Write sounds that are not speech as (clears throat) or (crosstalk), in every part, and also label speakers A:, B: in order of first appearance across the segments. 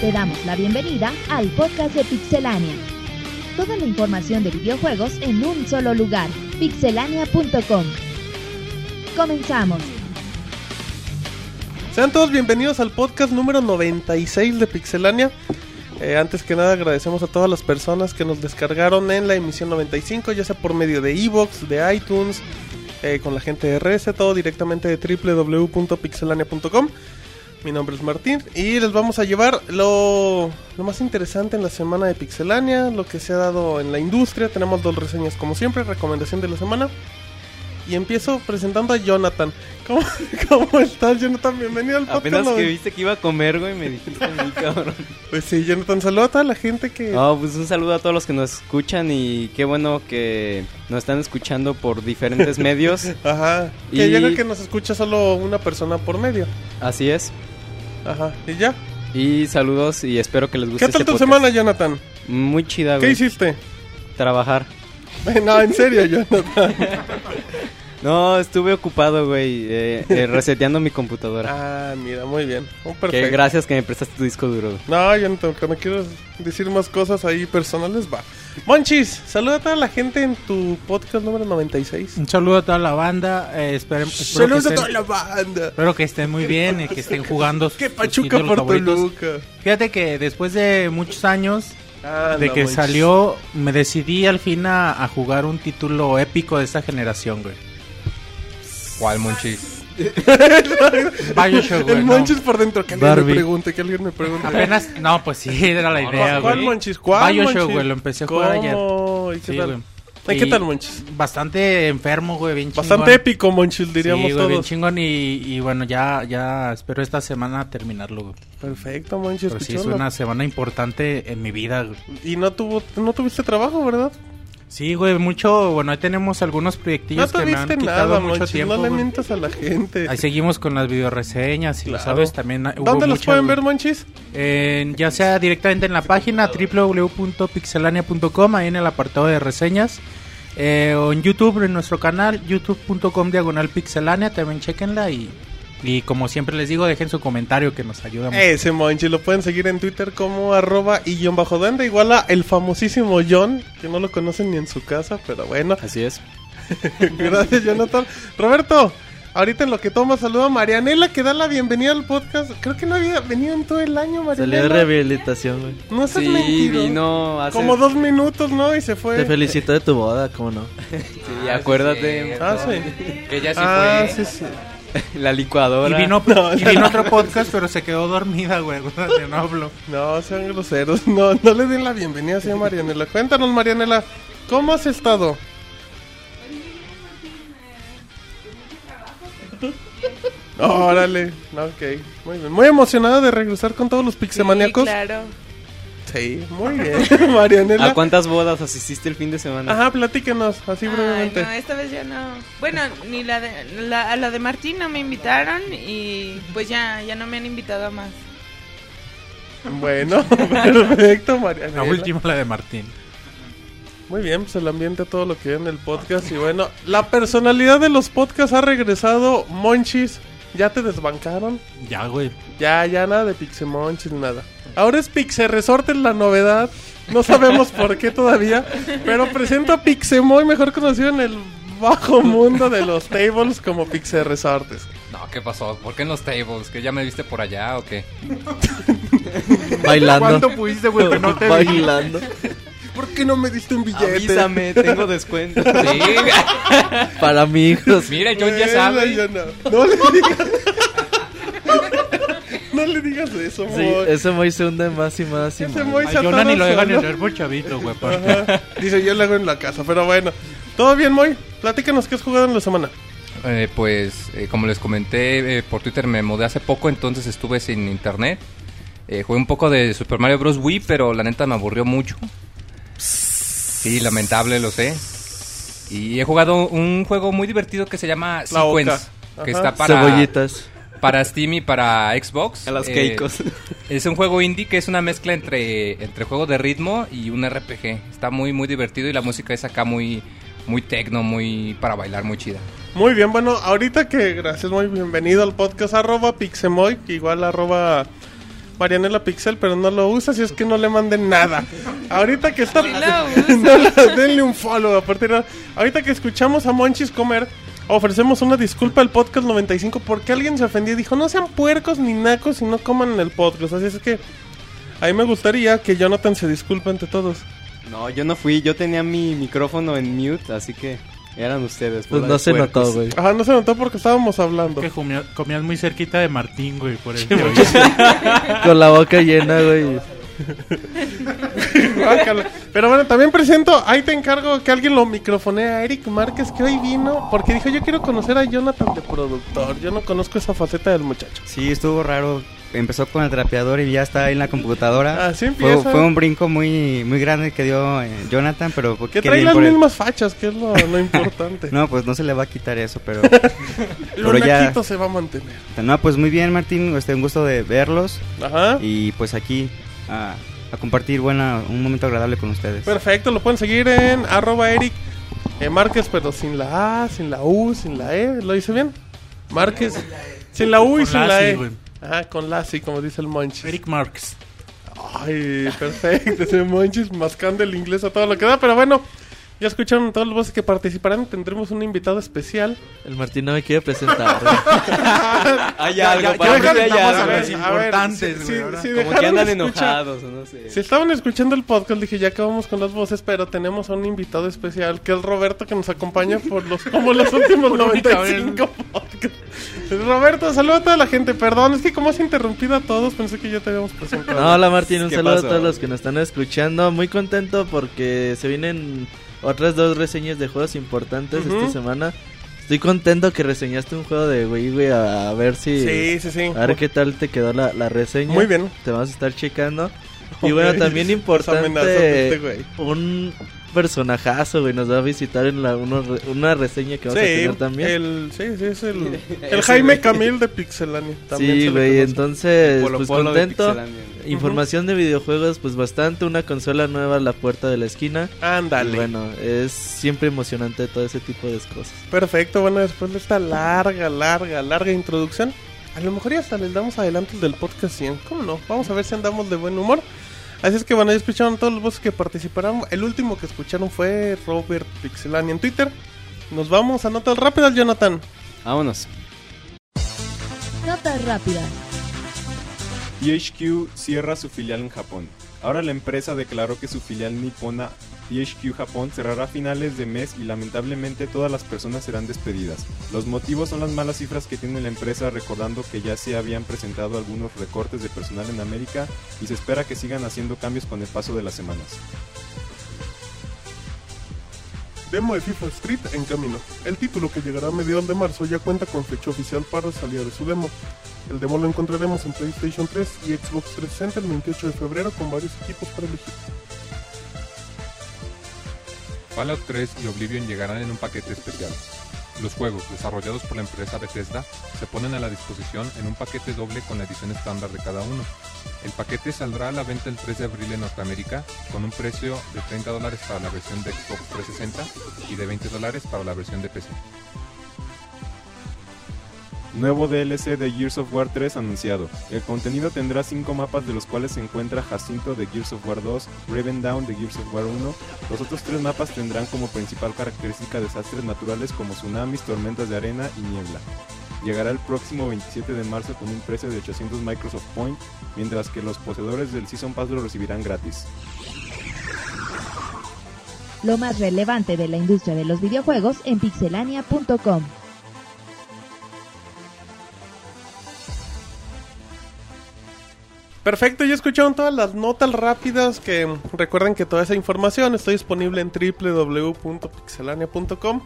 A: Te damos la bienvenida al podcast de Pixelania. Toda la información de videojuegos en un solo lugar, pixelania.com. Comenzamos.
B: Sean todos bienvenidos al podcast número 96 de Pixelania. Eh, antes que nada agradecemos a todas las personas que nos descargaron en la emisión 95, ya sea por medio de Evox, de iTunes, eh, con la gente de RS, todo directamente de www.pixelania.com. Mi nombre es Martín y les vamos a llevar lo, lo más interesante en la semana de Pixelania, lo que se ha dado en la industria. Tenemos dos reseñas como siempre, recomendación de la semana. Y empiezo presentando a Jonathan. ¿Cómo, (laughs) cómo estás, Jonathan? Bienvenido al podcast.
C: Apenas que
B: noven-
C: viste que iba a comer, güey, me dijiste muy cabrón.
B: Pues sí, Jonathan, saluda a toda la gente que...
C: (laughs) No, pues un saludo a todos los que nos escuchan y qué bueno que nos están escuchando por (laughs) diferentes medios.
B: Ajá. Que yo
C: Y-
B: creo que nos escucha solo una persona por medio.
C: Así es.
B: Ajá. ¿Y ya?
C: Y saludos y espero que les guste
B: ¿Qué tal
C: este
B: tu
C: podcast.
B: semana, Jonathan? (laughs)
C: Muy chida,
B: ¿Qué
C: güey.
B: hiciste?
C: Trabajar.
B: No, en serio, Jonathan.
C: No, estuve ocupado, güey, eh, eh, reseteando mi computadora.
B: Ah, mira, muy bien. Un
C: Que
B: perfecto.
C: gracias que me prestaste tu disco duro. güey.
B: No, Jonathan, cuando quieras decir más cosas ahí personales, va. Monchis, saluda a toda la gente en tu podcast número 96.
D: Un saludo a toda la banda. eh, espere- espero, que
B: Saludos a
D: estén,
B: toda la banda.
D: espero que estén muy bien y que estén jugando. sus-
B: ¡Qué
D: sus
B: pachuca
D: títulos
B: por
D: favoritos.
B: Toluca!
D: (laughs) Fíjate que después de muchos años
B: Ah,
D: de
B: no,
D: que
B: Monchis.
D: salió, me decidí al fin a, a jugar un título épico de esta generación, güey.
E: ¿Cuál monchis?
D: Bioshock, güey.
B: El
D: no.
B: Monchis por dentro, que alguien me
D: Barbie.
B: pregunte, que alguien me pregunte.
D: Apenas, no, pues sí, era la idea,
B: ¿Cuál,
D: güey.
B: cuál Monchis? ¿Cuál
D: Bioshock,
B: Monchis?
D: güey, lo empecé a jugar ayer.
B: ¿Cómo? ¿Y qué
D: Sí,
B: tal?
D: güey.
B: Ay, ¿Qué
D: Y-
B: tal, Monchis?
D: Bastante enfermo, güey, bien
B: Bastante
D: chingón.
B: épico, Monchis,
D: Sí,
B: diríamos
D: güey, bien
B: todos.
D: chingón y, y bueno, ya, ya espero esta semana terminarlo, güey.
B: Perfecto, Monchis.
D: Pero sí, es
B: escuchó la-
D: una semana importante en mi vida, güey.
B: Y no, tuvo, no tuviste trabajo, ¿verdad?
D: Sí, güey, mucho, bueno, ahí tenemos algunos
B: No
D: proyectillos que me han
B: tuviste
D: quitado
B: nada,
D: mucho
B: Monchis.
D: tiempo.
B: no le
D: güey.
B: mientas a la gente.
D: Ahí seguimos con las videoreseñas, y lo
B: Claro.
D: sabes también. hubo
B: ¿Dónde los
D: muchas,
B: pueden
D: güey.
B: ver, Monchis?
D: En- ya sea directamente en la página www.pixelania.com, ahí en el apartado de reseñas. eh, o en YouTube, en nuestro canal, youtube.com diagonal pixelania, también chequenla y, y como siempre les digo, dejen su comentario que nos ayuda mucho.
B: Ese Monchis Eh, lo pueden seguir en Twitter como arroba y guión bajo duende, igual a el famosísimo John, que no lo conocen ni en su casa, pero bueno.
C: Así es.
B: (laughs) Gracias, Jonathan. Roberto, ahorita en lo que toma, saludo a Marianela, que da la bienvenida al podcast. Creo que no había venido en todo el año,
F: Salió de
B: Marianela.
F: rehabilitación, güey.
B: No seas
C: Sí,
B: mentiroso.
C: vino hace...
B: Como dos minutos, ¿no? Y se fue.
F: Te felicito de tu boda, ¿cómo no?
C: Sí, acuérdate.
B: Ah, sí.
E: Que ya se
B: Ah,
E: fue.
B: sí, sí.
C: (laughs) La licuadora.
D: Y vino,
B: (laughs) No,
D: y
B: no.
D: vino otro podcast, pero se quedó dormida, güey. de no hablo.
B: No, sean groseros. No, no le den la bienvenida así a Marianela. Cuéntanos, Marianela, ¿cómo has estado? Órale, No, ok, muy bien. Muy emocionada de regresar con todos los pixemaníacos.
G: Sí, claro.
B: Sí, muy bien, (laughs) Marianela.
C: ¿A cuántas bodas asististe el fin de semana?
B: Ajá, platíquenos, así
G: Ay,
B: brevemente.
G: no, esta vez ya no. Bueno, ni la de, la- a la de Martín no me invitaron y pues ya, ya no me han invitado a más.
B: Bueno, (laughs) perfecto, Marianela.
D: La última, la de Martín.
B: Muy bien, pues el ambiente, todo lo que ve en el podcast. Y bueno, la personalidad de los podcasts ha regresado. Monchis, ya te desbancaron.
D: Ya, güey.
B: Ya, ya nada de Pixemonchis, nada. Ahora es Pixe Resortes la novedad. No sabemos por qué todavía. Pero presento a Pixemoy, mejor conocido en el bajo mundo de los tables como Pixe Resortes.
E: No, ¿qué pasó? ¿Por qué en los tables? ¿Que ya me viste por allá o qué?
F: (laughs) Bailando.
B: pudiste, güey? que no vi?
F: Bailando.
B: ¿Por qué no me diste un billete?
C: Avísame, tengo
B: (laughs)
C: descuento.
E: Sí,
F: Para mi hijos.
E: mira, John ya
B: Bueno,
E: sabe.
B: ya no. No le digas. no le digas eso,
F: Sí,
B: Moy.
F: ese Moy se hunde más y más y
B: Ese
F: más.
B: Moy
D: eh, Ay,
B: se
D: yo
B: atora
D: ni lo dejan ni
B: solo.
D: leer por chavito, güey. aparte.
B: Ajá. Dice, yo lo hago en la casa, pero bueno. ¿Todo bien, Moy? Platícanos qué has jugado en la semana.
E: Eh, pues, eh, como les comenté eh, por Twitter, me mudé hace poco, entonces estuve sin internet. Eh, jugué un poco de Super Mario Bros. Wii, pero la neta me aburrió mucho. Sí, lamentable, lo sé. Y he jugado un juego muy divertido que se llama
B: La Oca.
E: Sequence, que
B: Ajá.
E: está para,
F: Cebollitas.
E: para Steam y para Xbox.
C: A las
E: Eh,
B: (laughs)
C: Keikos.
E: Es un juego indie que es una mezcla entre, entre juego de ritmo y un RPG. Está muy, muy divertido y la música es acá muy, muy tecno, muy para bailar, muy chida.
B: Muy bien, bueno, ahorita que gracias, muy bienvenido al podcast arroba pixemoy, que igual arroba Marianela Pixel, pero no lo usa, si es que no le manden nada. Ahorita que está...
G: Sí lo usa.
B: (laughs) no la- denle un follow a partir de... Ahorita que escuchamos a Monchis comer, ofrecemos una disculpa al podcast 95 porque alguien se ofendió y dijo, no sean puercos ni nacos y no coman en el podcast. Así es que a mí me gustaría que Jonathan se disculpe ante todos.
C: No, yo no fui, yo tenía mi micrófono en mute, así que eran ustedes.
F: Pues
C: bola
F: no
C: de
F: se
C: puercos.
F: notó, güey.
B: Ajá, no se notó porque estábamos hablando.
D: Que comió- comías muy cerquita de Martín, güey, por eso. (laughs)
F: Con la boca llena, güey.
B: Guácala. Pero bueno, también presento, ahí te encargo que alguien lo microfonee a Eric Márquez, que hoy vino, porque dijo, yo quiero conocer a Jonathan de productor, yo no conozco esa faceta del muchacho.
H: Sí, estuvo raro. Empezó con el trapeador y ya está ahí en la computadora.
B: Así
H: fue,
B: empieza.
H: fue un brinco muy muy grande que dio eh, Jonathan, pero
B: Que
H: porque
B: trae las mismas fachas, que es lo,
D: (laughs)
B: lo importante.
H: No, pues no se le va a quitar eso, pero
B: (laughs) lo
H: pero ya-
B: naquito se va a mantener.
H: no, pues muy bien, Martín, este un gusto de verlos
B: Ajá.
H: y pues aquí a, a compartir buena un momento agradable con ustedes.
B: Perfecto, lo pueden seguir en arroba Eric eh, Márquez, pero sin la A, sin la U, sin la E, ¿lo hice bien? Márquez. Sin la U y
D: Con
B: sin
D: la
B: la
D: sí,
B: E.
D: güey.
B: Ajá, con la sí, como dice el Monchis.
D: Eric Marx.
B: Ay, perfecto, ese Monchis mascando el inglés a todo lo que da, pero bueno, ya escucharon todos los voces que participarán, tendremos un invitado especial.
F: El Martín no me quiere presentar. güey.
C: (laughs) Hay
D: Ya,
C: algo,
D: ya,
C: para
D: ya
C: mí hay
D: estamos
C: algo.
D: a ver, importantes,
B: si-
D: güey,
B: si-
D: ahora.
B: si
C: Como que
B: dejaron
C: andan
B: escucha-
C: enojados, o no sé.
B: Si estaban escuchando el podcast, dije, ya acabamos con las voces, pero tenemos a un invitado especial, que es Roberto, que nos acompaña por los,
C: (laughs)
B: como los últimos 95 podcasts. Roberto, saluda a toda la gente, perdón, es que como has interrumpido a todos, pensé que ya te habíamos
F: (laughs)
B: presentado.
F: No, hola Martín, un
C: ¿Qué
F: saludo
C: pasó?
F: a todos los que nos están escuchando. Muy contento porque se vienen otras dos reseñas de juegos importantes
B: Ujú.
F: esta semana. Estoy contento que reseñaste un juego de Wii, güey, a, a ver si...
B: Sí, sí, sí.
F: A ver qué tal te quedó la, la reseña.
B: Muy bien.
F: Te vamos a estar checando. Y bueno,
B: Ok, (laughs)
F: también
B: las amenazas de este
F: importante...
B: güey.
F: un personajazo, güey, nos va a visitar en la, uno- una reseña que vamos a
B: Sí,
F: tener también.
B: el, sí, sí, es
F: (laughs)
B: el, el Jaime Camil de Pixelania. también se
F: Sí,
B: le
F: güey,
B: conoce.
F: entonces,
C: Polo
F: pues
C: Polo de
F: contento.
C: Pixelania.
F: Información de videojuegos, pues bastante. Una consola nueva a la puerta de la esquina.
B: Ándale.
F: Y bueno, es siempre emocionante todo ese tipo de cosas.
B: Perfecto, bueno, después de esta larga, larga, larga introducción, a lo mejor ya hasta les damos adelantos del podcast 100. ¿Cómo no? Vamos a ver si andamos de buen humor. Así es que bueno, ya escucharon todos los voces que participaron. El último que escucharon fue Robert Pixelani en Twitter. Nos vamos a notas rápidas, Jonathan.
C: Vámonos.
A: Notas rápidas.
I: THQ cierra su filial en Japón. Ahora la empresa declaró que su filial nipona THQ Japón cerrará a finales de mes y lamentablemente todas las personas serán despedidas. Los motivos son las malas cifras que tiene la empresa recordando que ya se habían presentado algunos recortes de personal en América y se espera que sigan haciendo cambios con el paso de las semanas.
B: Demo de FIFA Street en camino. El título que llegará a mediados de marzo ya cuenta con fecha oficial para salida de su demo. El demo lo encontraremos en PlayStation 3 y Xbox 360 el 28 de febrero con varios equipos para elegir.
E: Fallout 3 y Oblivion llegarán en un paquete especial. Los juegos desarrollados por la empresa Bethesda se ponen a la disposición en un paquete doble con la edición estándar de cada uno. El paquete saldrá a la venta el 3 de abril en Norteamérica con un precio de 30 dólares para la versión de Xbox 360 y de 20 dólares para la versión de PC.
I: Nuevo DLC de Gears of War 3 anunciado. El contenido tendrá 5 mapas de los cuales se encuentra Jacinto de Gears of War 2, Raven Down de Gears of War 1. Los otros 3 mapas tendrán como principal característica desastres naturales como tsunamis, tormentas de arena y niebla. Llegará el próximo 27 de marzo con un precio de 800 Microsoft Point, mientras que los poseedores del Season Pass lo recibirán gratis.
A: Lo más relevante de la industria de los videojuegos en pixelania.com.
B: Perfecto, ya escucharon todas las notas rápidas que recuerden que toda esa información está disponible en www.pixelania.com.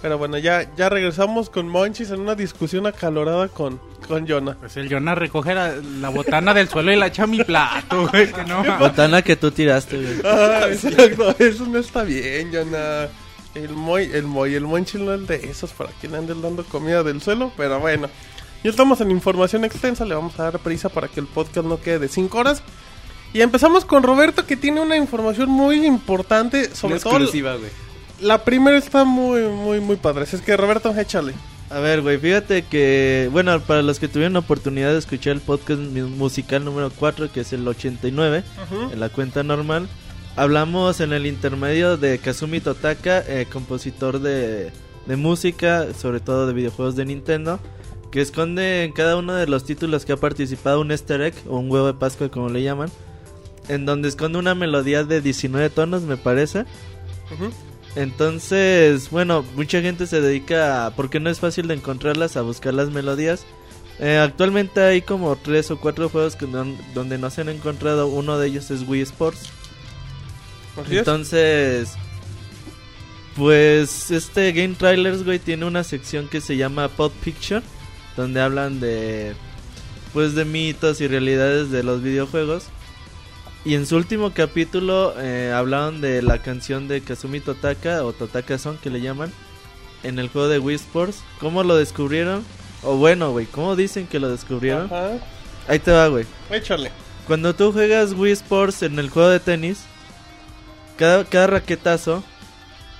B: Pero bueno, ya, ya regresamos con Monchis en una discusión acalorada con, con Jonah.
D: Pues el Jonah recoge la, la botana del suelo y la echa a mi plato, güey. Que no, mames.
F: Botana que tú tiraste, güey.
B: Ah, exacto, eso no está bien, Jonah. El Moy, el Moy, el Monchis no es de esos para quien anden dando comida del suelo, pero bueno. Ya estamos en información extensa, le vamos a dar prisa para que el podcast no quede de 5 horas. Y empezamos con Roberto que tiene una información muy importante, sobre
C: Una
B: todo
C: exclusiva, güey.
B: La primera está muy, muy, muy padre. Así es que, Roberto, échale.
F: A ver, güey, fíjate que, bueno, para los que tuvieron la oportunidad de escuchar el podcast mi- musical número 4, que es el 89,
B: Ujú.
F: en la cuenta normal, hablamos en el intermedio de Kazumi Totaka, eh, compositor de, de música, sobre todo de videojuegos de Nintendo, que esconde en cada uno de los títulos que ha participado un easter egg, o un huevo de Pascua como le llaman, en donde esconde una melodía de 19 tonos, me parece.
B: Ujú.
F: Entonces, bueno, mucha gente se dedica, a, porque no es fácil de encontrarlas, a buscar las melodías. Eh, actualmente hay como tres o cuatro juegos que no- donde no se han encontrado. Uno de ellos es Wii Sports.
B: Así es.
F: Entonces, pues este Game Trailers, güey, tiene una sección que se llama Pop Picture, donde hablan de, pues, de mitos y realidades de los videojuegos. Y en su último capítulo eh, hablaron de la canción de Kazumi Totaka o Totaka Song que le llaman en el juego de Wii Sports. ¿Cómo lo descubrieron? O bueno, güey, ¿cómo dicen que lo descubrieron?
B: Ajá.
F: Ahí te va, güey.
B: Échale.
F: Cuando tú juegas Wii Sports en el juego de tenis, cada, cada raquetazo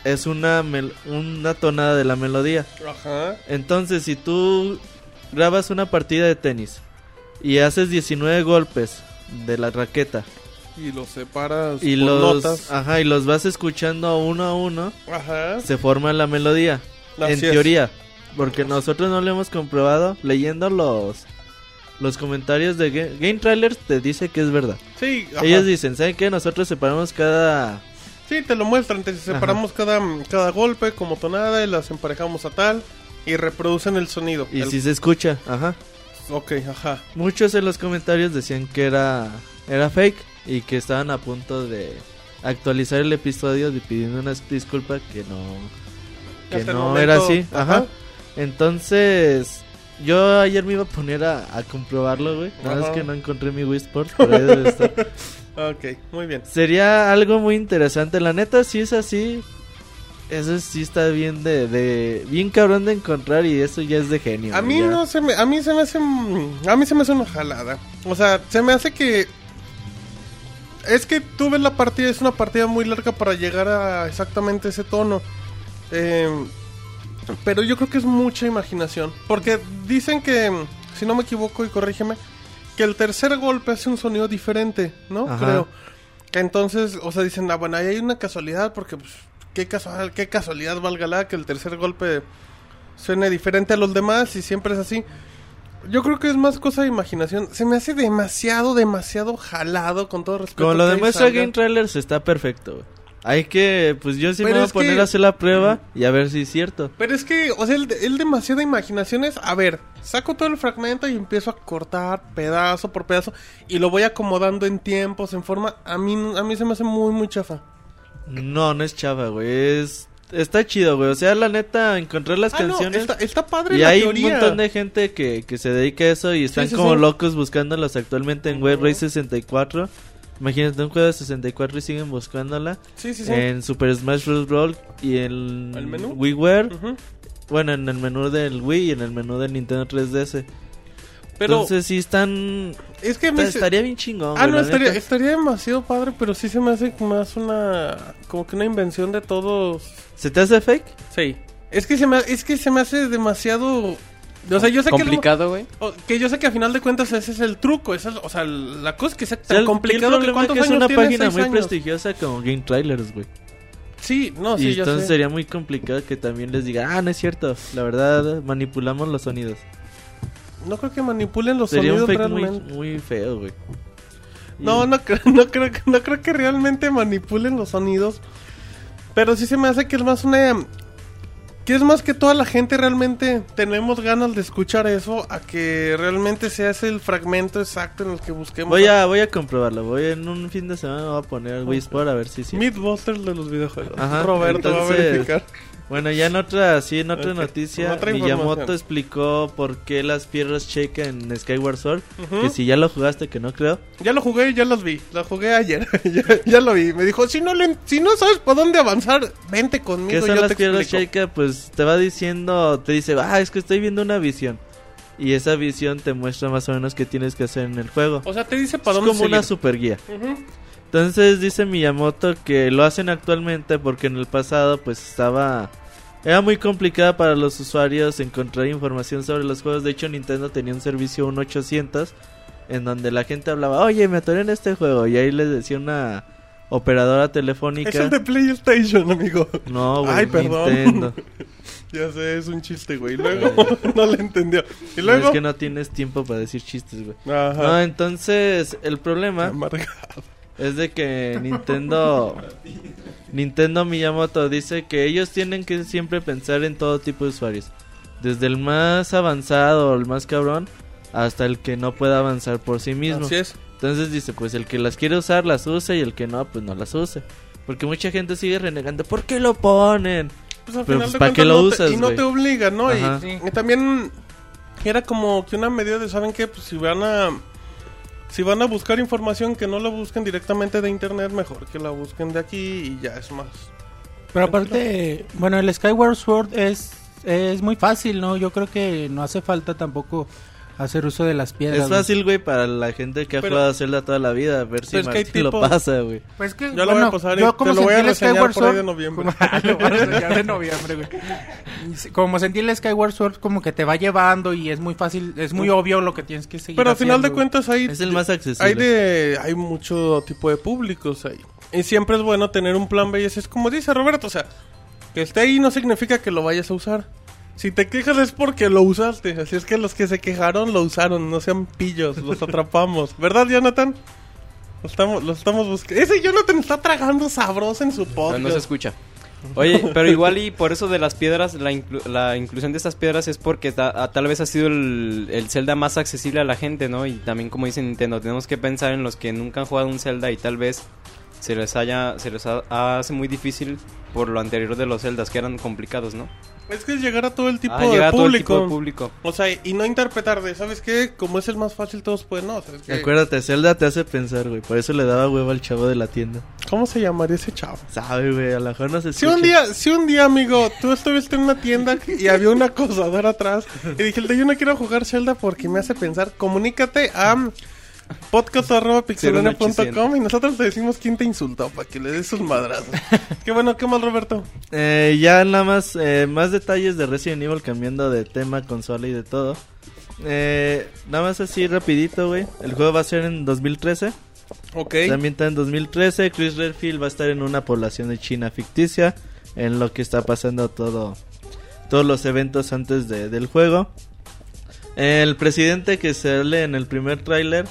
F: es una, mel- una tonada de la melodía.
B: Ajá.
F: Entonces, si tú grabas una partida de tenis y haces 19 golpes de la raqueta
B: Y los separas
F: y
B: por
F: los,
B: Pues, notas.
F: ajá, y los vas escuchando uno a uno,
B: Ajá.
F: se forma la melodía. en
B: Así es.
F: teoría, porque nosotros no lo hemos comprobado leyendo los, los comentarios de Ga- Game Trailers, te dice que es verdad.
B: Sí, ajá.
F: Ellos dicen, ¿saben qué? Nosotros separamos cada...
B: Sí, te lo muestran, te separamos cada, cada golpe como tonada y las emparejamos a tal y reproducen el sonido.
F: Y
B: El-
F: si se escucha, ajá.
B: Ok, ajá.
F: Muchos en los comentarios decían que era, era fake y que estaban a punto de actualizar el episodio y pidiendo una disculpa que no, que
B: Hasta el
F: no
B: momento,
F: era así. Ajá.
B: ajá.
F: Entonces, yo ayer me iba a poner a, a comprobarlo, güey. Nada más
B: Ajá.
F: que no encontré mi Wii Sports, por ahí debe estar.
B: (laughs) Ok, muy bien.
F: Sería algo muy interesante. La neta, si es así, eso sí está bien de, de- bien cabrón de encontrar y eso ya es de genio.
B: A
F: güey,
B: mí
F: ya.
B: no se me, a mí se me hace, mm, a mí se me hace una jalada. O sea, se me hace que es que tú ves la partida, es una partida muy larga para llegar a exactamente ese tono. Eh, pero yo creo que es mucha imaginación, porque dicen que, si no me equivoco y corrígeme, que el tercer golpe hace un sonido diferente, ¿no?
F: Ajá.
B: Creo. Que entonces, o sea, dicen, ah, bueno, ahí hay una casualidad, porque pues, qué casual, qué casualidad valga la que el tercer golpe suene diferente a los demás y siempre es así. Yo creo que es más cosa de imaginación. Se me hace demasiado, demasiado jalado con todo respeto.
F: Como lo
B: que ahí
F: demuestra
B: salga.
F: Game Trailers, está perfecto, güey. Hay que, pues yo sí
B: Pero
F: me voy
B: es
F: a poner
B: que-
F: a hacer la prueba y a ver si es cierto.
B: Pero es que, o sea, el, el demasiada imaginación es, a ver, saco todo el fragmento y empiezo a cortar pedazo por pedazo y lo voy acomodando en tiempos, en forma. A mí, a mí se me hace muy, muy chafa.
F: No, no es chava, güey. Es, está chido, güey. O sea, la neta, encontrar las
B: Ah, no,
F: canciones.
B: está, está padre
F: Y
B: la
F: hay
B: teoría.
F: un montón de gente que, que se dedica a eso y están
B: sí,
F: como
B: sí.
F: locos buscándolas actualmente en Web Race 64. Imagínate un juego de 64 y siguen buscándola.
B: Sí, sí, sí.
F: En Super Smash Bros. Brawl y en
B: ¿El menú?
F: WiiWare.
B: Ujú.
F: Bueno, en el menú del Wii y en el menú del Nintendo 3DS.
B: Pero
F: Entonces sí están...
B: es que me
F: está-
B: se-
F: estaría bien chingón.
B: Ah,
F: güey,
B: no,
F: la
B: estaría,
F: neta.
B: estaría demasiado padre, pero sí se me hace más una. como que una invención de todos.
F: ¿Se te hace fake?
B: Sí. Es que se me, es que se me hace demasiado. O sea, yo sé que, lo-
C: Complicado, güey.
B: o- que yo sé que a final de cuentas ese es el truco, esa es, o sea, la cosa es que sea
F: O sea,
B: tan
F: el- el
B: complicado que
F: problema
B: cuántos
F: es que
B: años
F: es una
B: tiene,
F: página
B: seis
F: muy
B: años.
F: prestigiosa como Game Trailers, güey.
B: Sí, no,
F: y
B: sí, yo
F: entonces
B: sé.
F: sería muy complicado que también les diga, ah, no es cierto, la verdad manipulamos los sonidos.
B: No creo que manipulen los
F: Sería un
B: sonidos
F: fake muy,
B: realmente.
F: muy feo, güey.
B: No, no, creo- (laughs) no, creo, que- no creo que realmente manipulen los sonidos. Pero sí se me hace que es más una... Que es más que toda la gente realmente tenemos ganas de escuchar eso a que realmente se hace el fragmento exacto en el que busquemos...
F: Voy a, voy a comprobarlo, voy en un fin de semana me voy a poner el Wii Sport a ver si sí.
B: Mythbusters de los videojuegos.
F: Ajá,
B: Roberto va a
F: entonces-
B: verificar.
F: Bueno, ya en otra, sí, en otra
B: Ok,
F: noticia,
B: otra información.
F: Miyamoto explicó por qué las piedras checa en Skyward Sword,
B: Ujú.
F: que si ya lo jugaste, que no creo.
B: Ya lo jugué, ya los vi. Lo jugué ayer. (laughs) ya, ya lo vi. Me dijo, si no, le- si no sabes por dónde avanzar, vente
F: ¿Qué
B: conmigo.
F: son
B: yo
F: las
B: te
F: piedras
B: explico".
F: checa? Pues te va diciendo, te dice, ah, es que estoy viendo una visión. Y esa visión te muestra más o menos qué tienes que hacer en el juego.
B: O sea, te dice
F: Es
B: para dónde
F: como una
B: seguir.
F: super guía.
B: Ujú.
F: Entonces dice Miyamoto que lo hacen actualmente porque en el pasado pues estaba Era muy complicada para los usuarios encontrar información sobre los juegos. De hecho, Nintendo tenía un servicio 1800 en donde la gente hablaba, oye, me atoré en este juego. Y ahí les decía una operadora telefónica.
B: Es el de PlayStation, amigo.
F: No, güey,
B: Ay, perdón.
F: Nintendo.
B: (laughs) Ya sé, es un chiste,
F: (laughs)
B: güey. Luego (laughs) no le entendió. Y
F: No,
B: luego.
F: Es que no tienes tiempo para decir chistes, güey. No,
B: Ajá.
F: entonces, el problema
B: amargado.
F: es de que Nintendo Nintendo Miyamoto dice que ellos tienen que siempre pensar en todo tipo de usuarios, desde el más avanzado, el más cabrón, hasta el que no pueda avanzar por sí mismo.
B: Así es.
F: Entonces dice, pues el que las quiere usar las usa y el que no, pues no las use. Porque mucha gente sigue renegando, ¿por qué lo ponen?
B: Pues al
F: Pero,
B: final
F: pues,
B: de
F: ¿para qué
B: cuentas
F: lo
B: no te-
F: usas,
B: Y no
F: güey?
B: te obliga, ¿no? Y,
F: Ajá.
B: y también era como que una medida de, ¿saben qué? Pues si van a... Si van a buscar información que no la busquen directamente de internet, mejor que la busquen de aquí y ya es más.
D: Pero aparte, bueno, el Skyward Sword es, es muy fácil, ¿no? Yo creo que no hace falta tampoco hacer uso de las piedras.
F: Es
D: güey.
F: fácil, güey, para la gente que ha
B: Pero-
F: jugado Zelda toda la vida, a ver si
B: Pero es que hay
F: Martín lo
B: tipos-
F: pasa, güey.
D: Pues que,
B: Yo lo voy a pasar y te lo voy a reseñar por ahí de noviembre.
D: Como, (laughs) Ah, Lo voy a reseñar de noviembre, güey. Y sí, Como sentí el Skyward Sword, como que te va llevando y es muy fácil, es muy obvio lo que tienes que seguir.
B: Pero al final de
D: haciendo,
B: cuentas hay...
F: Es el más accesible.
B: Hay de... Hay mucho tipo de públicos ahí. Y siempre es bueno tener un plan B y así es como dice Roberto, o sea, que esté ahí no significa que lo vayas a usar. Si te quejas es porque lo usaste, así es que los que se quejaron lo usaron, no sean pillos,
F: (laughs)
B: los atrapamos. ¿Verdad, Jonathan? Los estamos, los estamos buscando. Ese Jonathan está tragando sabroso en su
C: No,
B: podcast.
C: no se escucha. (laughs) Oye, pero igual y por eso de las piedras, la, inclu- la inclusión de estas piedras es porque ta- a- tal vez ha sido el, el Zelda más accesible a la gente, ¿no? Y también como dice Nintendo, tenemos que pensar en los que nunca han jugado un Zelda y tal vez se les haya, se les ha- hace muy difícil por lo anterior de los Zeldas que eran complicados, ¿no?
B: Es que es llegar a todo el tipo
C: Ah,
B: de
C: llegar a todo el
B: público.
C: tipo de público.
B: O sea, y no interpretar de, ¿sabes qué? Como es el más fácil, todos pueden, no, ¿sabes qué?
F: Acuérdate, Zelda te hace pensar, güey. Por eso le daba huevo al chavo de la tienda.
B: ¿Cómo se llamaría ese chavo?
F: Sabe, güey, a lo mejor no se
B: Si un
F: escucha.
B: día, si un día, amigo, tú estuviste en una tienda y había un acosador atrás y dije, yo no quiero jugar Zelda porque me hace pensar, comunícate a podcast.pixelania.com y nosotros te decimos quién te insultó para que le des
F: (laughs)
B: sus madrazos. qué bueno, qué mal, Roberto.
F: Eh, ya nada más, eh, más detalles de Resident Evil cambiando de tema, consola y de todo. Eh, nada más así rapidito, güey. El juego va a ser en 2013.
B: Ok.
F: También está en 2013. Chris Redfield va a estar en una población de China ficticia. En lo que está pasando todo, todos los eventos antes de- del juego. El presidente que sale en el primer tráiler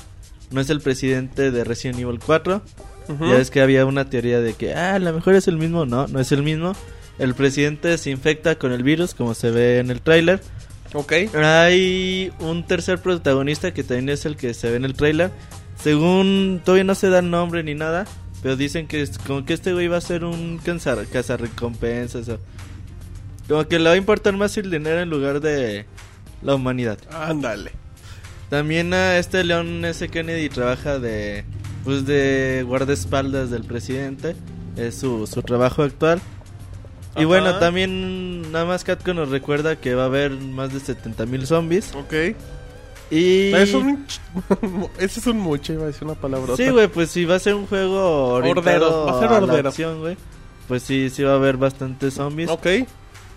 F: no es el presidente de Resident Evil 4.
B: Ujú.
F: Ya ves que había una teoría de que, ah, a lo mejor es el mismo. No, no es el mismo. El presidente se infecta con el virus, como se ve en el tráiler.
B: Ok.
F: Hay un tercer protagonista que también es el que se ve en el trailer. Según todavía no se da nombre ni nada, pero dicen que es- como que este güey va a ser un cansa- cazarrecompensas. o- Como que le va a importar más el dinero en lugar de la humanidad.
B: Ándale.
F: También a este León S. Kennedy trabaja de pues de guardaespaldas del presidente. Es su, su trabajo actual. Y
B: Ajá.
F: bueno, también nada más Catco nos recuerda que va a haber más de 70 mil zombies.
B: Ok.
F: Y...
B: Es un... (laughs) Ese es un mucho, iba a decir una palabra.
F: Sí, güey, pues si va a ser un juego orientado
B: Horderos, va a ser
F: a la
B: horderos.
F: acción, güey. Pues sí, sí va a haber bastantes zombies.
B: Ok.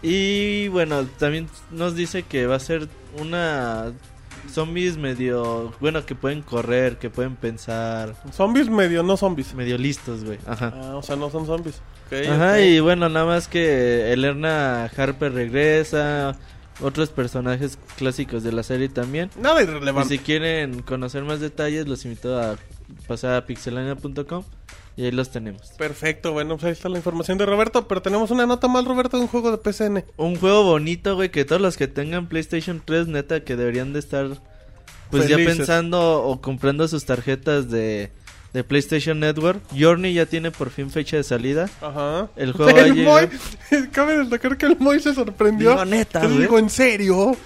F: Y bueno, también nos dice que va a ser una zombies medio, bueno, que pueden correr, que pueden pensar,
B: Zombies medio, no zombies.
F: medio listos, güey. Ajá.
B: Ah, o sea, no son zombies. Ok,
F: Ajá,
B: ok.
F: y bueno, nada más que Elerna Harper regresa, otros personajes clásicos de la serie también.
B: Nada
F: Y si
B: irrelevante.
F: quieren conocer más detalles, los invito a pasar a pixelania.com y ahí los tenemos.
B: Perfecto, bueno, pues ahí está la información de Roberto, pero tenemos una nota mal, Roberto, de un juego de PCN.
F: Un juego bonito, güey, que todos los que tengan PlayStation 3, neta, que deberían de estar pues ya
B: Felices.
F: pensando o comprando sus tarjetas de, de PlayStation Network. Journey ya tiene por fin fecha de salida.
B: Ajá. (laughs)
F: El juego va a
B: El
F: llegar-
B: Moy- (laughs) cabe destacar que el Moy se sorprendió.
F: Digo, neta, ¿eh?
B: Entonces
F: güey.
B: digo, ¿en serio? (laughs)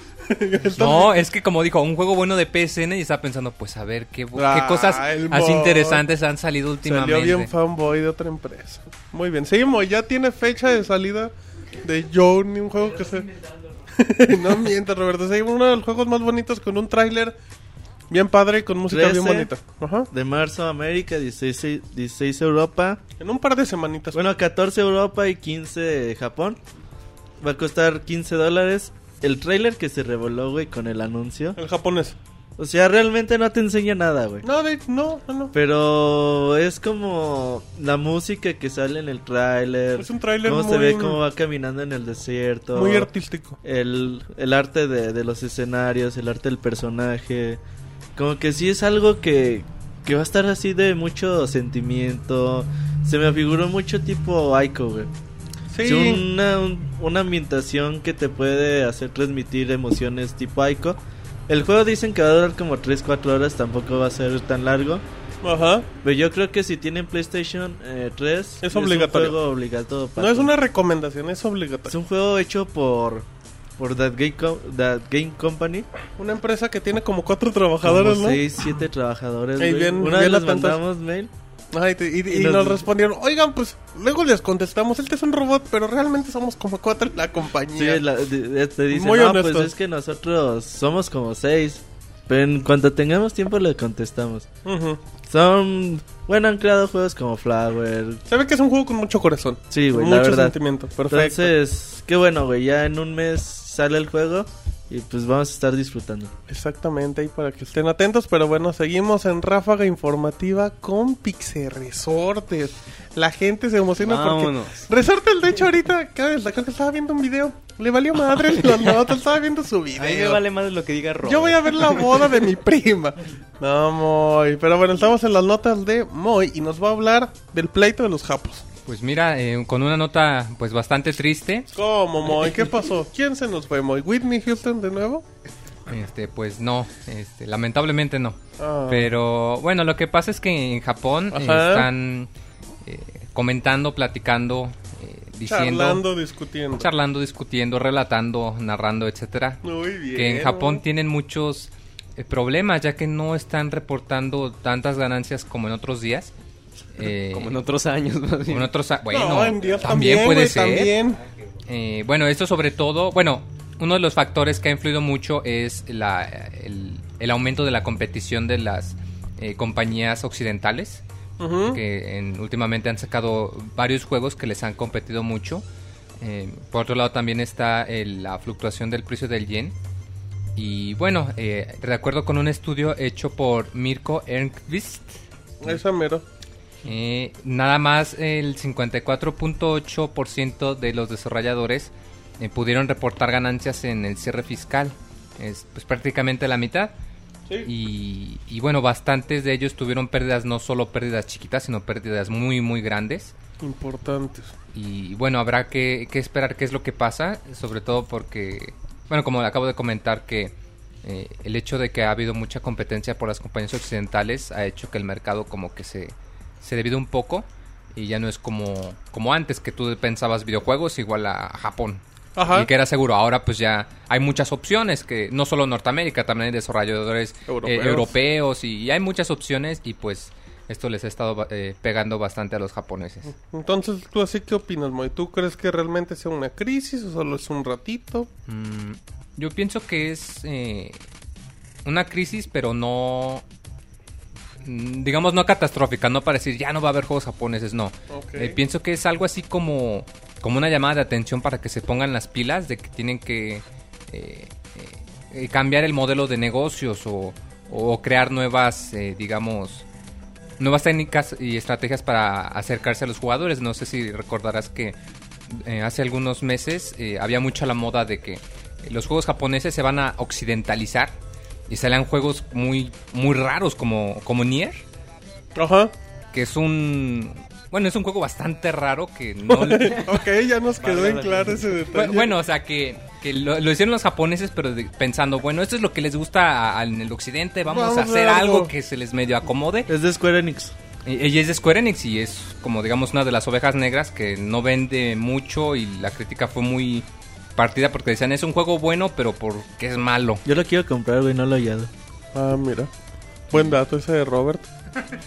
E: No, es que como dijo, un juego bueno de PSN y estaba pensando, pues a ver qué, bu- qué
B: Ah,
E: cosas
B: el
E: así
B: mod.
E: interesantes han salido
B: Salió bien
E: últimamente.
B: fanboy de otra empresa. Muy bien. Sí, Moy, ya tiene fecha de salida de Journey, un juego que se... (laughs) no mientas, Roberto. Sí, uno de los juegos más bonitos con un tráiler bien padre y con música bien
F: 13.
B: bonita. Ajá.
F: De marzo América, 16, 16 Europa.
B: En un par de semanitas.
F: Bueno, 14 Europa y 15 Japón. Va a costar 15 dólares. El trailer que se revoló, güey, con el anuncio.
B: El japonés.
F: O sea, realmente no te enseña nada, güey.
B: No, de- no, no, no.
F: Pero es como la música que sale en el tráiler.
B: Es un tráiler
F: Cómo
B: muy,
F: se ve cómo va caminando en el desierto.
B: muy artístico.
F: el, el arte de, de los escenarios, el arte del personaje. Como que sí es algo que, que va a estar así de mucho sentimiento. Se me afiguró mucho tipo Aiko, güey.
B: Sí.
F: Sí, una, un- una ambientación que te puede hacer transmitir emociones tipo Aiko. El juego dicen que va a durar como 3-4 horas, tampoco va a ser tan largo.
B: Ajá.
F: Pero yo creo que si tienen PlayStation eh, 3,
B: obligatorio.
F: un juego obligatorio. para
B: No es
F: todos.
B: una recomendación, es
F: Es
B: obligatorio.
F: un juego hecho por por That Game, Co- That Game Company.
B: Una empresa que tiene como cuatro trabajadores,
F: Como
B: ¿no?
F: seis, siete trabajadores.
B: Ey,
F: güey.
B: bien-
F: Una vez
B: bien
F: les
B: atentos.
F: mandamos mail.
B: Ajá, y, te- y- y
F: Y
B: nos...
F: nos-
B: respondieron, oigan, pues luego les contestamos, este es un robot, pero realmente somos como cuatro en la
F: Sí,
B: compañía.
F: la- de- de- te dicen,
B: Muy
F: "No, pues
B: honestos.
F: es que nosotros somos como seis. Pero en cuanto tengamos tiempo le contestamos.
B: Ujú.
F: Son... Bueno, han creado juegos como Flower.
B: Se ve que es un juego con mucho corazón.
F: Sí, güey,
B: con
F: la
B: mucho
F: verdad.
B: sentimiento. Perfecto.
F: Entonces, qué bueno, güey. Ya en un mes sale el juego y pues vamos a estar disfrutando.
B: Exactamente, ahí para que estén atentos. Pero bueno, seguimos en ráfaga informativa con Pixel Resortes. La gente se emociona
C: Vámonos.
B: porque. Resortes, de hecho, ahorita cabe destacar que estaba viendo un video. Le valió madre
F: (laughs)
B: los notas, estaba viendo su video.
C: A mí me vale más lo que diga Rob.
B: Yo voy a
C: (laughs)
B: ver la boda de mi prima. No, Moy. Pero bueno, estamos en las notas de Moy y nos va a hablar del pleito de los japos.
E: Pues mira, eh, con una nota pues bastante triste.
B: ¿Cómo, Oh, Moy? ¿Qué pasó? ¿Quién se nos fue, Moy? ¿Whitney Houston de nuevo?
E: Este, pues no, este, lamentablemente no.
B: Ah.
E: Pero bueno, lo que pasa es que en Japón eh,
B: Ajá.
E: están eh, comentando, platicando, eh, diciendo,
B: Charlando, discutiendo.
E: charlando, discutiendo, relatando, narrando, etcétera.
B: Muy bien.
E: que en Japón
B: Moy.
E: tienen muchos eh, problemas ya que no están reportando tantas ganancias como en otros días. Eh,
C: (laughs) Como en otros años, más
E: como
C: bien.
E: en otros a- bueno,
B: no, en Dios
E: también,
B: también,
E: puede
B: güey,
E: ser.
B: También.
E: Eh, bueno, esto sobre todo, bueno, uno de los factores que ha influido mucho es la- el, el aumento de la competición de las eh, compañías occidentales,
B: Ujú.
E: que en- últimamente han sacado varios juegos que les han competido mucho. Eh, por otro lado también está el- la fluctuación del precio del yen. Y bueno, eh, de acuerdo con un estudio hecho por Mirko Ernqvist,
B: Esa mero.
E: eh, nada más el 54.8% de los desarrolladores eh, pudieron reportar ganancias en el cierre fiscal. Es pues, prácticamente la mitad. Y, y, bueno, bastantes de ellos tuvieron pérdidas, no solo pérdidas chiquitas, sino pérdidas muy, muy grandes.
B: Importantes.
E: Y bueno, habrá que, que esperar qué es lo que pasa, sobre todo porque, bueno, como acabo de comentar, que eh, el hecho de que ha habido mucha competencia por las compañías occidentales ha hecho que el mercado como que se, se divide un poco y ya no es como, como antes, que tú pensabas videojuegos igual a Japón.
B: Ajá.
E: Y que era seguro, ahora pues ya hay muchas opciones, que no solo Norteamérica, también hay desarrolladores eh, europeos,
B: Europeos.
E: y, y hay muchas opciones y pues esto les ha estado eh, pegando bastante a los japoneses.
B: Entonces, ¿tú así qué opinas, Moy? ¿Tú crees que realmente sea una crisis o solo es un ratito?
E: Mm, yo pienso que es eh, una crisis, pero no. mm, Digamos, no catastrófica, no para decir ya no va a haber juegos japoneses, no.
B: Ok.
E: Eh, pienso que es algo así como, como una llamada de atención para que se pongan las pilas de que tienen que eh, eh, eh, cambiar el modelo de negocios o, o crear nuevas, eh, digamos, nuevas técnicas y estrategias para acercarse a los jugadores. No sé si recordarás que eh, hace algunos meses eh, había mucha la moda de que los juegos japoneses se van a occidentalizar y salían juegos muy, muy raros como, como Nier
B: Ajá.
E: que es un bueno es un juego bastante raro que no
B: (laughs) ok, ya nos quedó en claro ese detalle.
E: Bu- bueno o sea que, que lo, lo hicieron los japoneses pero de- pensando bueno esto es lo que les gusta a- al- en el occidente vamos,
B: Vamos
E: a
B: a
E: hacer
B: algo.
E: algo que se les medio acomode
F: Es de Square Enix.
E: Y- ella es de Square Enix y es como digamos una de las ovejas negras que no vende mucho y la crítica fue muy partida porque decían es un juego bueno pero porque es malo
F: Yo lo quiero comprar, güey, no lo he hallado.
B: Ah, mira. Buen dato ese de Robert.
D: (laughs)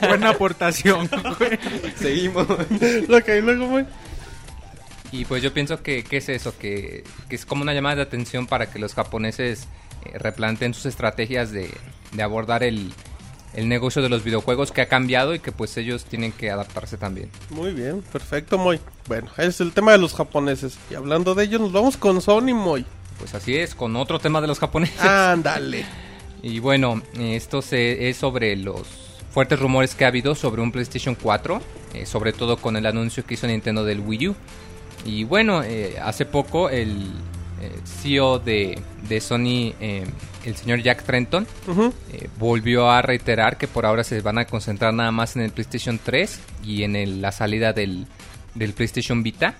D: Buena aportación. güey.
C: Seguimos.
B: (laughs) ok, luego, Moy.
E: Y pues yo pienso que, que es eso, que, que es como una llamada de atención para que los japoneses eh, replanteen sus estrategias de, de abordar el, el negocio de los videojuegos que ha cambiado y que pues ellos tienen que adaptarse también.
B: Muy bien, perfecto, Moy. Bueno, es el tema de los japoneses. Y hablando de ellos, nos vamos con Sony, Moy.
E: Pues así es, con otro tema de los japoneses.
B: Ándale.
E: (laughs) Y bueno, esto se, es sobre los fuertes rumores que ha habido sobre un PlayStation 4, eh, sobre todo con el anuncio que hizo Nintendo del Wii U. Y bueno, eh, hace poco el eh, CEO de, de Sony, eh, el señor Jack Trenton,
B: Uh -huh.
E: Eh, volvió a reiterar que por ahora se van a concentrar nada más en el PlayStation 3 y en el- la salida del, del PlayStation Vita.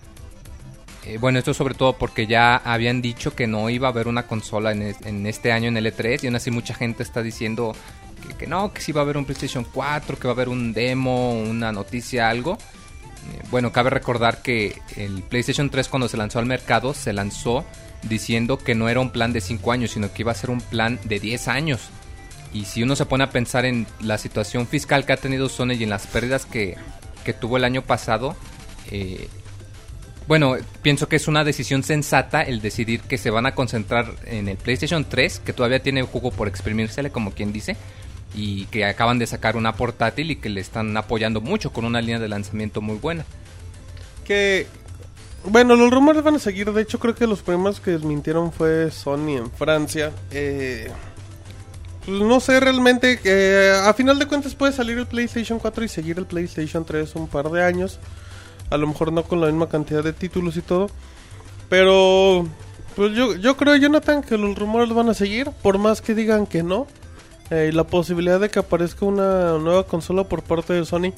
E: Eh, bueno, esto sobre todo porque ya habían dicho que no iba a haber una consola en, es- en este año en el E3 y aún así mucha gente está diciendo que, que no, que sí va a haber un PlayStation 4, que va a haber un demo, una noticia, algo. Eh, bueno, cabe recordar que el PlayStation 3 cuando se lanzó al mercado se lanzó diciendo que no era un plan de 5 años, sino que iba a ser un plan de 10 años. Y si uno se pone a pensar en la situación fiscal que ha tenido Sony y en las pérdidas que, que tuvo el año pasado, eh, bueno, pienso que es una decisión sensata el decidir que se van a concentrar en el PlayStation 3, que todavía tiene jugo por exprimírsele, como quien dice, y que acaban de sacar una portátil y que le están apoyando mucho con una línea de lanzamiento muy buena.
B: Que. Bueno, los rumores van a seguir. De hecho, creo que los primeros que desmintieron fue Sony en Francia. Eh, pues no sé realmente. eh, a final de cuentas, puede salir el PlayStation 4 y seguir el PlayStation 3 un par de años. A lo mejor no con la misma cantidad de títulos y todo. Pero. Pues yo, yo creo, Jonathan, que los rumores van a seguir. Por más que digan que no. Eh, y la posibilidad de que aparezca una nueva consola por parte de Sony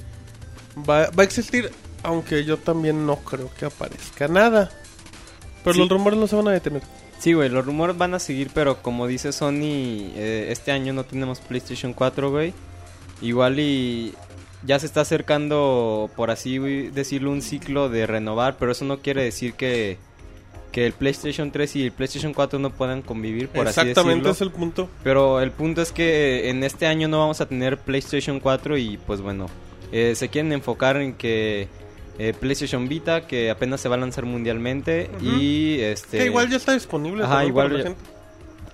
B: va, va a existir, aunque yo también no creo que aparezca nada. Pero
C: Sí.
B: los rumores no se van a detener.
C: Sí, güey, los rumores van a seguir, pero como dice Sony, eh, este año no tenemos PlayStation 4, güey. Igual y ya se está acercando, por así güey, decirlo, un ciclo de renovar, pero eso no quiere decir que, que el PlayStation 3 y el PlayStation 4 no puedan convivir, por así decirlo.
B: Exactamente es el punto.
C: Pero el punto es que en este año no vamos a tener PlayStation 4 y pues bueno, eh, se quieren enfocar en que eh, PlayStation Vita, que apenas se va a lanzar mundialmente,
B: Ujú.
C: y este...
B: Que igual ya está disponible.
C: Ajá,
B: también para
C: igual
B: la
C: ya-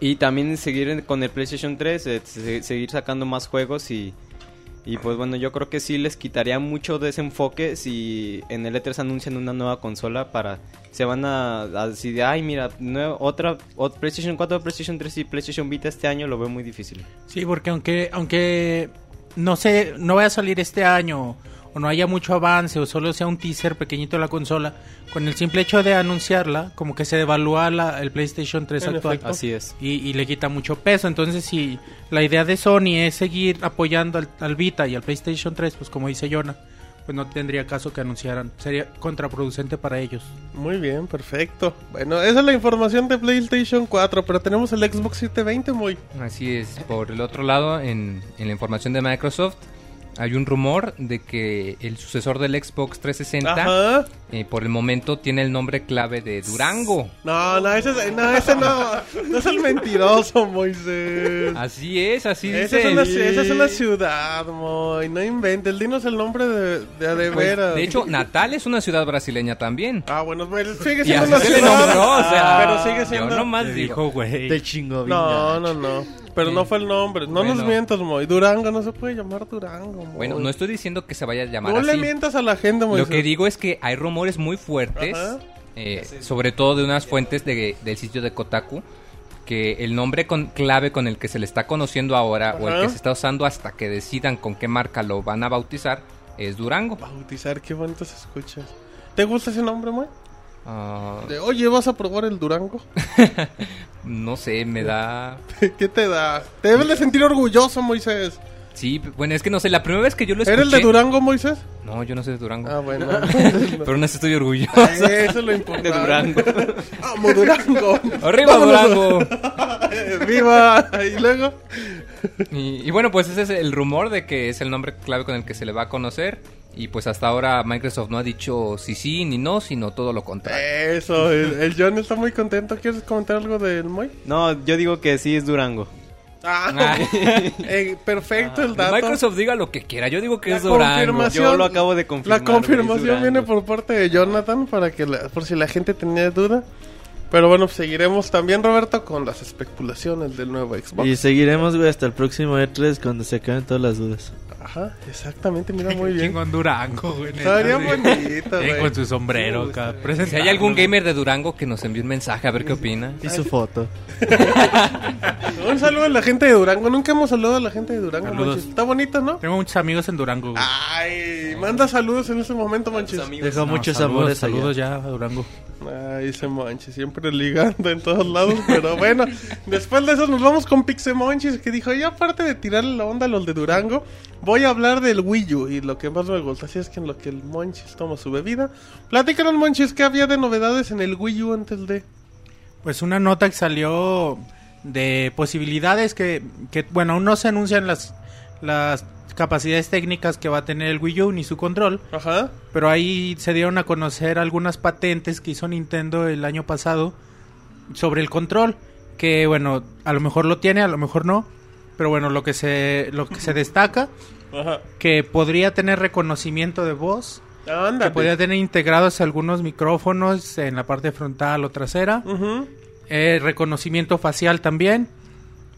C: Y también seguir en- con el PlayStation 3, eh, se- seguir sacando más juegos y... Y pues bueno, yo creo que sí les quitaría mucho desenfoque si en el E3 anuncian una nueva consola para... Se van a, a decir, ay mira, nue- otra, ot- PlayStation 4, PlayStation 3 y PlayStation Vita este año lo veo muy difícil.
D: Sí, porque aunque, aunque no sé, no vaya a salir este año o no haya mucho avance o solo sea un teaser pequeñito de la consola, con el simple hecho de anunciarla, como que se devalúa la- el PlayStation 3
B: En
D: actual
B: efecto.
C: Así es.
D: y, y le quita mucho peso. Entonces, si la idea de Sony es seguir apoyando al, al Vita y al PlayStation 3, pues como dice Jonah, pues no tendría caso que anunciaran. Sería contraproducente para ellos.
B: gente. Muy bien, perfecto. Bueno, esa es la información de PlayStation 4, pero tenemos el Xbox 720 muy...
E: Así es, por el otro lado, en, en la información de Microsoft, hay un rumor de que el sucesor del Xbox 360
B: Ajá.
E: eh, por el momento tiene el nombre clave de Durango.
B: No, no, ese, es- no, ese no. No es el mentiroso, Moisés.
E: Así es, así
B: Esa
E: dice.
B: es, una, ci- esa es una ciudad, Moy. No inventes. Dinos el nombre de, de, a de
E: Pues,
B: veras.
E: de hecho, Natal es una ciudad brasileña también.
B: Ah, bueno, pues, sigue
E: Y
B: siendo
E: así
B: una
E: se le
B: ciudad.
E: nombró, o sea,
B: pero sigue siendo.
E: Ah, Yo nomás digo.
D: güey.
F: Te chingo,
B: No, no, no. Pero no fue el nombre. No nos
E: Bueno.
B: mientas, Moy. Durango no se puede llamar Durango, Moy.
E: Bueno, no estoy diciendo que se vaya a llamar
B: No le
E: así.
B: mientas a la gente, Moy.
E: Lo que digo es que hay rumores muy fuertes,
B: Ajá.
E: eh, sobre todo de unas fuentes de- del sitio de Kotaku, que el nombre con, clave con el que se le está conociendo ahora o el
B: Ajá.
E: que se está usando hasta que decidan con qué marca lo van a bautizar es Durango.
B: Bautizar, qué bonito se escucha. ¿Te gusta ese nombre, Moy?
E: Ah,
B: De, Oye, ¿vas a probar el Durango?
E: no sé, me da...
B: (laughs) ¿Qué te da? Te debes de sentir orgulloso, Moisés.
E: Sí, bueno, es que no sé, la primera vez que yo lo escuché...
B: ¿Eres el de Durango, Moisés?
E: No, yo no soy de Durango.
B: Ah, bueno.
E: (laughs) Pero no estoy orgulloso.
B: Eso es lo importante. (laughs) ¡Vamos, Durango!
E: ¡Arriba Durango!
B: (laughs) ¡Viva! Y luego.
E: Y, y bueno, pues ese es el rumor de que es el nombre clave con el que se le va a conocer. Y pues hasta ahora Microsoft no ha dicho sí sí ni no, sino todo lo contrario.
B: Eso, el, el John está muy contento. ¿Quieres comentar algo del Moy?
C: No, yo digo que sí es Durango.
E: (laughs)
B: Ah, eh, perfecto el dato.
E: Ah, Microsoft diga lo que quiera, yo digo que
B: La
E: es Durango.
B: confirmación.
C: Yo lo acabo de confirmar.
B: la confirmación viene
C: por...
B: por parte de Jonathan para que la- por si la gente tenía duda. Pero bueno, pues, seguiremos también, Roberto, con las especulaciones del nuevo Xbox.
F: Y seguiremos, güey, hasta el próximo E3 cuando se acaben todas las dudas.
B: Ajá, exactamente, mira muy bien.
D: Chingón Durango, güey.
B: Estaría
D: Sí.
E: (laughs)
B: bonito,
D: Eh,
B: güey.
D: con su sombrero, acá. Presentando.
E: Si hay algún gamer de Durango que nos envíe un mensaje a ver qué opina.
F: Y su foto.
B: Un saludo a la gente de Durango. Nunca hemos saludado a la gente de Durango,
D: Saludos.
B: manches. Está bonito, ¿no?
D: Tengo muchos amigos en Durango. güey.
B: Ay, manda saludos en ese momento, manches.
F: Dejó
D: No,
F: muchos
D: saludos,
F: amores
D: Saludos ya a Durango.
B: Ay, ese manches, siempre ligando en todos lados. Pero bueno, después de eso nos vamos con Pixemonchis, que dijo: Yo, aparte de tirarle la onda a los de Durango, voy a hablar del Wii U. Y lo que más me gusta, así es que en lo que el Monchis toma su bebida. Platícanos, Monchis, ¿qué había de novedades en el Wii U antes de.?
D: (laughs) Pues una nota que salió de posibilidades que, que, bueno, aún no se anuncian las, las capacidades técnicas que va a tener el Wii U ni su control,
B: Ajá.
D: pero ahí se dieron a conocer algunas patentes que hizo Nintendo el año pasado sobre el control, que bueno, a lo mejor lo tiene, a lo mejor no, pero bueno, lo que se, lo que se destaca,
B: Ajá.
D: que podría tener reconocimiento de voz, que
B: Ándale.
D: podría tener integrados algunos micrófonos en la parte frontal o trasera.
B: Ujú.
D: Eh, reconocimiento facial también.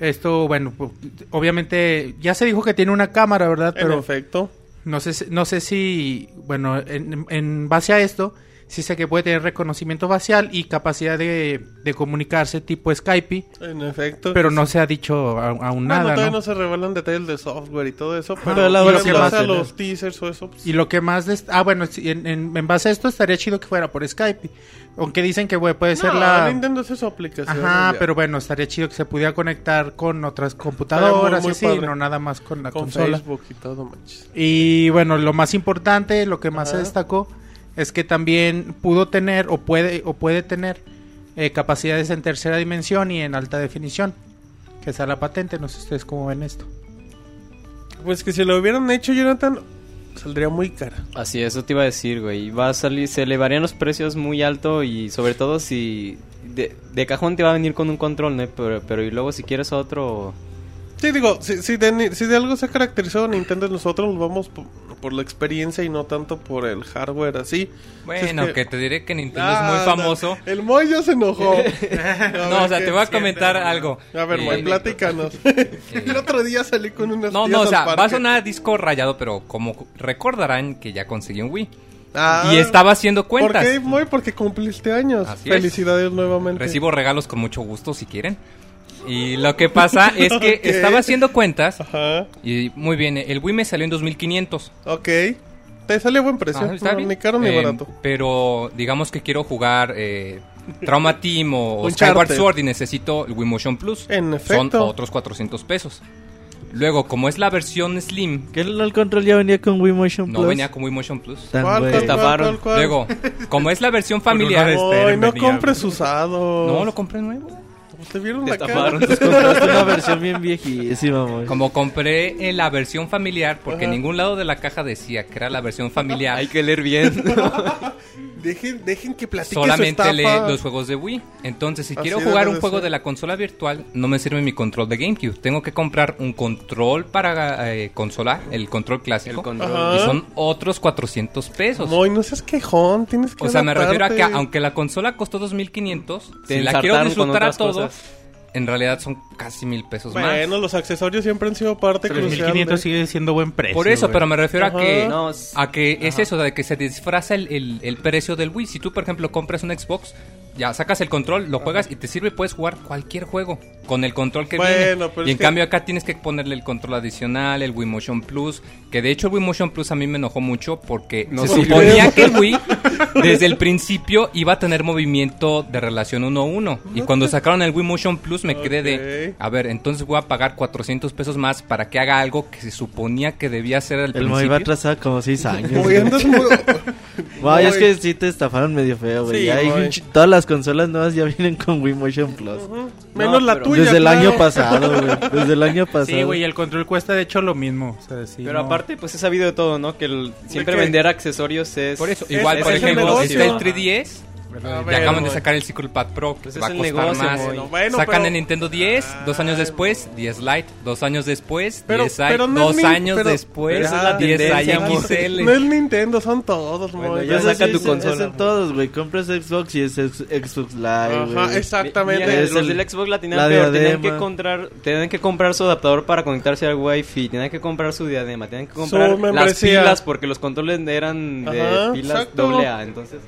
D: Esto, bueno, po- obviamente ya se dijo que tiene una cámara, ¿verdad?
B: En
D: Pero
B: efecto.
D: no sé, si- no sé si, bueno, en, en base a esto, sí sé que puede tener reconocimiento facial y capacidad de, de comunicarse tipo Skype,
B: En efecto.
D: pero no se ha dicho a- aún
B: Bueno,
D: nada,
B: todavía
D: ¿no?
B: no se revelan detalles de software y todo eso, pero,
F: pero la
B: y en
F: versión
B: base
F: va a
B: a
F: tener.
B: los teasers o eso, pues,
D: Y lo que más... dest- Ah, bueno, sí, en, en- en base a esto estaría chido que fuera por Skype. Aunque dicen que bueno, puede ser
B: no,
D: la...
B: Nintendo hace su aplicación.
D: Ajá,
B: ya.
D: pero bueno, estaría chido que se pudiera conectar con otras
B: Estaría
D: computadoras
B: muy, muy
D: y sí,
B: padre.
D: no nada más con la
B: con
D: consola.
B: Facebook y todo, manches.
D: Y bueno, lo más importante, lo que más se
B: Ajá.
D: destacó es que también pudo tener o puede o puede tener eh, capacidades en tercera dimensión y en alta definición. Que sea la patente, no sé ustedes cómo ven esto.
B: Pues que si lo hubieran hecho, Jonathan, saldría muy cara.
C: Así, eso te iba a decir, güey. Va a salir, se elevarían los precios muy alto y sobre todo si de, de cajón te va a venir con un control, ¿no? Pero, pero y luego si quieres otro...
B: Sí, digo, si, si, de, ni- si de algo se ha caracterizado Nintendo, nosotros nos vamos po- por, la experiencia y no tanto por el hardware así.
E: Bueno,
B: Es que-
E: que te diré que Nintendo
B: Ah,
E: es muy famoso.
B: El Moy ya
E: (laughs)
B: se enojó.
E: No, o sea, te voy a comentar algo.
B: A ver,
E: Eh,
B: Moy, platícanos.
E: (laughs)
B: el otro día salí con unas
E: No,
B: tías
E: no, o
B: al
E: sea, va a
B: parque.
E: sonar a disco rayado, pero como recordarán que ya conseguí un Wii.
B: Ah.
E: y estaba haciendo cuentas.
B: ¿Por qué, Moy? Porque cumpliste años.
E: Así es.
B: Felicidades nuevamente.
E: Recibo regalos con mucho gusto si quieren. Y lo que pasa es que
B: (laughs) Ok.
E: estaba haciendo cuentas
B: Ajá.
E: y muy bien, el Wii me salió en 2500.
B: Ok. Te sale buen precio.
E: Ajá, está
B: No,
E: bien.
B: Ni caro ni
E: Eh,
B: barato.
E: Pero digamos que quiero jugar eh,
B: (laughs)
E: Trauma Team o
B: Uncharted.
E: Skyward Sword y necesito el Wii Motion Plus.
B: En
E: Son
B: efecto.
E: otros 400 pesos. Luego, como es la versión Slim,
F: Que el, el control ya venía con Wii Motion
E: no
F: Plus.
E: venía con Wii Motion Plus.
F: Tan
B: ¿Cuál,
F: güey.
B: cuál, cuál,
C: Estafaron.
B: cuál, cuál? (laughs)
E: Luego, como es la versión
B: Ay,
E: familiar,
B: no compres usados.
E: no lo compré nuevo.
B: ¿Te vieron
C: Te
B: la cara?
C: estafaron.
F: Compraste una versión bien viejísima, güey.
E: Como compré eh, la versión familiar, porque en
B: Ajá.
E: ningún lado de la caja decía que era la versión familiar.
C: Hay que leer
B: (laughs)
C: bien.
B: Dejen, dejen que platique
E: Solamente
B: su
E: lee
B: estafa.
E: los juegos de Wii. Entonces, si
B: Así
E: quiero
B: debe
E: jugar
B: de
E: un juego
B: ser.
E: de la consola virtual, no me sirve mi control de GameCube. Tengo que comprar un control para eh, consola, el control
C: El
E: clásico.
C: control.
B: Ajá.
E: y son otros 400 pesos.
B: Moy, no seas quejón. Tienes que
E: O sea, me refiero a que
B: adaptarte.
E: aunque la consola costó 2500,
C: Te
E: si la quiero
C: ensartaron con
E: disfrutar a
C: otras
E: todo,
C: cosas.
E: en realidad son casi mil pesos más.
B: Bueno, los accesorios siempre han sido parte crucial.
D: 3500
B: de-
D: sigue siendo buen precio.
E: Por eso,
D: güey.
E: pero me refiero
B: Ajá.
E: a que
C: No, s-
E: a que es eso, de que se disfraza el, el- el precio del Wii. Si tú, por ejemplo, compras un Xbox, ya sacas el control, lo juegas y te sirve, puedes jugar cualquier juego con el control que
B: Bueno,
E: viene.
B: pero
E: Y
B: es
E: en
B: que-
E: cambio acá tienes que ponerle el control adicional, el Wii Motion Plus, que de hecho el Wii Motion Plus a mí me enojó mucho porque
C: No
E: se
C: sirve.
E: suponía que el Wii desde
B: (laughs)
E: el principio iba a tener movimiento de relación 1-1. Y cuando sacaron el Wii Motion Plus me quedé de,
B: Ok.
E: a ver, entonces voy a pagar 400 pesos más para que haga algo que se suponía que debía hacer al
F: El
E: principio.
F: Moy va atrasado como 6 años.
B: Moy,
F: güey. (laughs)
B: andas muy-
F: Guay, es
B: Moy.
F: que sí te estafaron medio feo, güey.
B: Sí,
F: Ya hay
B: güey.
F: un chi- todas las consolas nuevas ya vienen con Wii Motion Plus.
B: Menos la
C: pero-
B: tuya.
F: Desde el
B: claro.
F: año pasado, güey. Desde el año pasado.
D: Sí, güey, el control cuesta de hecho lo mismo. o sea, sí,
C: Pero
D: no-
C: aparte, pues he sabido de todo, ¿no? Que el- siempre
B: qué?
C: vender accesorios es...
E: Por eso,
B: Es-
E: igual,
B: es
E: por
B: el
E: ejemplo,
B: negocio.
E: está el 3DS,
B: Ah. A
E: Ya
B: ver,
E: acaban de
B: güey.
E: sacar el Circle Pad Pro, que
C: Pues
E: te
C: es
E: va a
C: el
E: costar
C: negocio,
E: más.
C: güey.
B: No, bueno,
E: Sacan
B: pero-
E: el Nintendo 10, dos años
B: Ay,
E: después, 10 Lite, dos años después,
B: Pero-
E: 10 Lite,
B: pero no es
E: dos
B: mi-
E: años
B: pero-
E: después,
B: pero esa es la
E: 10
C: tendencia, amor.
E: XL.
B: (laughs) No
F: (laughs)
B: es Nintendo, son todos,
C: Bueno,
B: Moy.
C: ya
B: Eso
C: saca
B: sí
C: tu
B: se-
C: consola.
F: Es en todos, güey. Compras Xbox y es ex- Xbox Live,
B: Ajá,
F: güey.
B: exactamente.
C: Mira,
F: Es
C: los
F: el-
C: del Xbox la tenían
F: la
C: peor, tenían
F: diadema.
C: que, comprar, tenían que comprar su adaptador para conectarse al wifi, tenían que comprar su diadema, tenían que comprar las
B: membresía.
C: pilas porque los controles eran de
B: Ajá,
C: pilas
B: exacto.
C: doble A, entonces...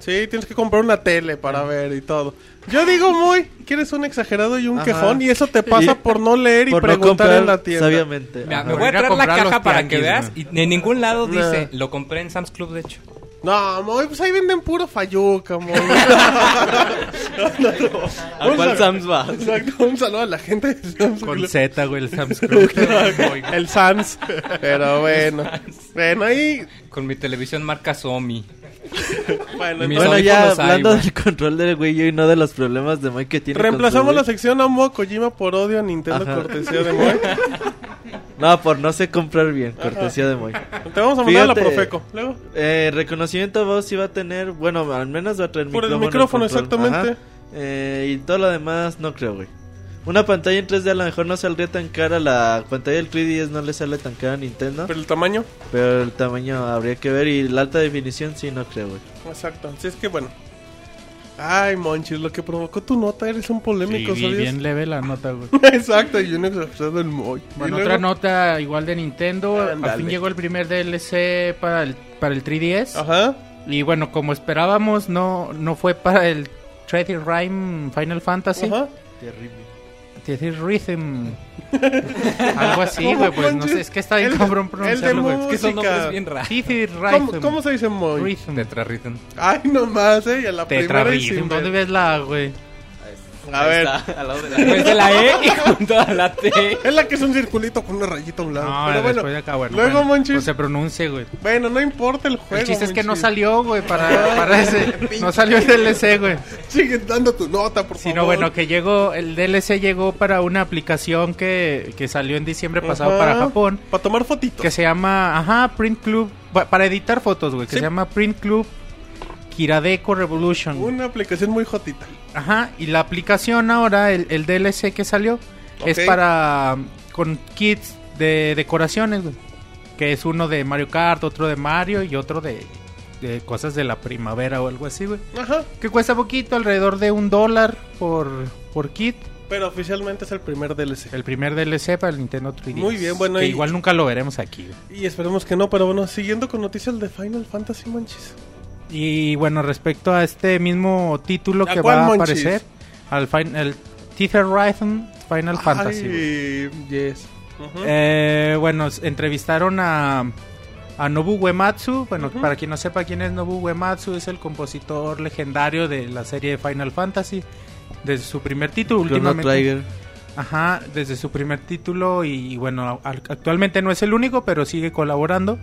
B: Sí, tienes que comprar una tele para ver y todo. Yo digo, Moy, que eres un exagerado y un
F: Ajá.
B: quejón y eso te pasa
F: Y-
B: por no leer y
F: Por no
B: preguntar
F: comprar
B: en la tienda.
F: Sabiamente.
E: Mira,
F: Ajá.
E: me voy a
D: Ir a
E: traer la
D: comprar los
E: caja para que
D: tianguis,
E: veas. Y en ningún lado
B: Nah.
E: dice, lo compré en Sam's Club, de
B: (laughs)
E: hecho.
B: No, Moy, pues ahí venden puro falluca,
C: (laughs)
B: Moy.
C: ¿A cuál Sam's va?
B: Exacto, un saludo a la gente de Sam's
E: Con
B: Club.
E: Z, güey, el (laughs) Sam's
B: (laughs)
E: Club. (laughs)
B: El Sans.
C: Ah,
B: Pero bueno. Bueno, ahí.
E: Con mi televisión marca Somi.
B: Bueno,
E: Mis
B: entonces,
F: Bueno, ya
E: audífonos hay,
F: hablando
E: güey.
F: del control del güey y no de los problemas de Mike que tiene. con
B: reemplazamos
F: su
B: la
F: Wii.
B: sección Amo a Kojima por odio a Nintendo
F: Ajá.
B: cortesía de Moy.
F: No, por no sé comprar bien, cortesía de Moy.
B: Te vamos a mandar a la
F: Fíjate.
B: Profeco. Luego.
F: Eh, reconocimiento voz sí va a tener, bueno, al menos va a traer
B: Por el micrófono,
F: control,
B: exactamente.
F: ajá. Eh, y todo lo demás no creo, güey. Una pantalla en 3D a lo mejor no saldría tan cara, la pantalla del 3DS no le sale tan cara a Nintendo,
B: Pero el tamaño.
F: pero el tamaño habría que ver y la alta definición sí no creo, güey.
B: Exacto. Así es que bueno. Ay, Monchis, lo que provocó tu nota, eres un
D: Sí,
B: polémico,
D: vi
B: ¿sabías?
D: bien leve la nota, güey.
B: (laughs) Exacto, y un exagerado el Moy.
D: Bueno,
B: Y
D: otra
B: luego-
D: nota igual de Nintendo. Al
B: Ándale.
D: fin llegó el primer DLC para el, para el 3DS.
B: Ajá.
D: Y bueno, como esperábamos, no, no fue para el 3D Rhyme Final Fantasy.
B: Ajá.
F: Terrible.
D: 3D Rhythm. (laughs) Algo así,
B: ¿Cómo
D: güey. Pues no
B: manches?
D: sé, es que está bien
B: El-
D: cabrón
B: El de
D: pronunciarlo, güey.
E: Es que son nombres
B: música.
E: bien raros.
D: 3D
B: ¿Cómo,
D: Rhythm.
B: cómo se dice Moy?
D: Rhythm.
E: Tetrarrhythm.
B: Ay, nomás, eh. Y a la primera y
E: Tetrarrhythm,
B: sin
D: ¿Dónde
B: ver.
D: ves la, A, güey? Pues
B: A ver.
C: al lado de
D: (laughs)
C: la, después de la (laughs) E y junto a la T.
B: Es la que es un circulito con una rayita a un lado.
D: No,
B: Pero
D: después
B: bueno,
D: de acá, bueno.
B: luego,
D: bueno,
B: Monchis.
D: Pues se pronuncie, güey.
B: bueno, no importa el juego.
D: El chiste es que no
B: Monchis.
D: salió, güey,
B: (laughs)
D: para, para ese. No salió el DLC, güey.
B: Sigue dando tu nota, por favor.
D: Sino, bueno, que llegó. El DLC llegó para una aplicación que, que salió en diciembre pasado
B: Ajá.
D: para Japón.
B: Para tomar fotitos.
D: Que se llama, ajá, Print Club, pa- para editar fotos, güey, que
B: Sí.
D: se llama Print Club Kiradeko Revolution. güey.
B: Una aplicación muy jotita.
D: Ajá, y la aplicación ahora, el, el DLC que salió,
B: Ok.
D: es para, um, con kits de decoraciones, güey. Que es uno de Mario Kart, otro de Mario y otro de, de cosas de la primavera o algo así, güey.
B: Ajá.
D: Que cuesta poquito, alrededor de un dólar por, por kit.
B: Pero oficialmente es el primer DLC.
D: El primer DLC para el Nintendo 3DS.
B: Muy bien, bueno,
D: Que
B: y-
D: igual nunca lo veremos aquí, güey.
B: Y esperemos que no, pero bueno, siguiendo con noticias de Final Fantasy Manches.
D: Y bueno, respecto a este mismo título
B: ¿A
D: que
B: cuál,
D: va a
B: Monchis?
D: aparecer, al fin, el Tether Rhythm Final Fantasy. güey.
B: Ay, yes. Ujú.
D: Eh, bueno, s- entrevistaron a, a Nobu Uematsu. Bueno,
B: Ujú.
D: para quien no sepa quién es Nobu Uematsu, es el compositor legendario de la serie de Final Fantasy. Desde su primer título,
F: Chrono
D: últimamente.
F: Trigger.
D: Ajá, desde su primer título. Y, y bueno, al- actualmente no es el único, pero sigue colaborando.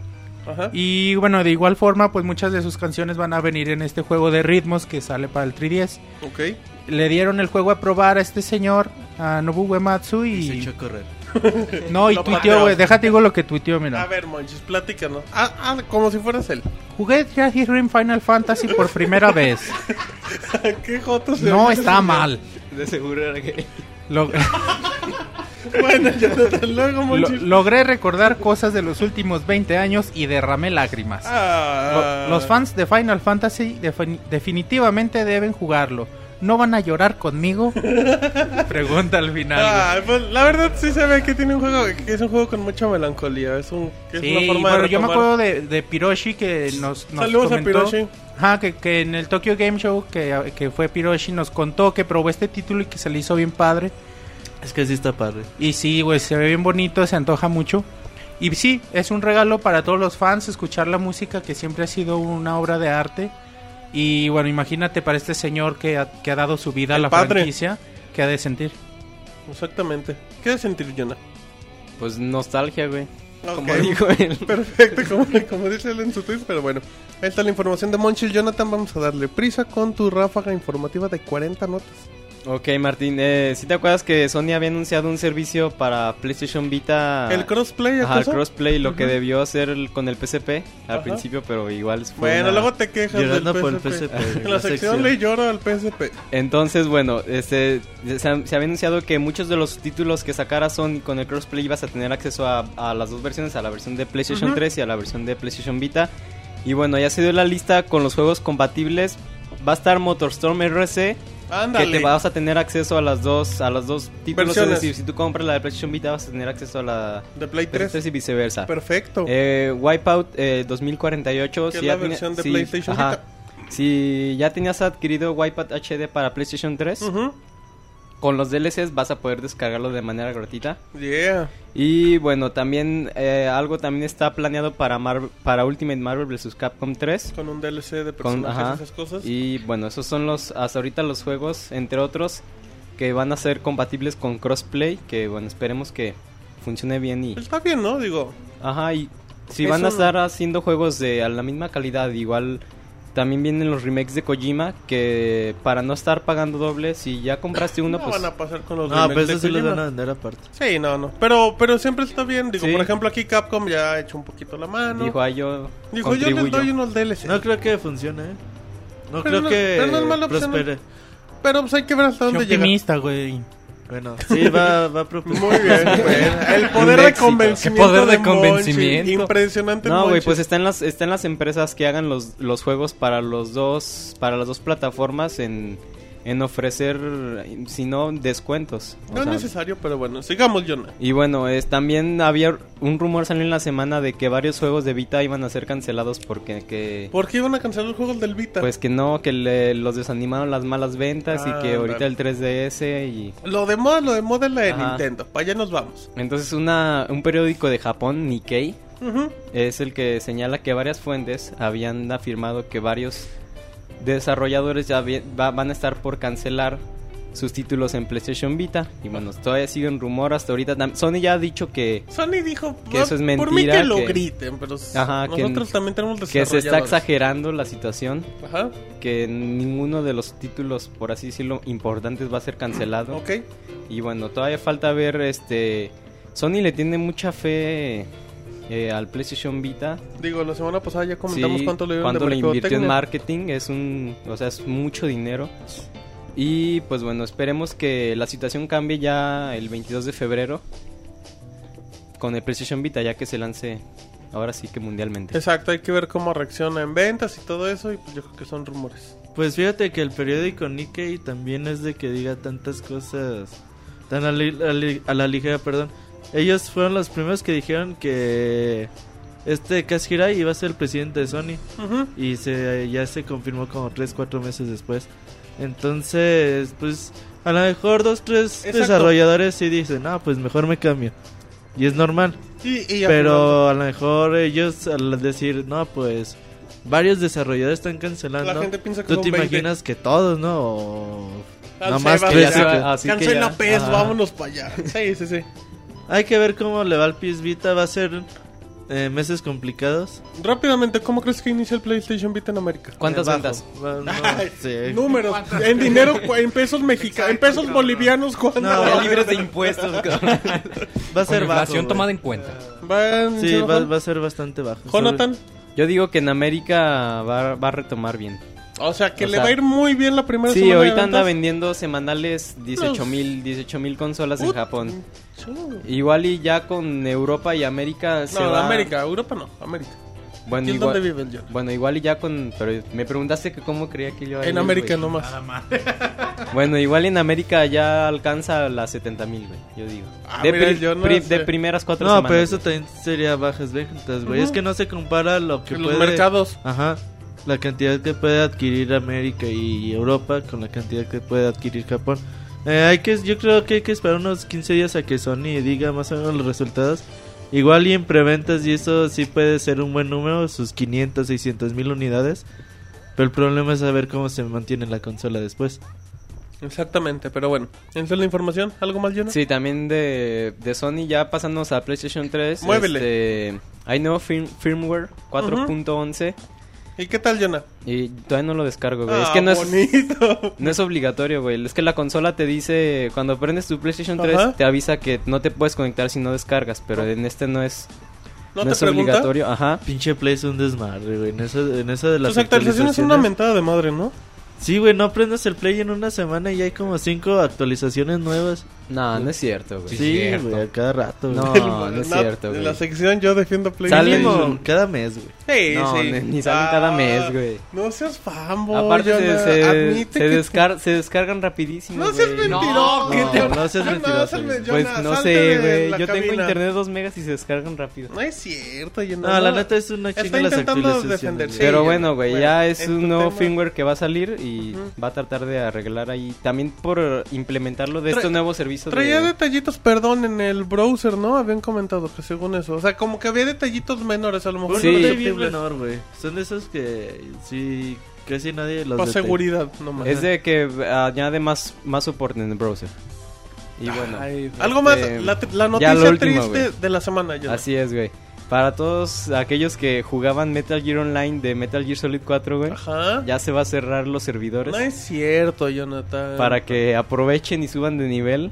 B: Ajá.
D: Y bueno, de igual forma, pues muchas de sus canciones van a venir en este juego de ritmos que sale para el 3DS.
B: Ok.
D: Le dieron el juego a probar a este señor, a Nobu Uematsu,
F: Y se echó
D: y...
F: a correr.
D: (laughs) (laughs) No, y
B: (laughs) Lo
D: tuiteó, güey,
B: pateó.
D: déjate digo lo que tuiteó,
B: A
D: mira.
B: ver, Monchis, platícanos. Ah, ah, como
D: (laughs)
B: si fueras él.
D: Jugué Tragic Rim Final Fantasy por primera
B: (laughs)
D: vez.
B: (laughs) Qué joto se
D: No
B: ve. (laughs)
D: está mal.
C: De seguro era que...
D: Lo-
B: Bueno, ya desde (laughs) luego,
D: lo-
B: Monchis.
D: logré recordar cosas de los últimos 20 años y derramé lágrimas.
B: Ah.
D: Lo- Los fans de Final Fantasy defin- definitivamente deben jugarlo. ¿No van a llorar
B: (laughs)
D: conmigo? Pregunta al final. güey.
B: Ah, pues, la verdad sí se ve que tiene un juego que es un juego con mucha melancolía. Es un que es
D: Sí,
B: una forma
D: bueno,
B: de
D: yo me
B: retomar.
D: acuerdo de, de Piroshi que nos, nos
B: Saludos a
D: comentó-
B: Piroshi.
D: Ajá, que, que en el Tokyo Game Show que, que fue Piroshi nos contó que probó este título y que se le hizo bien padre.
F: Es que sí está padre.
D: Y sí, güey, se ve bien bonito, se antoja mucho. Y sí, es un regalo para todos los fans escuchar la música que siempre ha sido una obra de arte. Y bueno, imagínate para este señor que ha, que ha dado su vida a
B: El
D: la
B: padre.
D: franquicia, que ha de sentir.
B: Exactamente. ¿Qué de sentir, Jonah?
C: Pues nostalgia, güey. Como
B: Ok.
C: dijo él.
B: (laughs) Perfecto, como, como dice él en su tweet, pero bueno. Ahí está la información de Monchil Jonathan. Vamos a darle prisa con tu ráfaga informativa de 40 notas.
C: Ok, Martín, eh, ¿sí te acuerdas que Sony había anunciado un servicio para PlayStation Vita?
B: ¿El crossplay
C: Ajá, el
B: acaso?
C: crossplay, lo que
B: Ujú.
C: debió hacer el- con el PSP al
B: Ajá.
C: principio, pero igual fue
B: Bueno,
C: una-
B: luego te quejas del
F: llorando
B: PSP.
F: por el
B: (laughs)
F: PSP,
B: En la,
F: la
B: sección,
F: sección.
B: le lloro al PSP.
C: Entonces, bueno, este, se, han- se había anunciado que muchos de los títulos que sacara Sony con el crossplay ibas a tener acceso a, a las dos versiones, a la versión de PlayStation
B: Ujú.
C: 3 y a la versión de PlayStation Vita. Y bueno, ya se dio la lista con los juegos compatibles. Va a estar MotorStorm RC,
B: Ándale.
C: que te vas a tener acceso a las dos a las dos títulos. Es
B: Versiones.
C: decir, si tú compras la de PlayStation Vita vas a tener acceso a la
B: De Play 3.
C: PlayStation y viceversa.
B: Perfecto.
C: Eh, Wipeout eh, 2048.
B: Que
C: si
B: es la
C: ya tenía-
B: versión de
C: si-
B: PlayStation
C: ajá.
B: Vita.
C: Si ya tenías adquirido Wipeout HD para PlayStation 3,
B: Ujú.
C: con los DLCs vas a poder descargarlo de manera gratuita.
B: Yeah.
C: Y bueno, también eh, algo también está planeado para Mar- para Ultimate Marvel vs. Capcom 3.
B: Con un DLC de
C: Con-
B: personajes
C: ajá.
B: y esas cosas.
C: Y bueno, esos son los hasta ahorita los juegos, entre otros, que van a ser compatibles con crossplay, que bueno, esperemos que funcione bien y
B: Está bien, ¿no? Digo,
C: Ajá, y si
B: Es
C: van a
B: un-
C: estar haciendo juegos de a la misma calidad, igual también vienen los remakes de Kojima, que para no estar pagando doble, si ya compraste uno,
B: (laughs) no
C: pues...
B: van a pasar con los
F: Ah, pero
B: remakes
F: eso
B: de
F: sí los
B: Kojima.
F: van a vender aparte.
B: Sí, no, no. Pero, pero siempre está bien. Digo,
C: Sí.
B: por ejemplo, aquí Capcom ya ha hecho un poquito la mano.
C: Dijo, "Ay, yo
B: Dijo, yo
C: contribuyo".
B: les doy unos DLC.
F: No creo que funcione, ¿eh? No
B: Pero
F: creo
B: no-
F: que
B: pero no es mala opción.
F: prospere.
B: Pero pues hay que ver hasta
D: Qué
B: dónde llega.
D: optimista, güey.
F: Bueno, sí, va, va a prosperar.
B: Muy bien, güey. El poder
E: Un
B: de
E: éxito.
B: convencimiento.
E: Qué poder de
B: Monchi.
E: convencimiento.
B: Impresionante.
C: No, güey,
B: Monchi.
C: pues está en las, está en las empresas que hagan los, los juegos para los dos, para las dos plataformas en, en ofrecer, si no, descuentos. O
B: No es
C: sea,
B: necesario, pero bueno, sigamos, Jonah.
C: Y bueno, es, también había un rumor salió en la semana de que varios juegos de Vita iban a ser cancelados porque que,
B: ¿Por qué iban a cancelar los juegos del Vita?
C: Pues que no, que le- los desanimaron las malas ventas
B: Ah,
C: y que ahorita
B: ándale.
C: el 3DS y...
B: Lo de moda, lo de moda es la de
C: Ajá.
B: Nintendo. Para allá nos vamos.
C: Entonces una, un periódico de Japón, Nikkei,
B: Ujú.
C: es el que señala que varias fuentes habían afirmado que varios desarrolladores ya vi- va- van a estar por cancelar sus títulos en PlayStation Vita. Y bueno, todavía sigue un rumor hasta ahorita. tam- Sony ya ha dicho que,
B: Sony dijo
C: Que eso es
B: "Ah, por mí que
C: mentira,
B: lo
C: que-
B: griten, pero s-
C: Ajá, que-
B: nosotros también tenemos
C: que se está
B: desarrolladores.
C: exagerando la situación,
B: Ajá,
C: que ninguno de los títulos, por así decirlo, importantes va a ser cancelado.
B: ok.
C: Y bueno, todavía falta ver este. Sony le tiene mucha fe eh, al PlayStation Vita.
B: Digo, la semana pasada ya comentamos
C: Sí,
B: cuánto le dieron
C: cuánto
B: de
C: le invirtió en
B: mercadotecnia.
C: marketing. Es un. O sea, es mucho dinero. Y pues bueno, esperemos que la situación cambie ya el 22 de febrero. Con el PlayStation Vita, ya que se lance ahora sí que mundialmente.
B: Exacto, hay que ver cómo reacciona en ventas y todo eso. Y pues yo creo que son rumores.
F: Pues fíjate que el periódico Nikkei también es de que diga tantas cosas tan a, li- a li- a la ligera, perdón. Ellos fueron los primeros que dijeron que este Kaz Hirai iba a ser el presidente de Sony
B: Ujú.
F: y se ya se confirmó como 3 4 meses después. Entonces, pues a lo mejor dos tres
B: Exacto.
F: desarrolladores sí dicen, "No, pues mejor me cambio." Y es normal.
B: Y, y al
F: Pero a lo mejor ellos al decir, "No, pues varios desarrolladores están
B: final,
F: cancelando."
B: la gente piensa que
F: ¿Tú
B: son
F: te
B: 20.
F: imaginas que todos, no? O-
B: Al
F: Nada más
B: Sebas
F: que
B: ya
F: ya se-
B: va,
C: así que
B: Cancela
C: ya-
B: PES,
C: Ajá.
B: vámonos para allá. Sí, sí, sí.
F: Hay que ver cómo le va al PS Vita. Va a ser eh, meses complicados.
B: Rápidamente, ¿cómo crees que inicia el PlayStation Vita en América?
C: ¿Cuántas
F: Eh, bajo.
C: ventas?
F: Va- no, sí.
B: (laughs) Números, en dinero, (laughs) pues. cu- en pesos mexicanos, en pesos bolivianos, ¿cuánto?
F: No,
C: Ya (laughs) libres de impuestos,
F: (laughs)
C: cabrón.
F: Va
E: Con
F: a ser bajo.
E: inflación
F: güey.
E: tomada en cuenta.
B: Van-
F: Sí,
B: señor
F: va,
B: Juan-
F: va a ser bastante bajo.
B: Jonathan,
C: Yo digo que en América va, va a retomar bien.
B: o sea que
C: O
B: le
C: sea-
B: va a ir muy bien la primera
C: Sí,
B: semana de
C: ahorita anda
B: ventas.
C: vendiendo semanales 18 mil 18 mil consolas en
B: Ut-
C: Japón.
B: Chingo.
C: Igual y ya con Europa y América se
B: No,
C: va-
B: América, Europa no, América.
C: Bueno,
B: ¿Quién
C: igual,
B: dónde vive el John?
C: bueno, igual y ya con... Pero me preguntaste que cómo creía que yo...
B: En América nomás.
C: Bueno, igual en América ya alcanza las 70 mil, güey, yo digo.
B: Ah,
C: de,
B: mira,
C: pri-
B: yo no
C: pri-
B: sé.
C: de primeras cuatro
F: No, pues,
C: semanas.
F: pero eso
C: güey.
F: también sería bajas ventas, güey. Es que no se compara lo que
B: Los
F: puede.
B: mercados.
F: Ajá. La cantidad que puede adquirir América y Europa con la cantidad que puede adquirir Japón. Eh, hay que, yo creo que hay que esperar unos 15 días a que Sony diga más o menos los resultados. Igual y en preventas y eso sí puede ser un buen número, sus 500, 600 mil unidades. Pero el problema es saber cómo se mantiene la consola después.
B: Exactamente, pero bueno. ¿Esa es la información? ¿Algo más, John?
C: Sí, también de, de Sony ya pasándonos a PlayStation 3.
B: Muévele.
C: este, hay nuevo firm- firmware 4.11.
B: ¿Y qué tal, Jonah?
C: Y todavía no lo descargo, güey.
B: Ah,
C: es que no es,
B: bonito.
C: (laughs) no es obligatorio, güey. Es que la consola te dice, cuando prendes tu PlayStation 3,
B: Ajá.
C: te avisa que no te puedes conectar si no descargas, pero en este no es,
B: ¿No,
C: no
B: te
C: es
B: pregunta?
C: obligatorio. Ajá.
F: Pinche Play es un desmadre, güey. En esa, en esa de las
B: Tus actualizaciones son una
F: actualizaciones-
B: mentada de madre, ¿no?
F: Sí, güey, no aprendas el Play en una semana y ya hay como cinco actualizaciones nuevas.
C: No, no es cierto, güey.
E: Sí,
F: Sí,
E: cierto.
F: güey, a cada rato,
C: No,
F: güey. (laughs)
C: no es
B: La-
C: cierto,
B: En
C: güey.
B: la sección yo defiendo Play.
C: Sale-
F: Mínimo, cada mes, güey.
B: Sí,
C: No,
B: sí. Ah.
C: ni- ni salen cada mes, güey.
B: No seas fanboy,
C: Aparte, se,
B: Jonah.
C: se-
B: Admite
C: se
B: que-
C: descar- se descargan rapidísimo,
B: No seas
C: güey.
B: mentiroso.
F: ¿qué te
B: no,
F: pasa?
B: seas mentiroso.
F: No,
B: Jonah,
C: Pues no
B: salte
C: sé,
B: de
C: güey.
B: la
C: Yo tengo
B: cabina.
C: internet 2 megas y se descargan rápido.
B: No es cierto, Jonah.
F: No, la neta es una
B: Está
F: chinga las
B: intentando
F: actualizaciones.
B: defenderse.
F: güey.
C: Pero
B: ya,
C: bueno, güey,
B: bueno,
C: ya es
B: en tu
C: un nuevo
B: tema.
C: firmware que va a salir y
B: Ujú.
C: va a tratar de arreglar ahí. También por implementarlo de
B: Tra-
C: este nuevo servicio
B: Traía
C: de...
B: detallitos, perdón, en el browser, ¿no? Habían comentado que según eso. O sea, como que había detallitos menores, a lo mejor.
F: Uno
C: Sí.
B: no
F: de
B: perceptibles.
F: bien menor, güey. Son de esos que sí, casi nadie los
B: Por
F: detecta.
B: seguridad, nomás.
C: Es de que añade más, más soporte en el browser. Y bueno,
B: Ay, Algo más,
C: este,
B: la, la noticia
C: lo último,
B: triste
C: güey.
B: de la semana, Jonah.
C: así es, güey. Para todos aquellos que jugaban Metal Gear Online de Metal Gear Solid 4, güey,
B: Ajá.
C: ya se va a cerrar los servidores
B: No es cierto, Jonathan.
C: para que aprovechen y suban de nivel.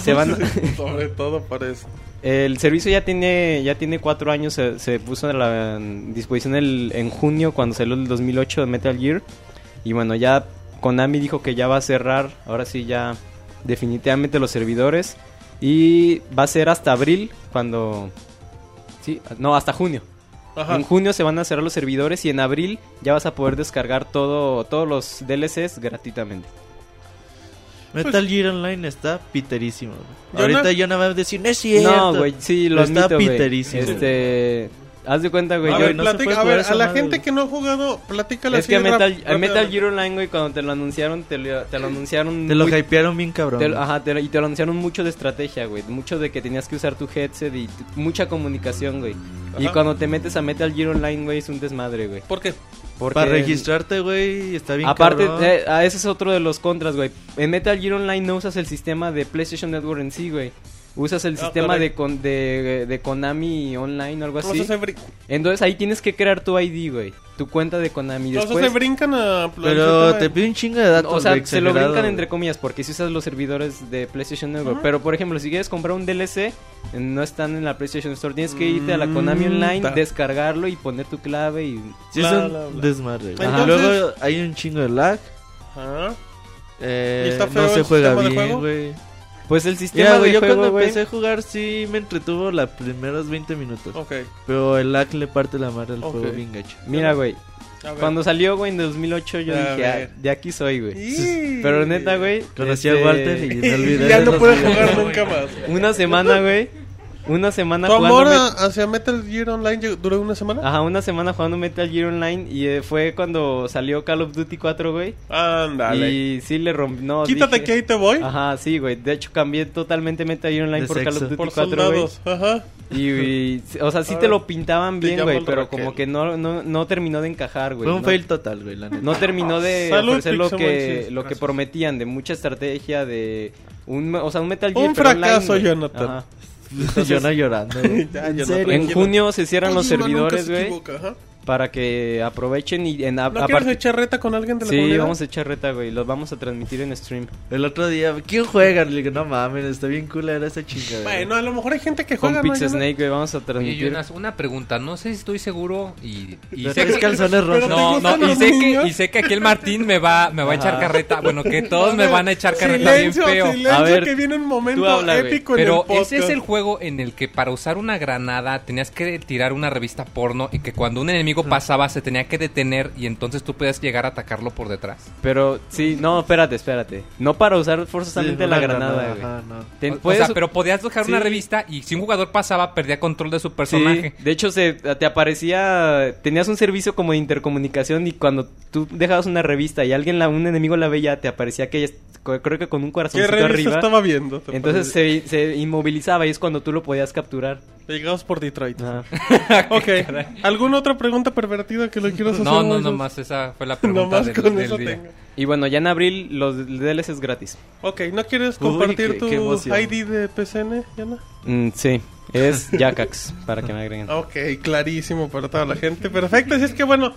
C: se van- (laughs)
B: (laughs) Sobre todo para eso.
C: El servicio ya tiene ya tiene cuatro años, se, se puso a la en disposición el- en junio cuando salió el 2008 de Metal Gear. Y bueno, ya Konami dijo que ya va a cerrar, ahora sí ya definitivamente los servidores. Y va a ser hasta abril cuando... Sí, no, hasta junio.
B: Ajá.
C: En junio se van a cerrar los servidores y en abril ya vas a poder descargar todo todos los DLCs gratuitamente.
F: Metal Gear Online está piterísimo, güey.
B: Yo no-
F: Ahorita yo nada más decir, no es cierto.
C: No, güey, sí, lo
F: Está
C: admito, güey.
F: piterísimo.
C: Este... Haz de cuenta, güey.
B: a
C: yo-
B: ver,
F: no se
B: platica-
F: puede
B: a,
F: jugar
B: ver,
F: esa
B: a la
F: madre,
B: gente
F: güey.
B: que no ha jugado, platícala
C: Es que a
B: así de
C: Metal,
B: rap-
C: a Metal
B: rápidamente.
C: Gear Online, güey, cuando te lo anunciaron, te lo, te lo anunciaron.
F: Te lo
C: muy-
F: hypearon bien cabrón.
C: te lo- ajá, te lo- y te lo anunciaron mucho de estrategia, güey. Mucho de que tenías que usar tu headset y t- mucha comunicación, güey. Y
B: Ajá.
C: cuando te metes a Metal Gear Online, güey, es un desmadre, güey.
B: ¿Por qué?
C: Porque-
F: Para registrarte, güey, está bien
C: Aparte,
F: cabrón.
C: eh, ah, ese es otro de los contras, güey. En Metal Gear Online no usas el sistema de PlayStation Network en sí, güey. Usas el
B: Ah,
C: sistema
B: caray.
C: de, con- de, de Konami Online o algo
B: Los
C: así.
B: se, brin-
C: Entonces ahí tienes que crear tu ID, güey. Tu cuenta de Konami.
B: los
C: Después,
B: se brincan a...
F: Pero te pide un chingo de datos.
C: O sea,
F: güey,
C: se lo
F: exagerado,
C: brincan
F: güey.
C: entre comillas porque si usas los servidores de PlayStation Network.
B: Ajá.
C: Pero por ejemplo, si quieres comprar un DLC, no están en la PlayStation Store. Tienes que irte a la Konami
B: Mm,
C: Online,
B: ta.
C: descargarlo y poner tu clave y...
F: Sí,
B: Bla,
F: es un
B: bla, bla.
F: desmadre. güey.
B: Ajá.
F: Luego hay un chingo de lag.
B: Ajá.
F: eh,
B: ¿Y está feo
F: no se
B: el
F: juega
B: sistema de
F: bien,
B: juego?
F: güey.
C: Pues el
F: Mira,
C: sistema
F: güey,
C: de
F: yo
C: juego,
F: cuando
C: güey,
F: empecé a jugar sí me entretuvo los primeros 20 minutos.
B: Ok.
F: Pero el lag le parte la madre al
B: Ok.
F: juego bien gacho.
C: Mira, güey,
B: A ver.
C: cuando salió, güey, en 2008 yo
B: A
C: dije,
B: ver.
C: "Ah, de aquí soy, güey.
B: Y-
C: Pero neta, güey...
F: Conocí
C: este,
F: a Walter
C: (laughs)
F: y me olvidé.
B: ya
F: de
B: no
F: los
B: puedes
F: videos.
B: jugar nunca más.
C: Una semana, güey. Una semana
B: Tu amor
C: jugando...
B: a- hacia Metal Gear Online llegó- duró una semana.
C: Ajá, una semana jugando Metal Gear Online y eh, fue cuando salió Call of Duty 4, güey.
B: Ándale.
C: Y sí le rompí. No,
B: Quítate
C: dije-
B: que ahí te voy.
C: Ajá, sí, güey. De hecho, cambié totalmente Metal Gear Online
F: De
C: por Call of
F: sexo.
C: Duty
B: por
C: 4, güey.
B: soldados. Ajá.
C: Y, y- o sea, sí
B: Ahora
C: te lo pintaban
B: te
C: bien,
B: llamo
C: güey,
B: el
C: pero
B: Raquel.
C: como que no, no, no terminó de encajar, güey.
F: Fue un
C: no,
F: fail total, güey, la neta.
C: No terminó de
B: Salud,
C: ofrecer lo
B: Pixel
C: que,
B: Monchis.
C: lo que prometían, de mucha estrategia, de... Un, o sea, un Metal Gear
B: Un
C: pero online,
B: fracaso,
C: güey.
B: Jonathan.
C: Ajá.
F: Yo no llorando, güey.
B: (laughs) Ya, yo no
C: En
B: tranquilo.
C: junio se cierran los
B: Kojima nunca
C: servidores,
B: se
C: güey,
B: equivoca, ajá.
C: para que aprovechen y... En, a-
B: ¿No
C: aparte-
B: quieres echar reta con alguien de la
C: Sí,
B: comunidad?
C: vamos a echar reta, güey. Los vamos a transmitir en stream.
F: El otro día, ¿quién juega? Le digo, no mames, está bien cool era esa chingadera.
B: Bueno, a lo mejor hay gente que
C: Con
B: juega. ¿no?
C: Pixel
B: Yo no-
C: Snake, güey, vamos a
E: Oye,
C: transmitir.
E: Jonas, una pregunta. No sé si estoy seguro y, y
F: Pero
E: sé
F: tres
E: que-
F: calzones rojos.
B: ¿Te
E: No,
B: gustan
E: no, y
B: los
E: sé, que,
B: niños?
E: y sé que aquí el Martín me va, me va a echar carreta. Bueno, que todos me van a echar carreta
B: Silencio,
E: bien feo.
B: silencio,
C: A ver,
B: que viene un momento
C: tú habla, güey.
B: épico en el
E: Pero
B: podcast.
E: ese es el juego en el que para usar una granada tenías que tirar una revista porno y que cuando un enemigo pasaba se tenía que detener y entonces tú podías llegar a atacarlo por detrás.
C: Pero sí, no, espérate, espérate. No para usar forzosamente
F: Sí,
C: la
F: una
C: granada, güey.
F: ajá, no.
C: Te
E: O-
C: puedes-
E: o sea, pero podías dejar una
C: sí.
E: revista y si un jugador pasaba perdía control de su
C: Sí,
E: personaje.
C: de hecho se, te aparecía, tenías un servicio como de intercomunicación y cuando tú dejabas una revista y alguien, la, un enemigo la veía, te aparecía que creo que con un
B: ¿Qué
C: corazoncito
B: revista
C: arriba.
B: estaba viendo? ¿Te
C: Entonces se, se inmovilizaba y es cuando tú lo podías capturar.
B: parece? Llegados por Detroit.
C: Ajá.
B: (laughs)
C: (laughs)
B: Ok. ¿Alguna otra pregunta pervertida que lo quieras hacer?
E: No, no,
B: Moisés?
E: nomás esa fue la pregunta
B: Nomás
E: del,
B: con
E: del
B: eso
E: día.
B: tengo.
C: Y bueno, ya en abril los DLCs gratis.
B: Ok, ¿no quieres
F: Uy,
B: compartir
F: qué-
B: tu
F: qué emoción.
B: ID de PCN, Yana?
C: Mm, sí, es Jacax, para que me agreguen.
B: Ok, clarísimo para toda la gente. Perfecto, así es que bueno,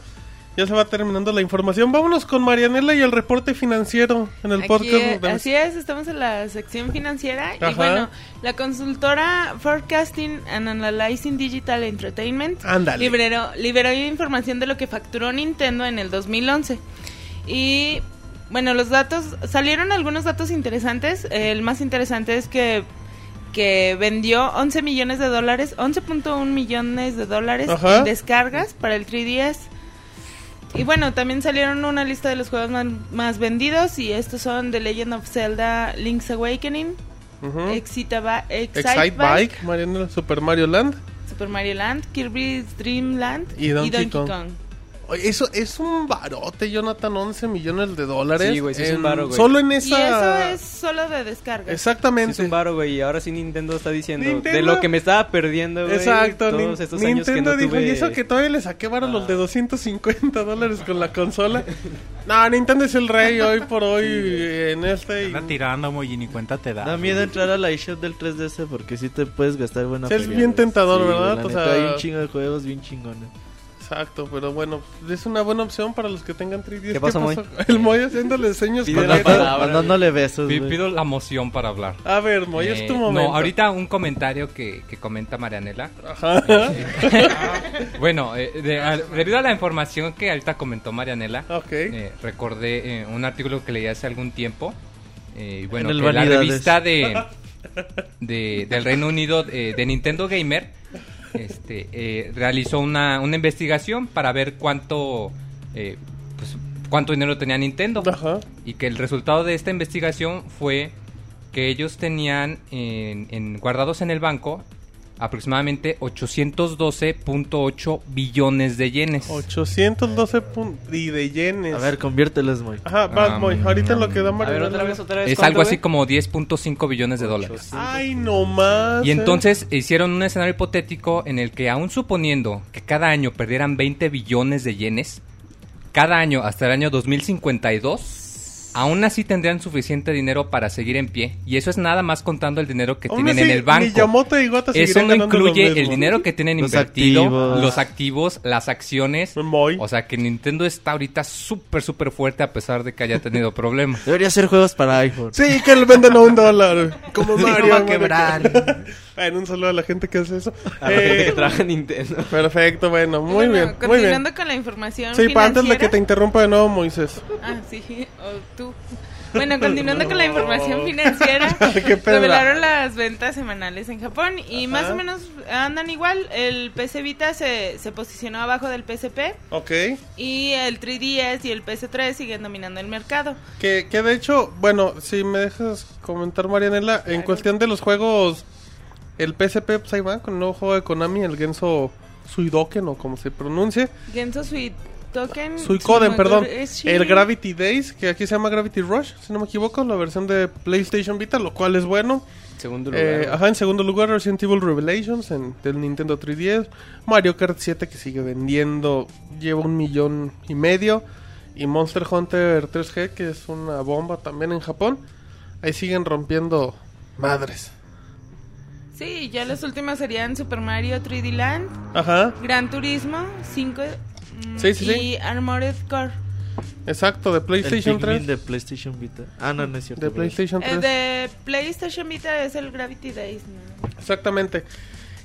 B: Ya se va terminando la información. Vámonos con Marianela y el reporte financiero en el
G: Aquí,
B: podcast.
G: eh, así es, estamos en la sección financiera
B: Ajá.
G: y bueno, la consultora Forecasting and Analyzing Digital Entertainment
B: Ándale.
G: liberó, liberó información de lo que facturó Nintendo en el 2011. Y bueno, los datos, salieron algunos datos interesantes. El más interesante es que que vendió 11 millones de dólares, 11.1 millones de dólares
B: Ajá.
G: en descargas para el 3DS. Y bueno, también salieron una lista de los juegos más, más vendidos y estos son The Legend of Zelda, Link's Awakening,
B: Ujú.
G: Excitaba- Excite,
B: Excite
G: Bike,
B: Bike, Marianela, Super Mario Land.
G: Super Mario Land, Kirby's Dream Land
B: Y Donkey Kong. Oye, eso es un barote, Jonathan, 11 millones de dólares.
C: Sí, güey, sí es un
B: en-
C: varo, güey.
B: Solo en este
G: Y eso
B: esa...
G: es solo de descarga.
C: Sí
B: Exactamente.
C: es un varo, güey. Y ahora sí Nintendo está diciendo de
B: Nintendo-
C: lo que me estaba perdiendo, güey.
B: Exacto,
C: Todos
B: Nin-
C: estos años que
B: Nintendo
C: no
B: dijo,
C: tuve- Ah.
B: y eso que todavía le saqué varo a los de 250 dólares con
C: (laughs)
B: la consola. No, Nintendo es el rey hoy por hoy en este... y-
D: Anda tirando, muy y ni cuenta te da.
F: Da miedo entrar a la eShop del 3DS porque sí te puedes gastar buena
B: Sí, es
F: feria,
B: bien
F: güey.
B: tentador,
F: Sí,
B: ¿verdad?
F: la
B: O
F: neta,
B: sea-
F: hay un chingo de juegos bien chingones.
B: Exacto, pero bueno, es una buena opción para los que tengan 3DS.
C: ¿Qué pasó, Moy?
B: El Moy haciéndole señas
C: Pide
B: con
C: la
B: la-
C: palabra. Ahora,
F: Mandándole besos,
E: Pi-
F: güey.
E: Pido la moción para hablar.
B: A ver, Moy,
E: Eh,
B: es tu momento.
E: No, ahorita un comentario que, que comenta Marianela. Eh,
B: Ajá.
E: (laughs) Bueno, eh, de- al- debido a la información que ahorita comentó Marianela,
B: Ok.
E: eh, recordé eh, un artículo que leí hace algún tiempo. eh, y bueno,
F: En el
E: que la
F: Vanidades.
E: revista de, de- del Reino Unido eh, de Nintendo Gamer este, eh, realizó una, una investigación para ver cuánto, eh, pues, cuánto dinero tenía Nintendo.
B: Ajá.
E: Y que el resultado de esta investigación fue que ellos tenían en, en- guardados en el banco aproximadamente 812.8 billones de yenes.
B: 812 puntos y de yenes.
F: A ver, conviértelos, muy.
B: Ajá, Bad
E: Um,
B: Boy, ahorita lo que da
C: A ver,
B: Mariana.
C: otra vez, otra vez.
E: Es
C: ¿cuánto,
E: algo así
C: güey?
E: como 10.5 billones de dólares.
B: Ay, no más.
E: Y
B: eh.
E: entonces hicieron un escenario hipotético en el que aún suponiendo que cada año perdieran 20 billones de yenes, cada año hasta el año 2052, aún así tendrían suficiente dinero para seguir en pie. Y eso es nada más contando el dinero que
B: Aún
E: tienen
B: así,
E: en el banco.
B: Miyamoto y Iwata
E: Eso
B: seguirán
E: no
B: ganando lo
E: incluye el
B: mismo.
E: dinero que tienen
F: Los
E: invertido,
F: activos.
E: los activos, las acciones.
B: Moy.
E: O sea que Nintendo está ahorita súper, súper fuerte a pesar de que haya tenido (laughs) problemas.
F: Debería ser juegos para iPhone.
B: Sí, que lo venden a un dólar. Como Mario.
D: va a
B: Mario.
D: quebrar.
B: (laughs) Bueno, un saludo a la gente que hace eso.
C: A la gente que
B: Eh,
C: trabaja en Nintendo.
B: Perfecto, bueno, muy
G: Bueno,
B: bien. Muy bien.
G: Continuando con la información
B: Sí, para antes de que
G: financiera.
B: te interrumpa de nuevo, Moisés.
G: Ah, sí, o tú. Bueno, continuando con la
B: (laughs)
G: información financiera,
B: Qué pedra.
G: revelaron las ventas semanales en Japón y
B: Ajá.
G: más o menos andan igual. El PC Vita se, se posicionó abajo del PSP
B: Ok.
G: y el 3DS y el PS3 siguen dominando el mercado.
B: Que, que de hecho, bueno, si me dejas comentar, Marianela, en cuestión de los juegos, el PSP, pues ahí va, con el nuevo juego de Konami, el Genso Suidoken o como se pronuncie.
G: Genso Sweet Token.
B: Suicoden, perdón.
G: Sumagoreshi.
B: El Gravity Days, que aquí se llama Gravity Rush, si no me equivoco, la versión de PlayStation Vita, lo cual es bueno.
C: Segundo lugar.
B: Eh,
C: güey.
B: ajá, en segundo lugar, Resident Evil Revelations en, del Nintendo 3DS. Mario Kart 7 que sigue vendiendo, lleva un millón y medio. Y Monster Hunter 3G, que es una bomba también en Japón. Ahí siguen rompiendo madres.
G: Sí, ya los últimos serían Super Mario 3D Land,
B: Ajá,
G: Gran Turismo 5 mm,
B: Sí, sí, sí.
G: y Armored Core.
B: exacto, de
F: El
B: PlayStation
F: Pikmin
B: 3.
F: de PlayStation Vita. Ah, no, no es cierto.
B: De
F: güey.
B: PlayStation 3.
G: El Eh, de PlayStation Vita es el Gravity Days, ¿no?
B: Exactamente.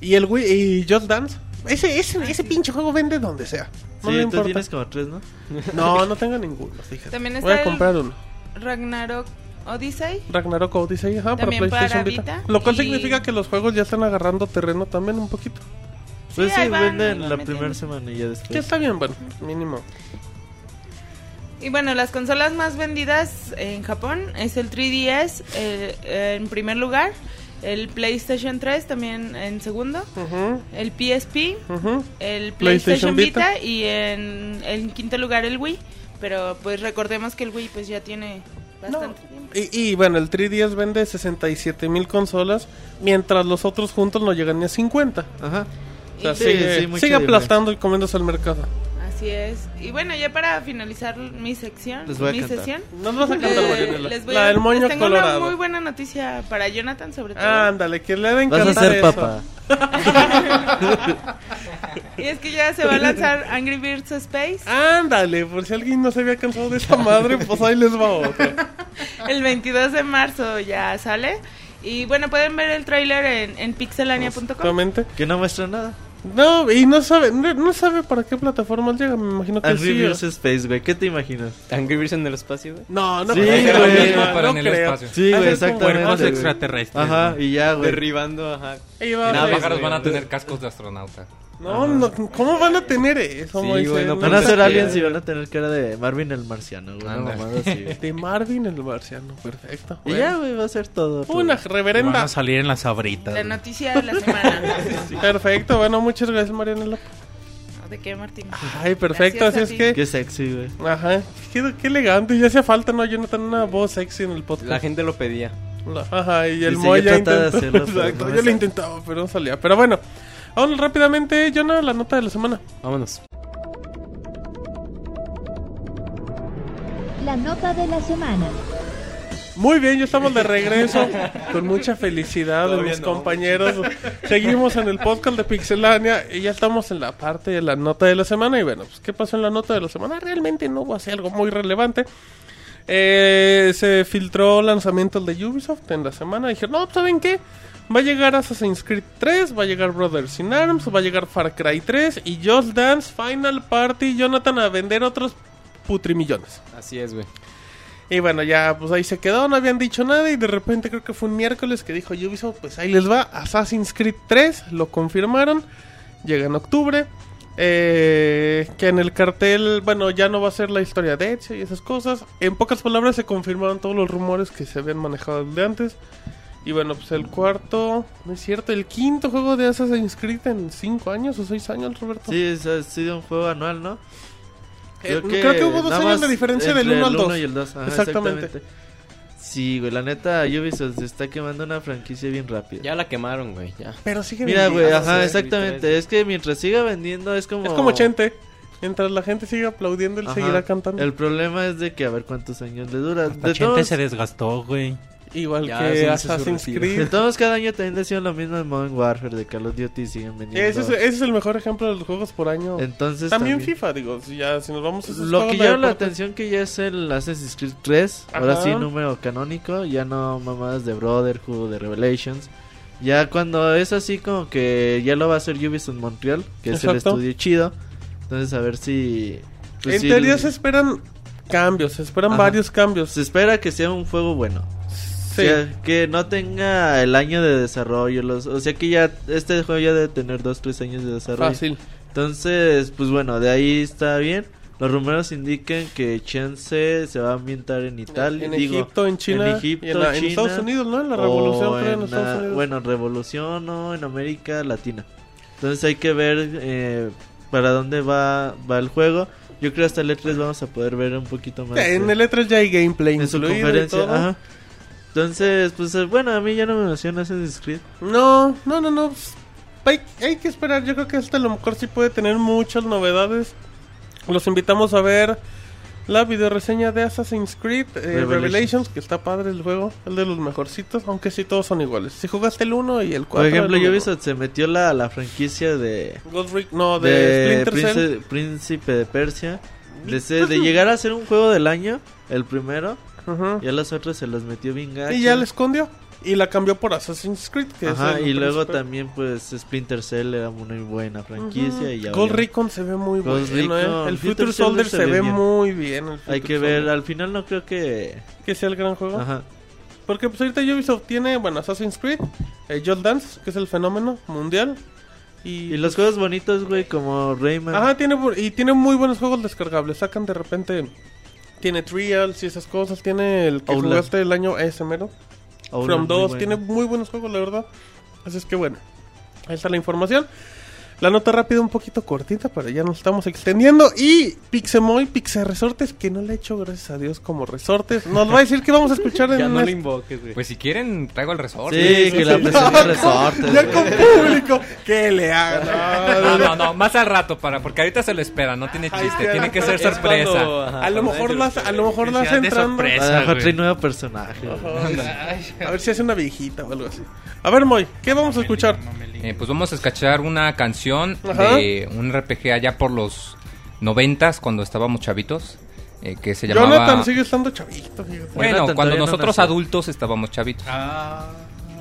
B: Y el Wii, y Just Dance. Ese, ese, ese pinche juego vende donde sea. No
F: Sí,
B: le
F: tú
B: importa.
F: tienes como tres, ¿no?
B: (laughs) No, no tengo ninguno, fíjate.
G: También
B: Voy
G: está
B: a
G: el-
B: comprar uno.
G: Ragnarok Odyssey.
B: Ragnarok Odyssey, ajá, para
G: También para
B: PlayStation Vita.
G: Vita
B: Lo cual
G: y-
B: significa que los juegos ya están agarrando terreno también un poquito.
F: Pues sí,
G: ahí van, ahí
F: venden
G: van
F: la
G: metiendo.
F: primera semana y ya
B: Que
F: después.
B: está bien, bueno, mínimo.
G: Y bueno, las consolas más vendidas en Japón es el 3DS eh, eh, en primer lugar, el PlayStation 3 también en segundo,
B: Ujú,
G: el PSP,
B: ujú.
G: el
B: PlayStation
G: PlayStation
B: Vita.
G: Vita, y en, en quinto lugar el Wii. Pero pues recordemos que el Wii pues ya tiene bastante tiempo.
B: Y, y, bueno, el 3DS vende 67 mil consolas, mientras los otros juntos no llegan ni a 50.
F: Ajá.
B: O sea,
F: Sí,
B: sigue,
F: sí, mucha
B: sigue aplastando y comiéndose el mercado.
G: Así es. Y bueno, ya para finalizar mi sección,
F: Les voy a
G: mi
F: cantar.
G: sesión.
B: Nos vas a cantar,
G: eh,
B: Marianela.
G: les voy
B: La
G: a-
B: del moño
G: les tengo
B: colorado.
G: una muy buena noticia para Jonathan sobre todo.
B: Ándale, que le deben
F: Vas a ser
B: eso.
F: papá.
G: (laughs) Y es que ya se va a lanzar Angry Birds Space
B: (laughs) Ándale, por si alguien no se había cansado de esa madre, pues ahí les va otra.
G: el 22 de marzo, ya sale. Y bueno, pueden ver el tráiler en, en pixelania.com.
B: Exactamente.
F: Que no muestra nada.
B: No, y no sabe, no, no sabe para qué plataformas llega, me imagino que
F: Angry
B: Ah, pues sí.
F: Birds Space, güey. ¿Qué te imaginas?
C: Angry Birds en el espacio, güey.
B: No, no
F: Sí,
B: creo que sea lo
F: güey,
B: mismo,
E: para
B: Ah, no
E: en el
B: creo.
E: espacio.
F: Sí,
B: Ha
F: güey,
B: de ser como
F: exactamente.
D: Los
B: hermanos
F: güey.
D: extraterrestres.
F: Ajá, y ya, güey.
C: Derribando, ajá.
B: Ahí va,
E: Y Nada,
B: güey.
E: pájaros van a tener cascos de astronauta.
B: No, no, ¿cómo van a tener eso,
C: Sí,
B: Moisés?
C: güey, no
F: Van a
B: sé.
F: ser aliens y van a tener cara de Marvin el marciano, güey. Una
E: Ándale.
F: mamada (laughs) así, güey.
B: De Marvin el marciano, perfecto.
F: Y ya, güey, va a ser todo. todo.
B: Una
D: Van
B: reverenda.
D: a salir en las sabritas.
G: La noticia de la
B: (laughs)
G: semana.
B: Perfecto, bueno, muchas gracias, Marianela.
G: ¿De qué, Martín?
B: Ay, perfecto,
G: Gracias a
B: así
G: ti.
B: es que.
F: Qué sexy, güey.
B: Ajá, qué, qué elegante. Ya hacía falta, ¿no, Jonathan? Una voz sexy en el podcast.
C: La gente lo pedía.
B: La- Ajá, y el
F: Dice,
B: Moy
F: yo
B: ya
F: trataba de
B: intentó-
F: hacerlo, pero
B: Exacto,
F: no
B: yo lo
F: sale.
B: intentaba, pero no salía. Pero bueno, vamos rápidamente, Jonah, la nota de la semana.
C: Vámonos.
A: La nota de la semana.
B: Muy bien, ya estamos
C: (laughs)
B: de regreso con mucha felicidad de
C: Todavía
B: mis
C: no.
B: compañeros. Seguimos en el podcast de Pixelania y ya estamos en la parte de la nota de la semana. Y bueno, pues, ¿qué pasó en la nota de la semana? Realmente no va a ser algo muy relevante. Eh, se filtró lanzamientos de Ubisoft en la semana. Dijeron, no, pues, ¿saben qué? Va a llegar Assassin's Creed 3, va a llegar Brothers in Arms, va a llegar Far Cry 3 y Just Dance Final Party Jonathan a vender otros putrimillones.
C: Así es, güey.
B: Y bueno, ya pues ahí se quedó, no habían dicho nada y de repente creo que fue un miércoles que dijo Ubisoft, pues ahí les va, Assassin's Creed 3, lo confirmaron, llega en octubre, eh, que en el cartel, bueno, ya no va a ser la historia de Ezio y esas cosas. En pocas palabras se confirmaron todos los rumores que se habían manejado desde antes. Y bueno, pues el cuarto, no es cierto, el quinto juego de Assassin's Creed en 5 años o 6 años,
F: (laughs)
B: Roberto.
F: Sí, es- ha sido un juego anual, ¿no?
B: Eh, creo que hubo dos
F: nada
B: años
F: más
B: de diferencia
F: entre
B: del uno al
F: el uno
B: dos.
F: y el dos, ajá,
B: Exactamente.
F: exactamente. Sí, güey, la neta, Ubisoft se está quemando una franquicia bien rápido.
C: Ya la quemaron, güey. Ya.
B: Pero sigue
F: Mira,
B: vendiendo.
F: güey,
C: Ah, sí,
F: ajá,
C: sí,
F: exactamente.
C: tres.
F: Es que mientras siga vendiendo es como...
B: Es como Chente. Mientras la gente sigue aplaudiendo, él
F: Ajá.
B: seguirá cantando.
F: El problema es de que a ver cuántos años le dura.
D: Hasta
F: De
D: Chente
F: todos,
D: se desgastó, güey.
B: Igual
C: Ya,
B: que
C: se me hizo
B: Assassin's
C: surreal.
F: de
B: Creed.
F: todos cada año también decían lo mismo en Modern Warfare, de Call of Duty siguen vendiendo.
B: Ese es, ese es el mejor ejemplo de los juegos por año.
F: Entonces
B: También,
F: también...
B: FIFA, digo, si, ya, si nos vamos a esos
F: Lo
B: juegos
F: que
B: de
F: llama la
B: deporte.
F: atención que ya es el Assassin's Creed 3, ahora
B: Ajá.
F: sí número canónico, ya no mamadas de Brotherhood, de Revelations. Ya cuando es así como que ya lo va a hacer Ubisoft Montreal, que es el
B: Exacto.
F: estudio chido. Entonces a ver si... pues,
B: En
F: si
B: teoría
F: el-
B: se esperan cambios, se esperan
F: Ajá.
B: varios cambios.
F: se espera que sea un juego bueno.
B: Sí.
F: O sea, que no tenga el año de desarrollo. Los, o sea que ya este juego ya debe tener 2-3 años de desarrollo.
B: Fácil.
F: Entonces, pues bueno, de ahí está bien. Los rumores indican que Chance se va a ambientar en Italia.
B: en
F: digo,
B: Egipto, en China,
F: en Egipto,
B: y en, la- en
F: China,
B: Estados Unidos, ¿no? En la
F: o
B: revolución creo, en
F: en
B: Estados
F: la-
B: Unidos.
F: Bueno, revolución o en América Latina. Entonces hay que ver eh, para dónde va, va el juego. Yo creo hasta el E3 vamos a poder ver un poquito más.
B: Ya, eh, en
F: de-
B: el E3 ya hay gameplay
F: en su
B: incluido y
F: conferencia.
B: todo.
F: ajá. Entonces, pues eh, bueno, a mí ya no me emociona Assassin's Creed.
B: No, no, no, no. pues, Hay, hay que esperar. Yo creo que este a lo mejor sí puede tener muchas novedades. Los invitamos a ver la videoreseña de Assassin's Creed eh,
F: Revelations.
B: Revelations, que está padre el juego, el de los mejorcitos, aunque sí todos son iguales. Si jugaste el 1 y el 4.
F: Por ejemplo,
B: el uno.
F: Ubisoft se metió la, la franquicia de,
B: Ghost Recon- no, de,
F: de
B: Splinter Cell.
F: Prince- Príncipe de Persia. De, ser- de llegar a ser un juego del año, el primero,
B: Ujú.
F: y a los otros se los metió bien gacho.
B: Y ya la escondió. Y la cambió por Assassin's Creed, que
F: Ah, Ajá,
B: es el
F: y luego
B: príncipe.
F: también pues Splinter Cell era una muy buena franquicia
B: Ujú.
F: y ya
B: Ghost
F: ahora-
B: Recon se ve muy
F: Ghost
B: bueno. eh.
F: Recon,
B: El
F: Future
B: Future Soldier se ve
F: bien.
B: muy bien. el
F: Hay
B: Future
F: que ver,
B: Soldier.
F: al final no creo que...
B: que sea el gran juego.
F: Ajá.
B: Porque pues ahorita Ubisoft tiene, bueno, Assassin's Creed, eh, Just Dance, que es el fenómeno mundial. Y, pues,
F: Y los juegos bonitos, güey, como Rayman.
B: Ajá, tiene, bu- y tiene muy buenos juegos descargables. Sacan de repente... Tiene Trials y esas cosas. Tiene el que
F: Outlast.
B: jugaste el año ese mero.
F: Aún
B: From
F: muy
B: 2.
F: bueno.
B: Tiene muy buenos juegos, la verdad. Así es que bueno. Ahí está la información. La nota rápida un poquito cortita, pero ya nos estamos extendiendo. Y Pixemoy, Pixe Resortes, que no le he hecho, gracias a Dios, como resortes. Nos va a decir que vamos
E: (laughs)
B: a escuchar en
C: Ya no
B: una-
C: le invoques, güey.
E: Pues si quieren, traigo el resorte.
F: Sí, que la presentó
B: (laughs) No,
F: Resortes.
B: Ya
F: güey.
B: con público. ¿Qué le hago?
E: No, no, no, más al rato, para, porque ahorita se lo espera, no tiene
B: Ahí
E: chiste,
B: está.
E: tiene que ser
B: Es
E: sorpresa.
C: cuando- ajá,
B: A lo
C: cuando
B: mejor
C: es
B: las, a lo mejor las
D: Felicidad de
B: entrando.
D: sorpresa.
C: Ah,
F: A lo mejor
D: güey.
F: trae nuevo personaje. güey.
B: Ay, A ver si hace una viejita o algo así. A ver, Moy, ¿qué vamos a escuchar?
D: No me liga.
E: Eh, pues vamos a escachar una canción
B: Ajá.
E: de un RPG allá por los noventas cuando estábamos chavitos. eh, que se llamaba...
B: Jonathan sigue estando chavito. fíjate.
E: Bueno,
F: Jonathan
E: cuando
F: todavía no
E: nosotros
F: nació.
E: adultos estábamos chavitos.
D: Ah,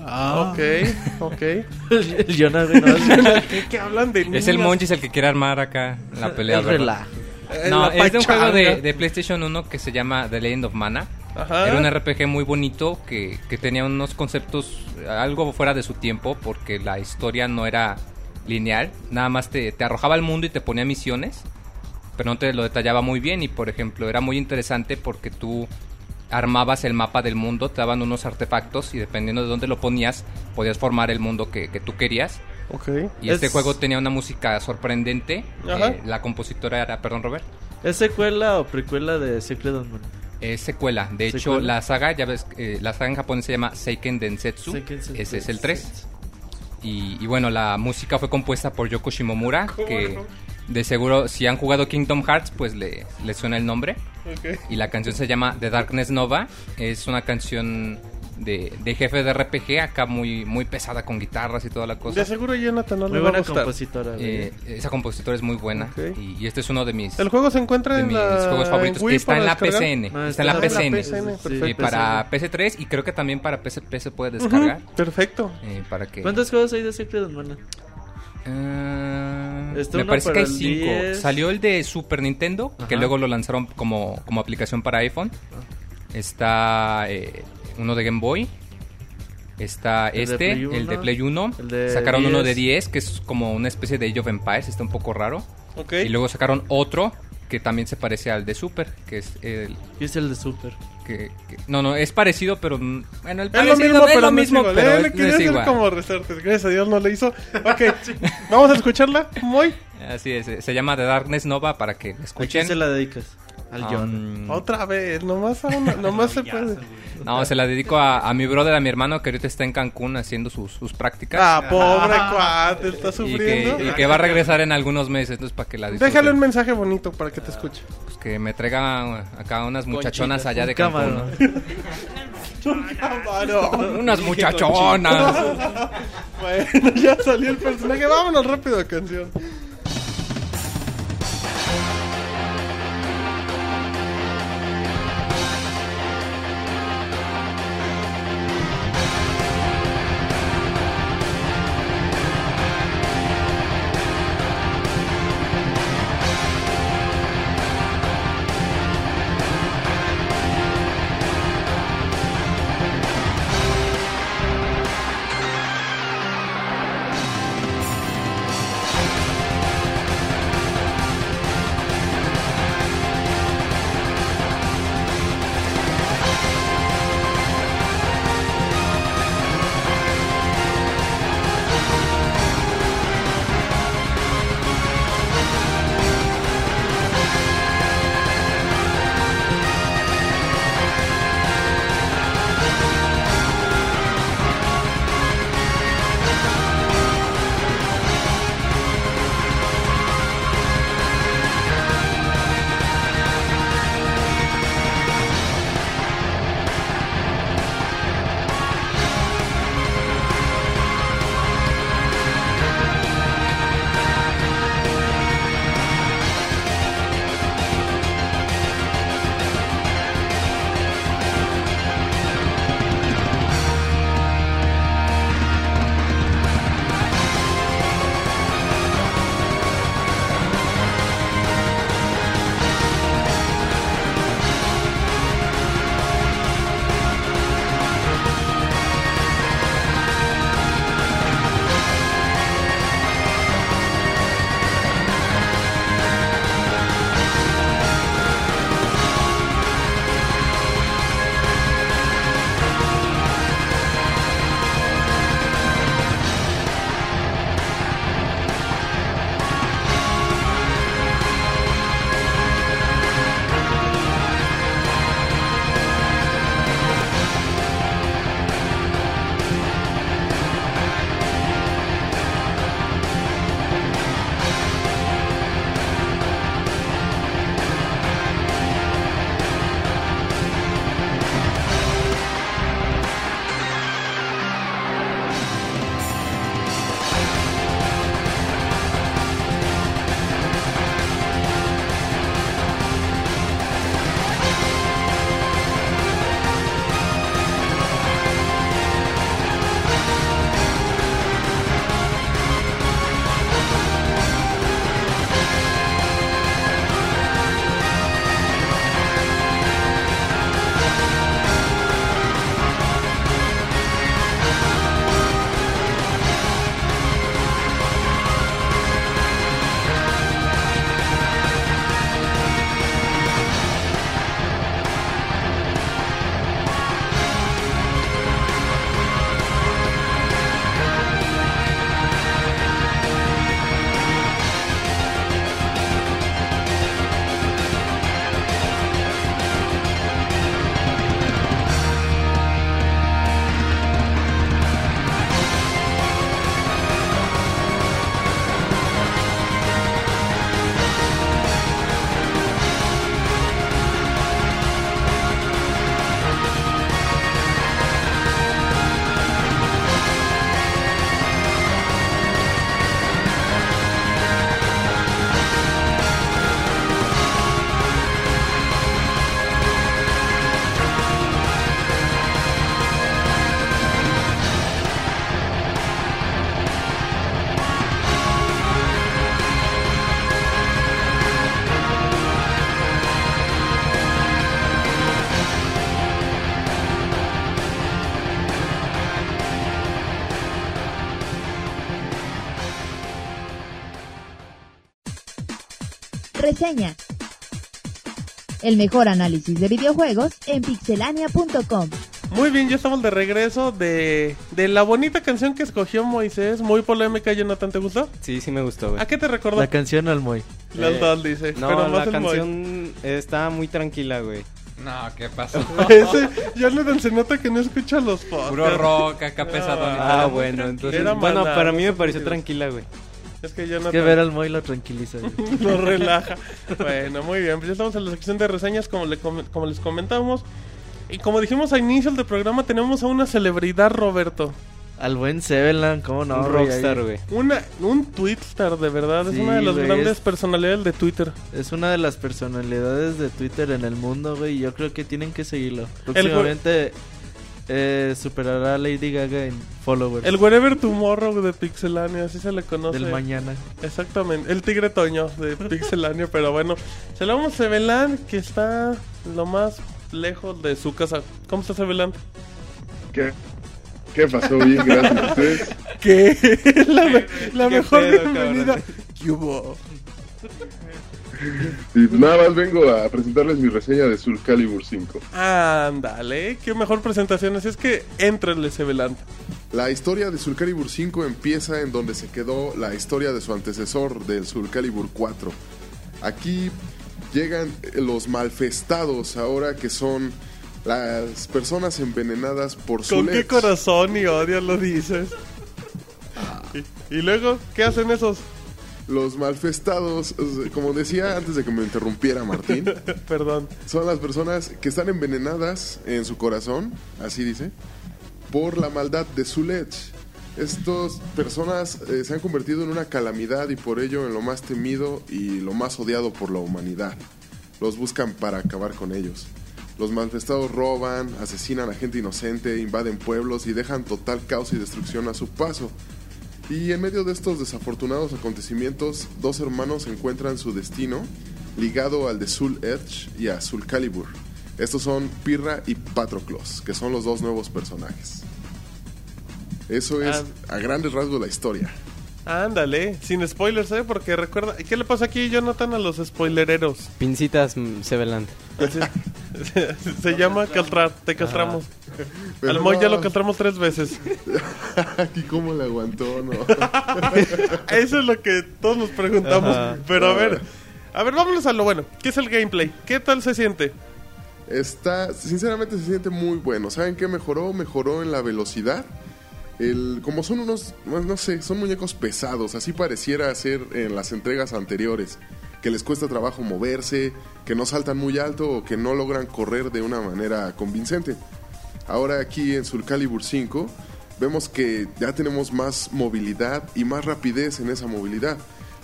B: Ok, ok.
F: (laughs) El Jonah, güey, no, es-
B: (laughs) ¿Qué, qué hablan de niñas?
E: es el Monchis el que quiere armar acá la pelea.
F: es
E: ¿verdad?
F: relajo.
B: Eh,
E: No,
B: la
E: es de un juego de,
B: pachanga.
E: de PlayStation 1 que se llama The Legend of Mana.
B: Ajá.
E: Era un RPG muy bonito que, que tenía unos conceptos algo fuera de su tiempo porque la historia no era lineal. Nada más te, te arrojaba al mundo y te ponía misiones, pero no te lo detallaba muy bien. Y por ejemplo, era muy interesante porque tú armabas el mapa del mundo, te daban unos artefactos y dependiendo de dónde lo ponías, podías formar el mundo que, que tú querías.
B: Ok.
E: Y este
F: Es-
E: juego tenía una música sorprendente.
B: Ajá.
E: Eh, la compositora era, perdón Robert,
F: ¿Es secuela o precuela de Secret of Mana?
E: es secuela. De hecho,
F: ¿Secuela?
E: la saga, ya ves, eh, la saga en japonés se llama Seiken Densetsu.
F: Seiken Densetsu.
E: Ese es el 3. Y, y bueno, la música fue compuesta por Yoko Shimomura, que de seguro si han jugado Kingdom Hearts, pues le, le suena el nombre.
B: Ok.
E: Y la canción se llama The Darkness Nova. Es una canción de, de jefe de RPG, acá muy, muy pesada con guitarras y toda la cosa.
B: De seguro Jonathan no
F: Muy
B: le va a
F: buena
B: gustar.
F: compositora. güey.
E: Eh, esa compositora es muy buena.
B: Ok.
E: Y, y este es uno de mis...
B: El juego se encuentra
E: de
B: en
E: mis
B: la...
E: juegos favoritos
B: en Wii
E: que está en
B: para
E: la
B: descargar.
E: PCN.
F: Ah,
E: está en la
B: Ah,
E: PCN.
B: PCN,
F: Sí,
E: Y
B: perfecto.
E: para PC3 y creo que también para PSP se puede
B: Ujú,
E: descargar.
B: Perfecto.
E: eh, para que,
F: ¿Cuántos juegos hay de Secret of Mana?
E: Ah,
F: Está
E: me
F: uno
E: parece que
F: para
E: hay
F: el
E: cinco.
F: 10.
E: Salió el de Super Nintendo,
F: Ajá.
E: que luego lo lanzaron como, como aplicación para iPhone.
F: Ah.
E: Está eh, uno de Game Boy. Está
F: El de
E: este,
F: Play
E: el de
F: uno.
E: Play 1.
F: El de
E: Sacaron uno
F: 10.
E: de 10, que es como una especie de Age of Empires, está un poco raro.
B: Ok.
E: Y luego sacaron otro que también se parece al de Super, que es el
F: Y es el de Super.
E: que, que- no, no, es parecido, pero mm, bueno, el
B: Es lo
E: parecido
B: mismo, pero no es igual. Eh,
E: es-
B: le
E: no
B: quería
E: es
B: hacer
E: igual.
B: como resortes. Gracias a Dios no le
E: (laughs)
B: hizo. Ok, vamos a escucharla. Muy.
E: Así es, eh, se llama The Darkness Nova para que la
F: ¿A quién
E: escuchen.
F: se la dedicas? Al John.
E: Um,
B: Otra vez. Nomás, a una- nomás se puede.
E: no, se la dedico a, a mi brother, a mi hermano que ahorita está en Cancún haciendo sus, sus prácticas.
B: (laughs) Ah, pobre cuate. Está
E: y, que, y
B: sufriendo.
E: que va a regresar en algunos meses, entonces para que la disfruten.
B: Déjale un mensaje bonito para que te escuche.
E: Pues que me traiga acá unas muchachonas allá de Cancún.
F: Cámara.
E: ¿no? (laughs) Unas muchachonas.
B: (laughs) Bueno, ya salió el personaje. Vámonos rápido a canción.
J: 「
A: reseña. El mejor análisis de videojuegos en pixelania.com.
B: Muy bien, ya estamos de regreso de, de la bonita canción que escogió Moisés, muy polémica, Jonathan, ¿te gustó?
C: Sí, sí me gustó, güey.
B: ¿A qué te recordó?
F: La canción al Moy.
B: Las
C: Eh,
B: dos, dice.
C: No,
B: pero más
C: la
B: el Moy.
C: canción está muy tranquila, güey.
E: No, ¿qué
C: (laughs)
E: pasó?
B: (laughs) Ese, Jonathan se nota que no escucha los podcasts.
E: Puro rock,
B: (laughs)
E: acá pesado.
C: Ah,
B: Ah, muy
C: bueno, entonces.
B: Era
C: bueno,
B: mala,
C: para
B: no
C: mí me
B: sé
C: pareció
B: si-
C: tranquila, güey.
B: Es que
F: Es
B: Jonathan
F: que ver
B: (laughs)
F: al Moy lo tranquiliza. güey.
C: (laughs)
B: lo relaja. Bueno, muy bien. Pues ya estamos en la sección de reseñas, como, le com- como les comentamos. Y como dijimos a inicios del programa, tenemos a una celebridad, Roberto.
F: al buen Sevenland, ¿cómo no?
C: Un
F: güey,
C: rockstar,
F: ahí.
C: güey.
B: Una, un twitstar, de verdad. es
F: Sí,
B: una de las
F: güey,
B: grandes
F: es-
B: personalidades de Twitter.
F: Es una de las personalidades de Twitter en el mundo, güey. y Yo creo que tienen que seguirlo.
B: güey-
F: Próximamente eh, superará a Lady Gaga en followers.
B: El Wherever Tomorrow de Pixelania, así se le conoce.
F: del mañana.
B: Exactamente, el tigre Toño de Pixelania, pero bueno. Saludamos a Sebelán, que está lo más lejos de su casa. ¿Cómo está Sebelán?
J: ¿Qué, qué pasó? Bien, gracias a ustedes.
B: ¿Qué?
C: (laughs)
B: (laughs) La, me- la
C: qué
B: mejor
J: (laughs)
C: pedo,
B: bienvenida.
C: cabrón?
B: ¿Qué hubo?
J: Y nada más vengo a presentarles mi reseña de Soul Calibur 5.
B: Ándale, qué mejor presentación. Así es que entrenle Sebelán.
J: La historia de Soul Calibur 5 empieza en donde se quedó la historia de su antecesor, del Soul Calibur 4. Aquí llegan eh, los malfestados ahora que son las personas envenenadas por su
B: ¿Con qué corazón y odio lo dices? Y, y luego, ¿qué hacen esos?
J: Los malfestados, eh, como decía antes de que me interrumpiera Martín,
B: (laughs) Perdón.
J: son las personas que están envenenadas en su corazón, así dice, por la maldad de Zulech. Estas personas eh, se han convertido en una calamidad y por ello en lo más temido y lo más odiado por la humanidad. Los buscan para acabar con ellos. Los manifestados roban, asesinan a gente inocente, invaden pueblos y dejan total caos y destrucción a su paso. Y en medio de estos desafortunados acontecimientos, dos hermanos encuentran su destino ligado al de Soul Edge y a Soul Calibur. Estos son Pirra y Patroclos, que son los dos nuevos personajes. Eso es
B: Ah.
J: a grandes rasgos la historia.
B: Ándale, sin spoilers, ¿eh? Porque recuerda, ¿qué le pasa aquí, Jonathan, a los spoilereros?
C: Pincitas mm, Seveland.
B: Así es. se llama castrar,
J: Ah.
B: te castramos. Al Moy ya lo castramos tres
J: (laughs)
B: veces.
J: Aquí cómo le aguantó, no.
B: (laughs) Eso es lo que todos nos preguntamos.
C: Ajá.
B: Pero a ver, a ver, vámonos a lo bueno. ¿Qué es el gameplay? ¿Qué tal se siente?
J: Está, sinceramente se siente muy bueno. ¿Saben qué mejoró? Mejoró en la velocidad. El, como son unos, bueno, no sé, son muñecos pesados, así pareciera ser en las entregas anteriores, que les cuesta trabajo moverse, que no saltan muy alto o que no logran correr de una manera convincente. Ahora aquí en Soul Calibur 5 vemos que ya tenemos más movilidad y más rapidez en esa movilidad.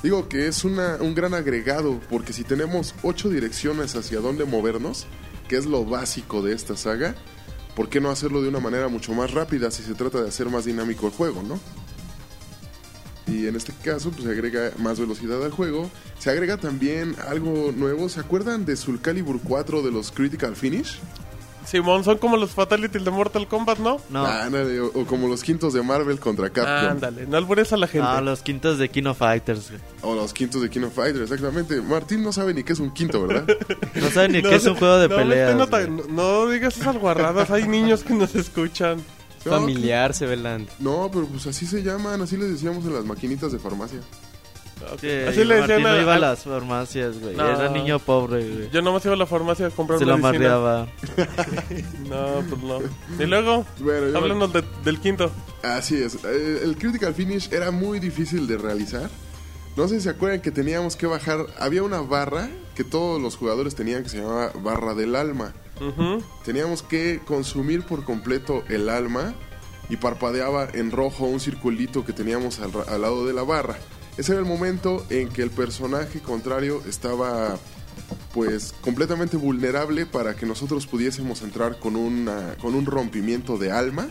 J: Digo que es una- un gran agregado porque si tenemos ocho direcciones hacia dónde movernos, que es lo básico de esta saga, ¿por qué no hacerlo de una manera mucho más rápida si se trata de hacer más dinámico el juego, no? Y en este caso, pues se agrega más velocidad al juego. Se agrega también algo nuevo. ¿Se acuerdan de Soul Calibur 4 de los Critical Finish?
B: Simón, son como los fatalities de Mortal Kombat, ¿no?
F: No,
J: Ah, ándale, o, o como los quintos de Marvel contra Capcom.
B: Ándale, no albures a la gente.
F: no, Ah, los quintos de Kino Fighters. güey.
J: o los quintos de King of Fighters, exactamente. Martín no sabe ni qué es un quinto, ¿verdad?
F: (laughs) No saben ni
B: (laughs) No,
F: qué es un juego de
B: no, este
F: peleas.
B: no te-
F: güey.
B: no- no digas esas guarradas, hay niños que
F: (laughs)
B: nos escuchan.
J: No,
C: Familiar Seveland.
J: No, pero pues así se llaman, así les decíamos en las maquinitas de farmacia.
F: Que
B: Así le
F: Martín
B: decían
F: no
B: a-
F: iba a
B: a-
F: las farmacias, güey.
B: No.
F: Era niño pobre, güey.
B: Yo nomás iba a la farmacia a comprar
F: Se lo
B: medicina.
F: amarreaba.
B: (laughs) No, pues no. Y luego,
J: Bueno, yo-
B: háblanos de- del quinto.
J: Así es. Eh, El Critical Finish era muy difícil de realizar. No sé si se acuerdan que teníamos que bajar. Había una barra que todos los jugadores tenían que se llamaba Barra del Alma.
B: Ujú.
J: Teníamos que consumir por completo el alma y parpadeaba en rojo un circulito que teníamos al, ra- al lado de la barra. Ese era el momento en que el personaje contrario estaba pues completamente vulnerable para que nosotros pudiésemos entrar con, una, con un rompimiento de alma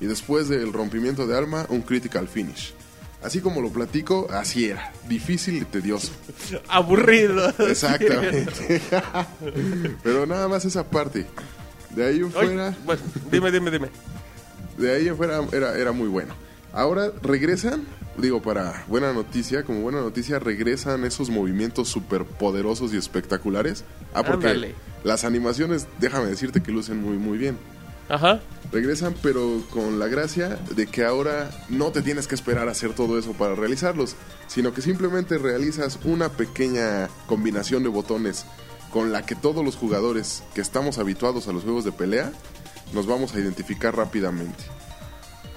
J: y después del rompimiento de alma un critical finish. Así como lo platico, así era, difícil y tedioso.
B: Aburrido. (laughs)
J: Exactamente. Pero nada más esa parte. De ahí en
B: Ay,
J: fuera,
B: bueno, dime, dime, dime.
J: de ahí en fuera era, era muy bueno. Ahora regresan, digo, para buena noticia, como buena noticia, regresan esos movimientos súper poderosos y espectaculares. Ah, porque
B: Ándale.
J: las animaciones, déjame decirte que lucen muy, muy bien.
B: Ajá.
J: Regresan, pero con la gracia de que ahora no te tienes que esperar a hacer todo eso para realizarlos, sino que simplemente realizas una pequeña combinación de botones con la que todos los jugadores que estamos habituados a los juegos de pelea nos vamos a identificar rápidamente.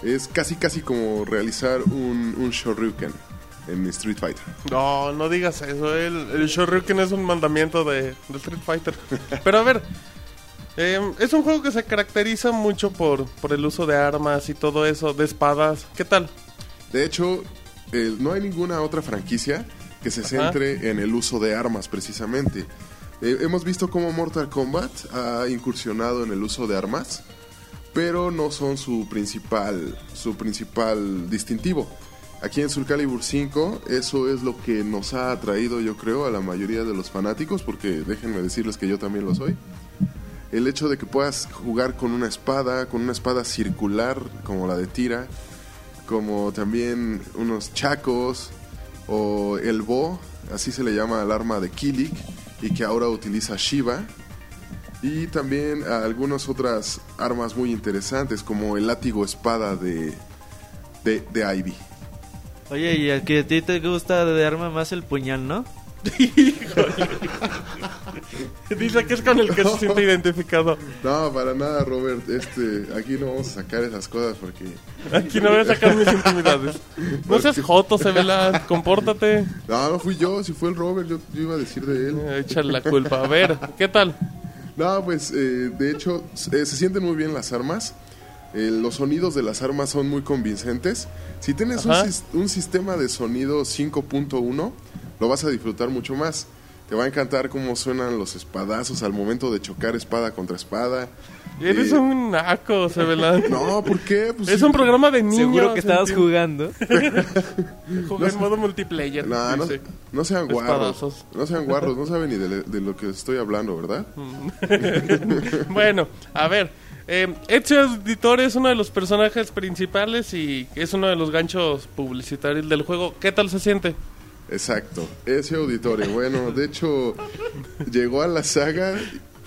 J: Es casi casi como realizar un, un Shoryuken en Street Fighter.
B: No, no digas eso. El, el Shoryuken es un mandamiento de, de Street Fighter. Pero a ver, eh, es un juego que se caracteriza mucho por, por el uso de armas y todo eso, de espadas. ¿Qué tal?
J: De hecho, eh, no hay ninguna otra franquicia que se centre en el uso de armas precisamente. Eh, hemos visto cómo Mortal Kombat ha incursionado en el uso de armas, pero no son su principal, su principal distintivo. Aquí en Soul Calibur 5 eso es lo que nos ha atraído yo creo a la mayoría de los fanáticos, porque déjenme decirles que yo también lo soy. El hecho de que puedas jugar con una espada, con una espada circular como la de Tira, como también unos chacos o el bo, así se le llama al arma de Kilik y que ahora utiliza Shiva. Y también a algunas otras armas muy interesantes como el látigo espada de, de, de Ivy.
F: Oye, y a que a ti te gusta de arma más el puñal, ¿no?
B: (laughs) Dice que es con el que se
J: (laughs)
B: siente identificado.
J: No, para nada Robert, este, aquí no vamos a sacar esas cosas porque...
B: Aquí no voy a sacar
J: (laughs)
B: mis intimidades. No seas joto, Sebela, compórtate.
J: No, no fui yo, si fue el Robert, yo, yo iba a decir de él.
B: Échale Eh, la culpa. A ver, ¿qué tal?
J: (laughs) No, pues eh, de hecho eh, se sienten muy bien las armas. Eh, los sonidos de las armas son muy convincentes. Si tienes un,
B: Ajá.
J: sis- un sistema de sonido 5.1, lo vas a disfrutar mucho más. Te va a encantar cómo suenan los espadazos al momento de chocar espada contra espada.
B: Eres
J: Eh,
B: un naco, Sebela.
J: No, ¿por qué? Pues
B: Es
J: sí.
B: un programa de niños.
C: Seguro que estabas
B: jugando.
C: jugando.
B: (laughs) en modo multiplayer.
J: No, no,
B: dice.
J: no sean guarros.
B: Espadazos.
J: No sean guarros, no saben ni de, de lo que estoy hablando, ¿verdad?
B: (laughs) Bueno, a ver. Eh, Ezio Auditore es uno de los personajes principales y es uno de los ganchos publicitarios del juego. ¿Qué tal se siente?
J: Exacto. Ese auditorio, bueno, de hecho, llegó a la saga,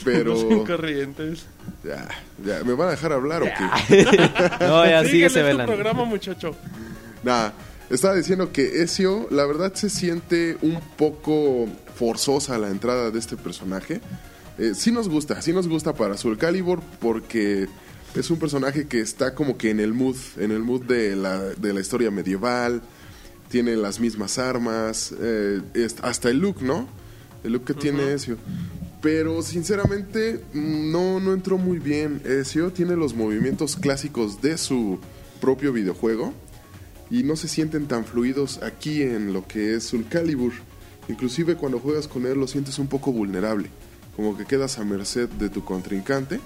J: pero.
C: (laughs)
B: (laughs) Los sin corrientes.
J: Ya, ya, ¿me van a dejar hablar o qué?
C: (laughs) No, ya sigue
B: Síguele
C: ese
B: tu
C: velan.
B: programa, muchacho.
J: Nada, estaba diciendo que Ezio, la verdad se siente un poco forzosa la entrada de este personaje. Eh, sí nos gusta, sí nos gusta para Soul Calibur porque es un personaje que está como que en el mood, en el mood de la, de la historia medieval, tiene las mismas armas, eh, es- hasta el look, ¿no? El look que tiene Ezio. Pero sinceramente mm, no, no entró muy bien. Ezio tiene los movimientos clásicos de su propio videojuego y no se sienten tan fluidos aquí en lo que es Soul Calibur. Inclusive cuando juegas con él lo sientes un poco vulnerable, como que quedas a merced de tu contrincante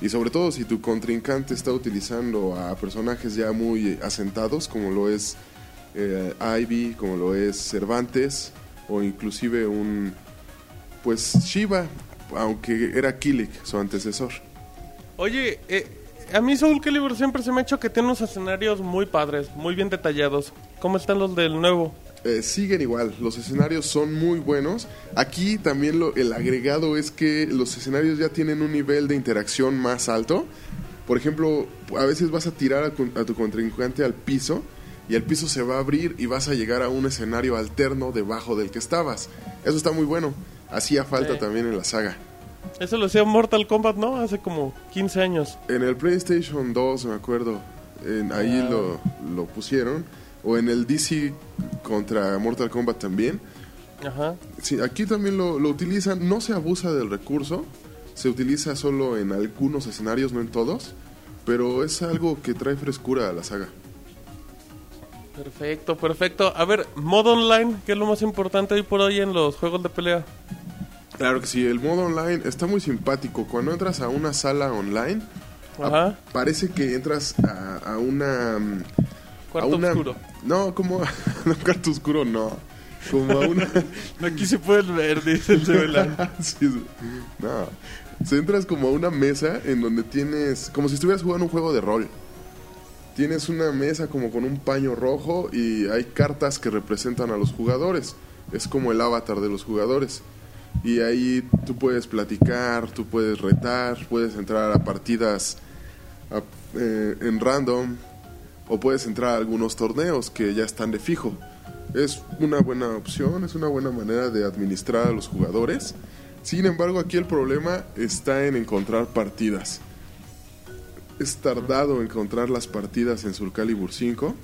J: y sobre todo si tu contrincante está utilizando a personajes ya muy asentados como lo es eh, Ivy, como lo es Cervantes o inclusive un pues Shiva, aunque era Kilik su antecesor.
B: Oye, eh, a mí Soul Calibur siempre se me ha hecho que tiene unos escenarios muy padres, muy bien detallados. ¿Cómo están los del nuevo?
J: Eh, siguen igual, los escenarios son muy buenos. Aquí también lo- el agregado es que los escenarios ya tienen un nivel de interacción más alto. Por ejemplo, a veces vas a tirar a, con- a tu contrincante al piso y el piso se va a abrir y vas a llegar a un escenario alterno debajo del que estabas. Eso está muy bueno. Hacía falta
B: Sí.
J: también en la saga.
B: Eso lo hacía Mortal Kombat, ¿no? Hace como 15 años.
J: En el PlayStation 2, me acuerdo, en- ahí lo, lo pusieron. O en el DC contra Mortal Kombat también.
B: Ajá.
J: Sí, aquí también lo, lo utilizan, no se abusa del recurso, se utiliza solo en algunos escenarios, no en todos, pero es algo que trae frescura a la saga.
B: Perfecto, perfecto. A ver, modo online, que es lo más importante hoy por hoy en los juegos de pelea.
J: Claro que sí, el modo online está muy simpático, cuando entras a una sala online,
B: Ajá.
J: parece que entras a, a una... mm, a
B: Cuarto
J: una-
B: oscuro.
J: No, como... (laughs) no, cuarto oscuro no. Como a una...
B: Aquí se pueden ver, dice el
J: (laughs) Sí, es- no. Se entras como a una mesa en donde tienes. como si estuvieras jugando un juego de rol. Tienes una mesa como con un paño rojo y hay cartas que representan a los jugadores. Es como el avatar de los jugadores. Y ahí tú puedes platicar, tú puedes retar, puedes entrar a partidas a- eh, en random o puedes entrar a algunos torneos que ya están de fijo. Es una buena opción, es una buena manera de administrar a los jugadores. Sin embargo, aquí el problema está en encontrar partidas. Es tardado encontrar las partidas en Soul Calibur 5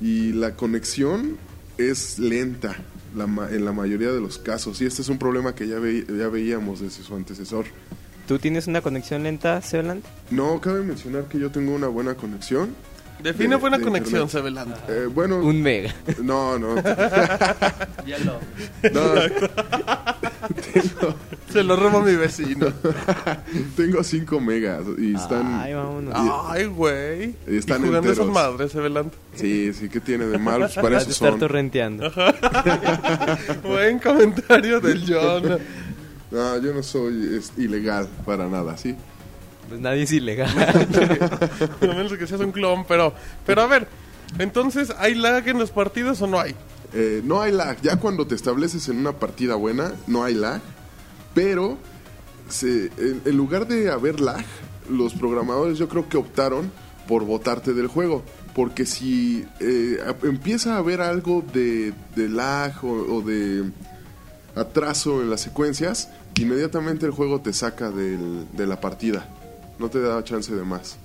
J: y la conexión es lenta la ma- en la mayoría de los casos. Y este es un problema que ya, ve- ya veíamos desde su antecesor.
C: ¿Tú tienes una conexión lenta, Seveland?
J: No, cabe mencionar que yo tengo una buena conexión.
B: Define
J: De-
B: buena
J: de
B: conexión,
J: internet.
B: Sebelanda.
J: Eh, bueno,
C: Un mega.
J: (laughs) no, no.
B: Hielo.
J: No.
B: (laughs) Se lo robo a mi vecino.
J: (laughs) tengo 5 megas y están...
C: Ay, vámonos.
B: Ay, güey.
J: Y están
B: y jugando esas
J: enteros.
B: madres, Sebelanda.
J: Sí, sí, ¿qué tiene de malo? Pues para
C: Vas
J: eso
C: a estar
J: son.
B: (laughs)
C: torrenteando.
B: Buen comentario del John.
J: (laughs) No, yo no soy es, ilegal para nada,
B: (laughs)
J: ¿sí?
C: Pues nadie es ilegal. (laughs)
B: A menos que seas un clon, pero... Pero a ver, entonces, ¿hay lag en los partidos o no hay?
J: Eh, no hay lag. Ya cuando te estableces en una partida buena, no hay lag. Pero se- en, en lugar de haber lag, los programadores yo creo que optaron por botarte del juego. Porque si eh, a- empieza a haber algo de, de lag o, o de atraso en las secuencias, inmediatamente el juego te saca del- de la partida. No te da chance de más.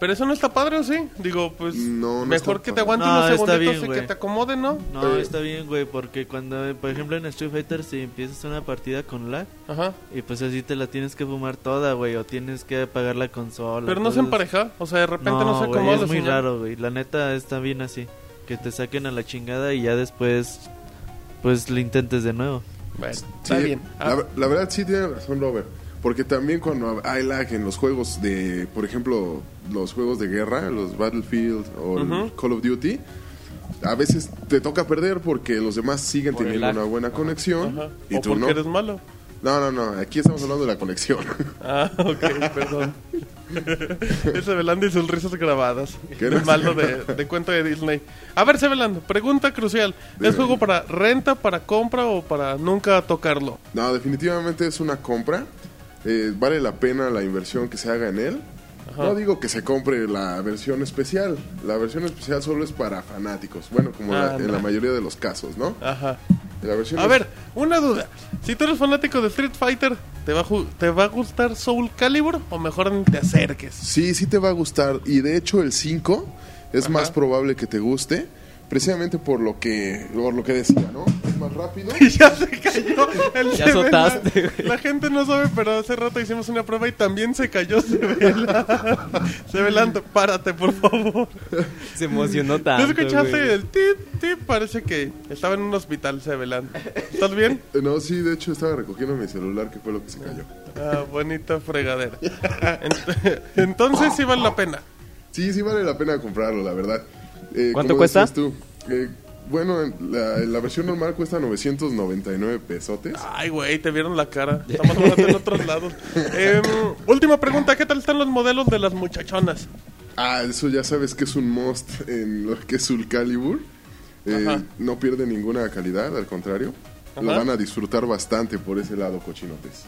B: Pero eso no está padre, ¿o sí? Digo, pues...
J: No, no
B: mejor
J: está
B: que te
J: padre.
B: aguante
F: No,
B: unos
F: está
B: segunditos
F: bien,
B: y
F: güey.
B: que te acomode, ¿no?
F: No,
J: Eh.
F: está bien, güey, porque cuando, eh, por ejemplo, en Street Fighter, si empiezas una partida con lag,
B: Ajá.
F: y pues así te la tienes que fumar toda, güey, o tienes que apagar la consola.
B: Pero no se
F: entonces-
B: empareja. O sea, de repente no, se
F: güey,
B: acomoda.
F: Es muy
B: señor.
F: raro, güey. La neta está bien así. Que te saquen a la chingada y ya después, pues lo intentes de nuevo.
B: Bueno,
J: Sí,
B: está bien. Ah,
J: La, la verdad sí tiene razón Robert. Porque también cuando hay lag en los juegos de, por ejemplo, los juegos de guerra, los Battlefield o el
B: Ujú.
J: Call of Duty, a veces te toca perder porque los demás siguen
C: Por el
J: teniendo
C: lag.
J: una buena conexión
B: ajá.
J: y
B: o
J: tú
B: porque
J: no.
B: eres malo.
J: No, no, no, aquí estamos hablando de la conexión.
B: Ah, ok,
F: (laughs)
B: perdón. es Sebelanda y sus risas grabadas.
J: ¿Qué
B: El
J: no?
B: malo de, de cuento de Disney. A ver, Sebelanda, pregunta crucial. ¿Es
J: Dime.
B: juego para renta, para compra o para nunca tocarlo?
J: no, definitivamente es una compra. Eh, vale la pena la inversión que se haga en él.
B: Ajá.
J: No digo que se compre la versión especial. La versión especial solo es para fanáticos. Bueno, como la-
B: Ah,
J: en
B: no.
J: la mayoría de los casos, ¿no?
B: Ajá.
J: La versión
B: A
J: es-
B: ver, una duda. Si tú eres fanático de Street Fighter, ¿te va a, ju- te va a gustar Soul Calibur o mejor ni te acerques?
J: Sí, sí te va a gustar. Y de hecho el 5 es más probable que te guste. Precisamente por lo que, por lo que decía, ¿no? Es más rápido.
B: Y (laughs) ya se cayó el
C: Ya
B: Sebelanda.
C: azotaste, güey.
B: La gente no sabe, pero hace rato hicimos una prueba y también se cayó Sebelanda. (laughs) Sebelanda, párate, por favor.
C: Se emocionó
B: ¿No
C: tanto.
B: escuchaste
C: güey.
B: el tip, tip? Parece que estaba en un hospital Sebelanda. ¿Estás bien?
J: Eh, No, sí, de hecho estaba recogiendo mi celular, que fue lo que se cayó.
B: Ah, bonita fregadera. Ent- Entonces sí vale la pena.
J: Sí, sí vale la pena comprarlo, la verdad. Eh,
C: ¿Cuánto
J: como
C: cuesta?
J: decías tú, eh, bueno, en la, en la versión normal cuesta 999 pesotes.
B: Ay, güey, te vieron la cara. Estamos hablando en otros lados. Em, última pregunta, ¿qué tal están los modelos de las muchachonas?
J: Ah, eso ya sabes que es un must en lo que es Soul Calibur. Eh,
B: Ajá.
J: no pierde ninguna calidad, al contrario. Lo
B: Ajá.
J: van a disfrutar bastante por ese lado, cochinotes.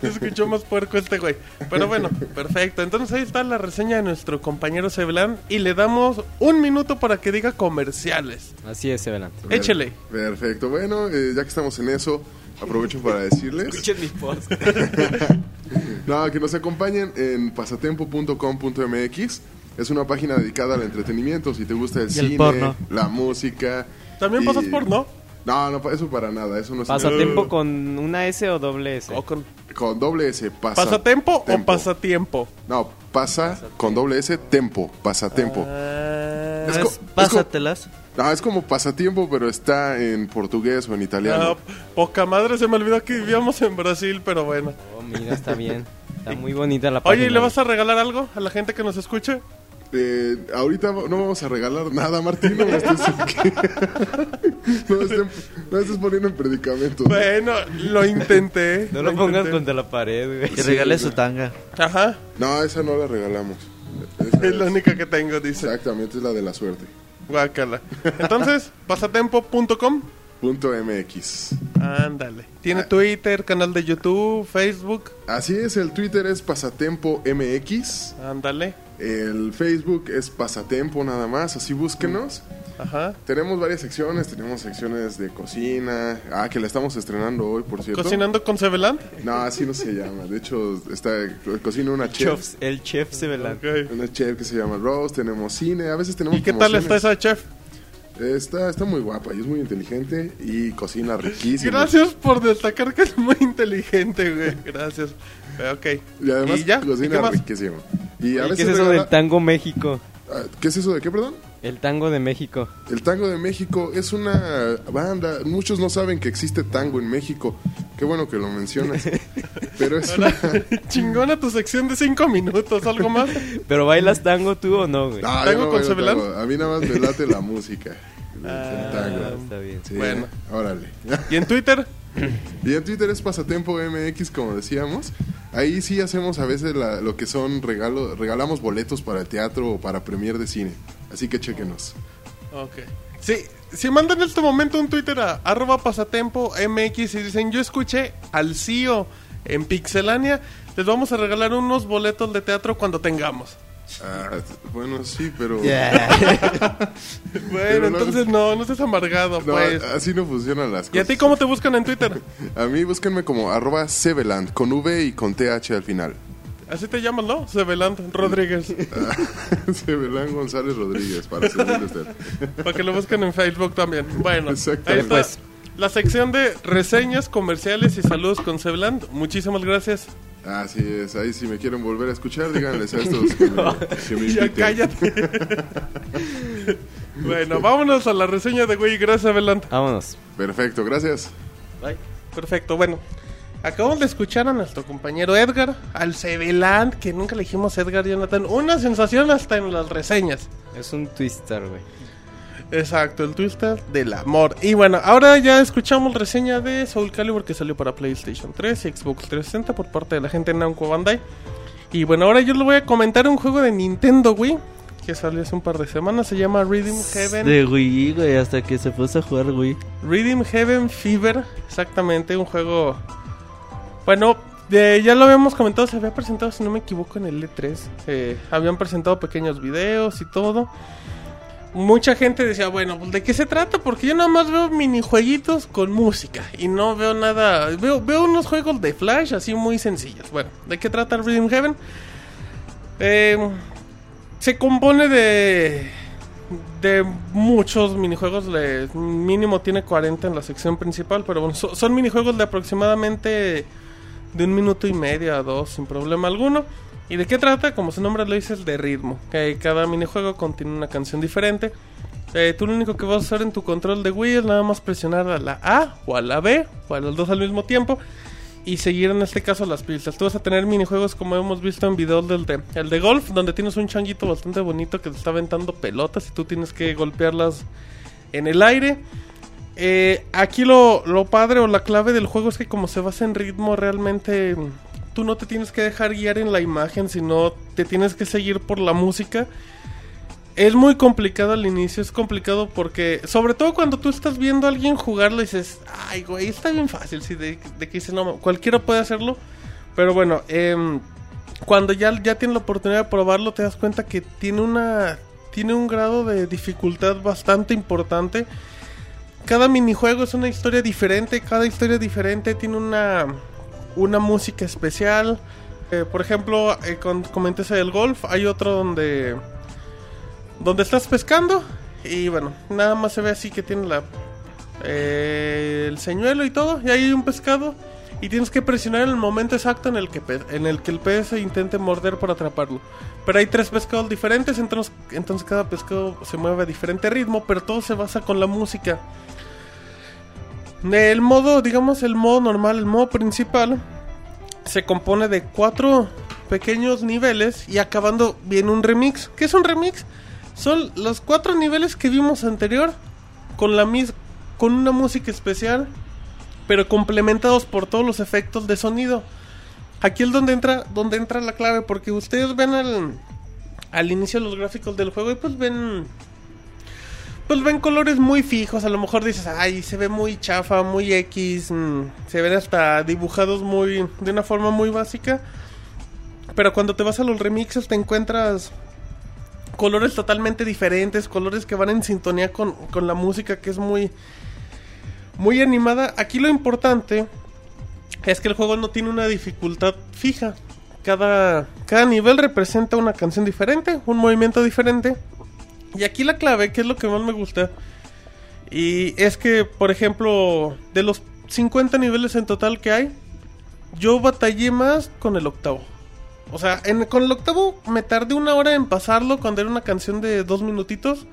B: Se escuchó más puerco este güey. Pero bueno, perfecto. Entonces ahí está la reseña de nuestro compañero Sebelán y le damos un minuto para que diga comerciales.
C: Así es, Seveland.
J: Per-
B: Échele.
J: Perfecto. Bueno, eh, ya que estamos en eso, aprovecho para
B: (laughs)
J: decirles
C: Escuchen mi post.
J: (laughs) no, que nos acompañen en pasatempo.com.mx. Es una página dedicada al entretenimiento. Si te gusta el
F: Y el
J: cine,
F: porno.
J: la música.
B: ¿También
J: y-
B: pasas por no?
J: No, no, pa- eso para nada. Eso no es
C: Pasatiempo con una S o doble S.
B: O Pues, eh, con-
J: con doble S. pasa-
B: ¿Pasatempo o
J: tempo.
B: pasatiempo?
J: No, pasa con doble S, tempo. Pasatempo.
B: Ah,
J: Es
F: Ah,
J: co-
F: es-
J: es co-
F: pásatelas.
J: No, es como pasatiempo, pero está en portugués o en
B: ah,
J: italiano.
B: poca madre, se me olvidó que vivíamos en Brasil, pero bueno.
C: Oh, mira, está
B: (laughs)
C: bien. Está muy bonita la página.
B: Oye, ¿y le vas a regalar algo a la gente que nos escuche?
J: Eh, ahorita no vamos a regalar nada, Martín. No, me estés, (laughs) no, estén- no estés poniendo en predicamentos.
B: Bueno, lo intenté.
C: No lo pongas
B: intenté.
C: contra la pared, Eh, güey.
F: Que regale su tanga.
B: Ajá.
J: No, esa no la regalamos. Esa
B: Es la única que tengo, dice.
J: Exactamente, es la de la suerte.
B: Guácala.
J: (laughs)
B: Entonces, pasatempo.com.
J: Punto Ah, MX.
B: Ándale. Tiene Twitter, canal de YouTube, Facebook.
J: Así es, el Twitter es Pasatempo MX.
B: Ándale.
J: El Facebook es Pasatempo nada más, así búsquenos.
B: Mm. Ajá.
J: Tenemos varias secciones, tenemos secciones de cocina. Ah, que la estamos estrenando hoy, por cierto.
B: Cocinando con Cebeland.
J: No, así no se llama. De hecho, está Eh, cocina una chef.
F: Chefs, el chef se vela.
B: Ok.
J: Una chef que se llama Rose, tenemos cine, a veces tenemos
B: ¿Y qué tal está
J: promociones.
B: esa chef?
J: Está, está muy guapa y es muy inteligente y cocina riquísimo.
B: Gracias por destacar que es muy inteligente, güey. Gracias. Pero, ok.
J: Y además
B: ya? ¿Y qué
J: cocina
B: más?
J: riquísimo. Y a
C: ¿Y ¿Qué
J: veces
C: es eso
J: regala-
C: del tango México?
J: Ah, ¿Qué es eso de qué, perdón?
C: El tango de México.
J: El tango de México es una banda. Muchos no saben que existe tango en México. Qué bueno que lo
C: (laughs)
J: mencionas. Pero es una.
B: (laughs) Chingona tu sección de 5 minutos,
F: (laughs)
B: algo más.
C: ¿Pero bailas tango tú o no, güey?
J: Ah,
B: ¿Tango
J: yo
B: con
J: bailo
B: Sebelán?
J: tango. A mí nada más me late la música. El
C: Ah,
J: tango.
C: está bien.
J: Sí,
B: Bueno.
J: Órale.
B: ¿Y en Twitter?
J: (clears throat) Y en Twitter es Pasatempo MX, como decíamos. Ahí sí hacemos a veces la- lo que son regalos, regalamos boletos para el teatro o para premier de cine. Así que chequenos.
B: Ok. Sí, si mandan en este momento un Twitter a (laughs) arroba pasatempo MX y dicen yo escuché al CIO en Pixelania, les vamos a regalar unos boletos de teatro cuando tengamos.
J: Ah, bueno, sí, pero...
B: Bueno,
J: (laughs) Pero no-
B: entonces no, no estés amargado,
J: (laughs) No, ah.
B: pues.
J: así no funcionan las cosas.
B: ¿Y a ti cómo te buscan en Twitter?
J: (laughs) A mí búsquenme como arroba Seveland, con V y con TH al final. (laughs)
B: Así te llamas, ¿no? Sebeland Rodríguez.
J: Ah. Seveland González Rodríguez, para servirle a usted.
B: Para que lo busquen en Facebook también. Bueno, ahí
J: Exactamente.
B: está. La sección de reseñas, comerciales y saludos con Sebeland. Muchísimas gracias.
J: Así es, ahí si me quieren volver a escuchar, díganles
B: (laughs)
J: a estos que me, que me
B: Ya
J: inviten.
B: cállate.
J: (laughs)
B: (laughs) bueno, vámonos a la reseña de güey. Gracias, Abelant.
C: Vámonos.
J: Perfecto, gracias.
B: Perfecto, bueno. Acabamos de escuchar a nuestro compañero Edgar, al Sebelant, que nunca le dijimos Edgar Jonathan. Una sensación hasta en las reseñas.
C: Es un twister, güey.
B: Exacto, el twister del amor. Y bueno, ahora ya escuchamos reseña de Soul Calibur que salió para PlayStation 3 y Xbox 360 por parte de la gente de Namco Bandai. Y bueno, ahora yo le voy a comentar un juego de Nintendo Wii que salió hace un par de semanas. Se llama Redeem Heaven.
F: De Wii, güey, hasta que se puso a jugar Wii.
B: Redeem Heaven Fever, exactamente, un juego. Bueno, de- ya lo habíamos comentado, se había presentado, si no me equivoco, en el E3. Eh, habían presentado pequeños videos y todo. Mucha gente decía, bueno, pues, ¿de qué se trata? Porque yo nada más veo minijueguitos con música y no veo nada. Veo, veo unos juegos de Flash así muy sencillos. Bueno, ¿de qué trata Redeem Heaven? Eh, se compone de de muchos minijuegos. le- mínimo tiene 40 en la sección principal, pero bueno, so- son minijuegos de aproximadamente de un minuto y medio a dos, sin problema alguno. ¿Y de qué trata? Como su nombre lo dice, es de ritmo. Que cada minijuego contiene una canción diferente. Eh, tú lo único que vas a hacer en tu control de Wii es nada más presionar a la A o a la B o a los dos al mismo tiempo y seguir en este caso las pistas. Tú vas a tener minijuegos como hemos visto en videos del de, el de golf, donde tienes un changuito bastante bonito que te está aventando pelotas y tú tienes que golpearlas en el aire. Eh, aquí lo, lo padre o la clave del juego es que como se basa en ritmo realmente mm, tú no te tienes que dejar guiar en la imagen, sino te tienes que seguir por la música. Es muy complicado al inicio, es complicado porque, sobre todo cuando tú estás viendo a alguien jugarlo, dices, ay, güey, está bien fácil, sí, de, de que dices, no, cualquiera puede hacerlo. Pero bueno, em, cuando ya, ya tienes la oportunidad de probarlo, te das cuenta que tiene una. Tiene un grado de dificultad bastante importante. Cada minijuego es una historia diferente. Cada historia diferente tiene una. una música especial. Eh, por ejemplo, eh, con, comenté ese del golf. Hay otro donde. donde estás pescando. Y bueno, nada más se ve así que tiene la. eh, el señuelo y todo. Y ahí hay un pescado. Y tienes que presionar en el momento exacto en el que, pe- en el, que el pez se intente morder para atraparlo. Pero hay tres pescados diferentes, entonces, entonces cada pescado se mueve a diferente ritmo, pero todo se basa con la música. El modo, digamos, el modo normal, el modo principal, se compone de cuatro pequeños niveles y acabando viene un remix. ¿Qué es un remix? Son los cuatro niveles que vimos anterior con, la mis con una música especial pero complementados por todos los efectos de sonido. Aquí es donde entra, donde entra la clave, porque ustedes ven al, al inicio los gráficos del juego y pues ven pues ven colores muy fijos, a lo mejor dices, ay, se ve muy chafa, muy X, mm, se ven hasta dibujados muy de una forma muy básica. Pero cuando te vas a los remixes te encuentras colores totalmente diferentes, colores que van en sintonía con, con la música que es muy muy animada. Aquí lo importante es que el juego no tiene una dificultad fija. Cada, cada nivel representa una canción diferente, un movimiento diferente. Y aquí la clave, que es lo que más me gusta, y es que, por ejemplo, de los 50 niveles en total que hay, yo batallé más con el octavo. O sea, en- con el octavo me tardé una hora en pasarlo cuando era una canción de dos minutitos.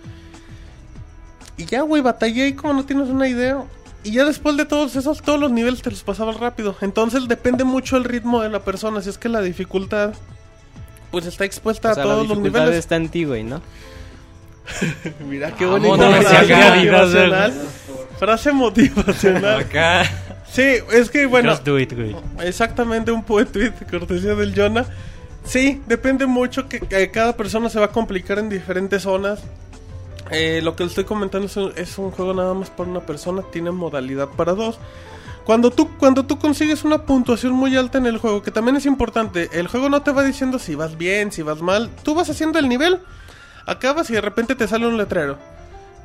B: Y ya, güey, batallé y como no tienes una idea. Y ya después de todos esos, todos los niveles te los pasaba rápido. Entonces depende mucho el ritmo de la persona. Si es que la dificultad, pues está expuesta
C: O sea,
B: a
C: la
B: todos los
C: dificultad
B: niveles.
C: está en ti, güey, ¿no?
B: (laughs) Mira qué bonito.
C: Vámonos,
B: Frase
C: acá.
B: motivacional. Frase motivacional.
E: Acá.
B: Sí, es que bueno,
K: Just do it, güey.
B: exactamente un poet tweet cortesía del Jonah. Sí, depende mucho que, que cada persona se va a complicar en diferentes zonas. Eh, lo que le estoy comentando es un, es un juego nada más para una persona, tiene modalidad para dos. Cuando tú, cuando tú consigues una puntuación muy alta en el juego, que también es importante, el juego no te va diciendo si vas bien, si vas mal, tú vas haciendo el nivel, acabas y de repente te sale un letrero.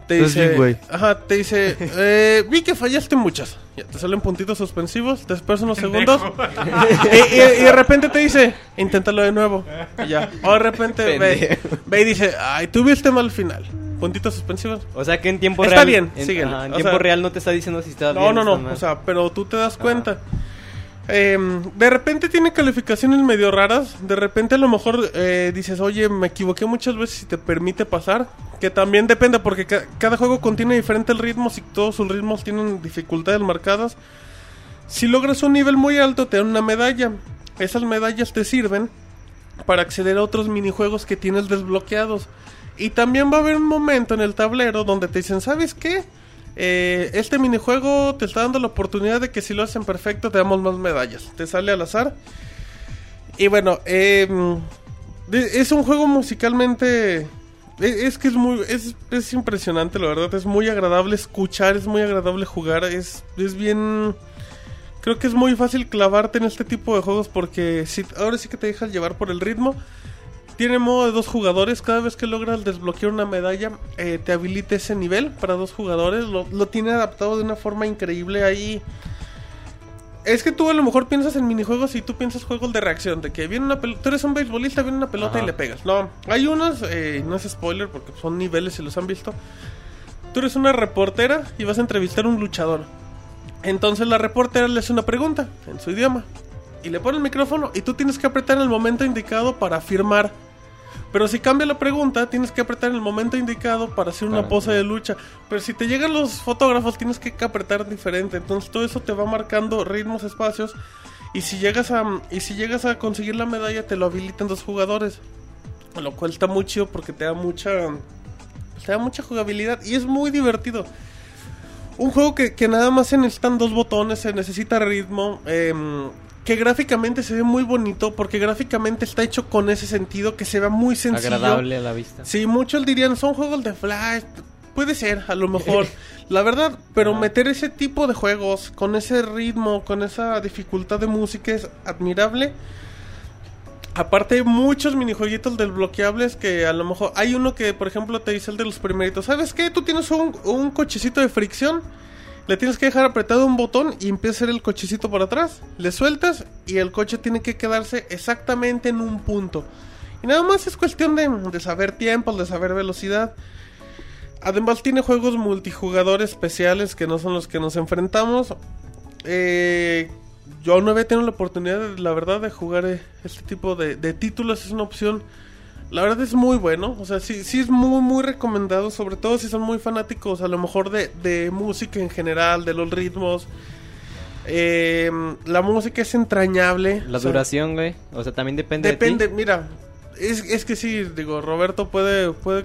B: Te
F: Estás
B: dice,
F: bien, güey.
B: ajá, te dice, eh, vi que fallaste muchas. Ya, te salen puntitos suspensivos, después unos segundos. (laughs) y, y- y de repente te dice, inténtalo de nuevo. Y ya. O de repente ve, ve y dice, ay, tuviste mal final. Puntitos suspensivos.
C: O sea, que en tiempo
B: Está
C: real.
B: bien,
C: en,
B: síguele.
C: ajá, en
B: O
C: tiempo
B: sea-
C: real no te está diciendo si está
B: No,
C: bien.
B: no,
C: está
B: no.
C: mal.
B: O sea, pero tú te das cuenta. Em, de repente tiene calificaciones medio raras. De repente a lo mejor eh, dices, oye, me equivoqué muchas veces si te permite pasar. Que también depende porque ca- cada juego contiene diferentes ritmos y todos sus ritmos tienen dificultades marcadas. Si logras un nivel muy alto te dan una medalla. Esas medallas te sirven para acceder a otros minijuegos que tienes desbloqueados. Y también va a haber un momento en el tablero donde te dicen, ¿sabes qué? Eh, este minijuego te está dando la oportunidad de que si lo hacen perfecto te damos más medallas. Te sale al azar. Y bueno, em, de- es un juego musicalmente... e- Es que es muy... Es, es impresionante, la verdad. Es muy agradable escuchar, es muy agradable jugar. Es, es bien... Creo que es muy fácil clavarte en este tipo de juegos porque si, ahora sí que te dejas llevar por el ritmo. Tiene modo de dos jugadores. Cada vez que logras desbloquear una medalla, eh, te habilita ese nivel para dos jugadores. Lo, lo tiene adaptado de una forma increíble ahí. Es que tú a lo mejor piensas en minijuegos y tú piensas juegos de reacción. De que viene una pelota. Tú eres un beisbolista, viene una pelota
C: Ajá.
B: y le pegas. No, hay unos, eh, no es spoiler porque son niveles si los han visto. Tú eres una reportera y vas a entrevistar a un luchador. Entonces la reportera le hace una pregunta en su idioma y le pone el micrófono y tú tienes que apretar en el momento indicado para firmar. Pero si cambia la pregunta, tienes que apretar en el momento indicado para hacer una
E: Para-
B: pose de lucha. Pero si te llegan los fotógrafos, tienes que apretar diferente. Entonces todo eso te va marcando ritmos, espacios. Y si llegas a, y si llegas a conseguir la medalla, te lo habilitan dos jugadores. Lo cual está muy chido porque te da mucha. Te da mucha jugabilidad y es muy divertido. Un juego que, que nada más se necesitan dos botones, se necesita ritmo. em, que gráficamente se ve muy bonito porque gráficamente está hecho con ese sentido que se vea muy sencillo.
C: Agradable a la vista.
B: Sí, muchos dirían, son juegos de Flash. Puede ser, a lo mejor. La verdad, pero meter ese tipo de juegos con ese ritmo, con esa dificultad de música es admirable. Aparte hay muchos minijueguitos desbloqueables que a lo mejor hay uno que por ejemplo te dice el de los primeritos, ¿sabes qué? Tú tienes un, un cochecito de fricción, le tienes que dejar apretado un botón y empieza a ir el cochecito para atrás, le sueltas y el coche tiene que quedarse exactamente en un punto. Y nada más es cuestión de, de saber tiempos, de saber velocidad. Además tiene juegos multijugador especiales que no son los que nos enfrentamos. Eh, yo no había tenido la oportunidad, la verdad, de jugar eh, este tipo de, de títulos. Es una opción, la verdad es muy bueno. O sea, sí, sí es muy, muy recomendado. Sobre todo si son muy fanáticos, a lo mejor de, de música en general, de los ritmos. Eh, la música es entrañable.
C: La
B: O sea,
C: duración, güey. O sea, también depende.
B: Depende,
C: De ti.
B: mira. Es, es que sí, digo, Roberto puede, puede.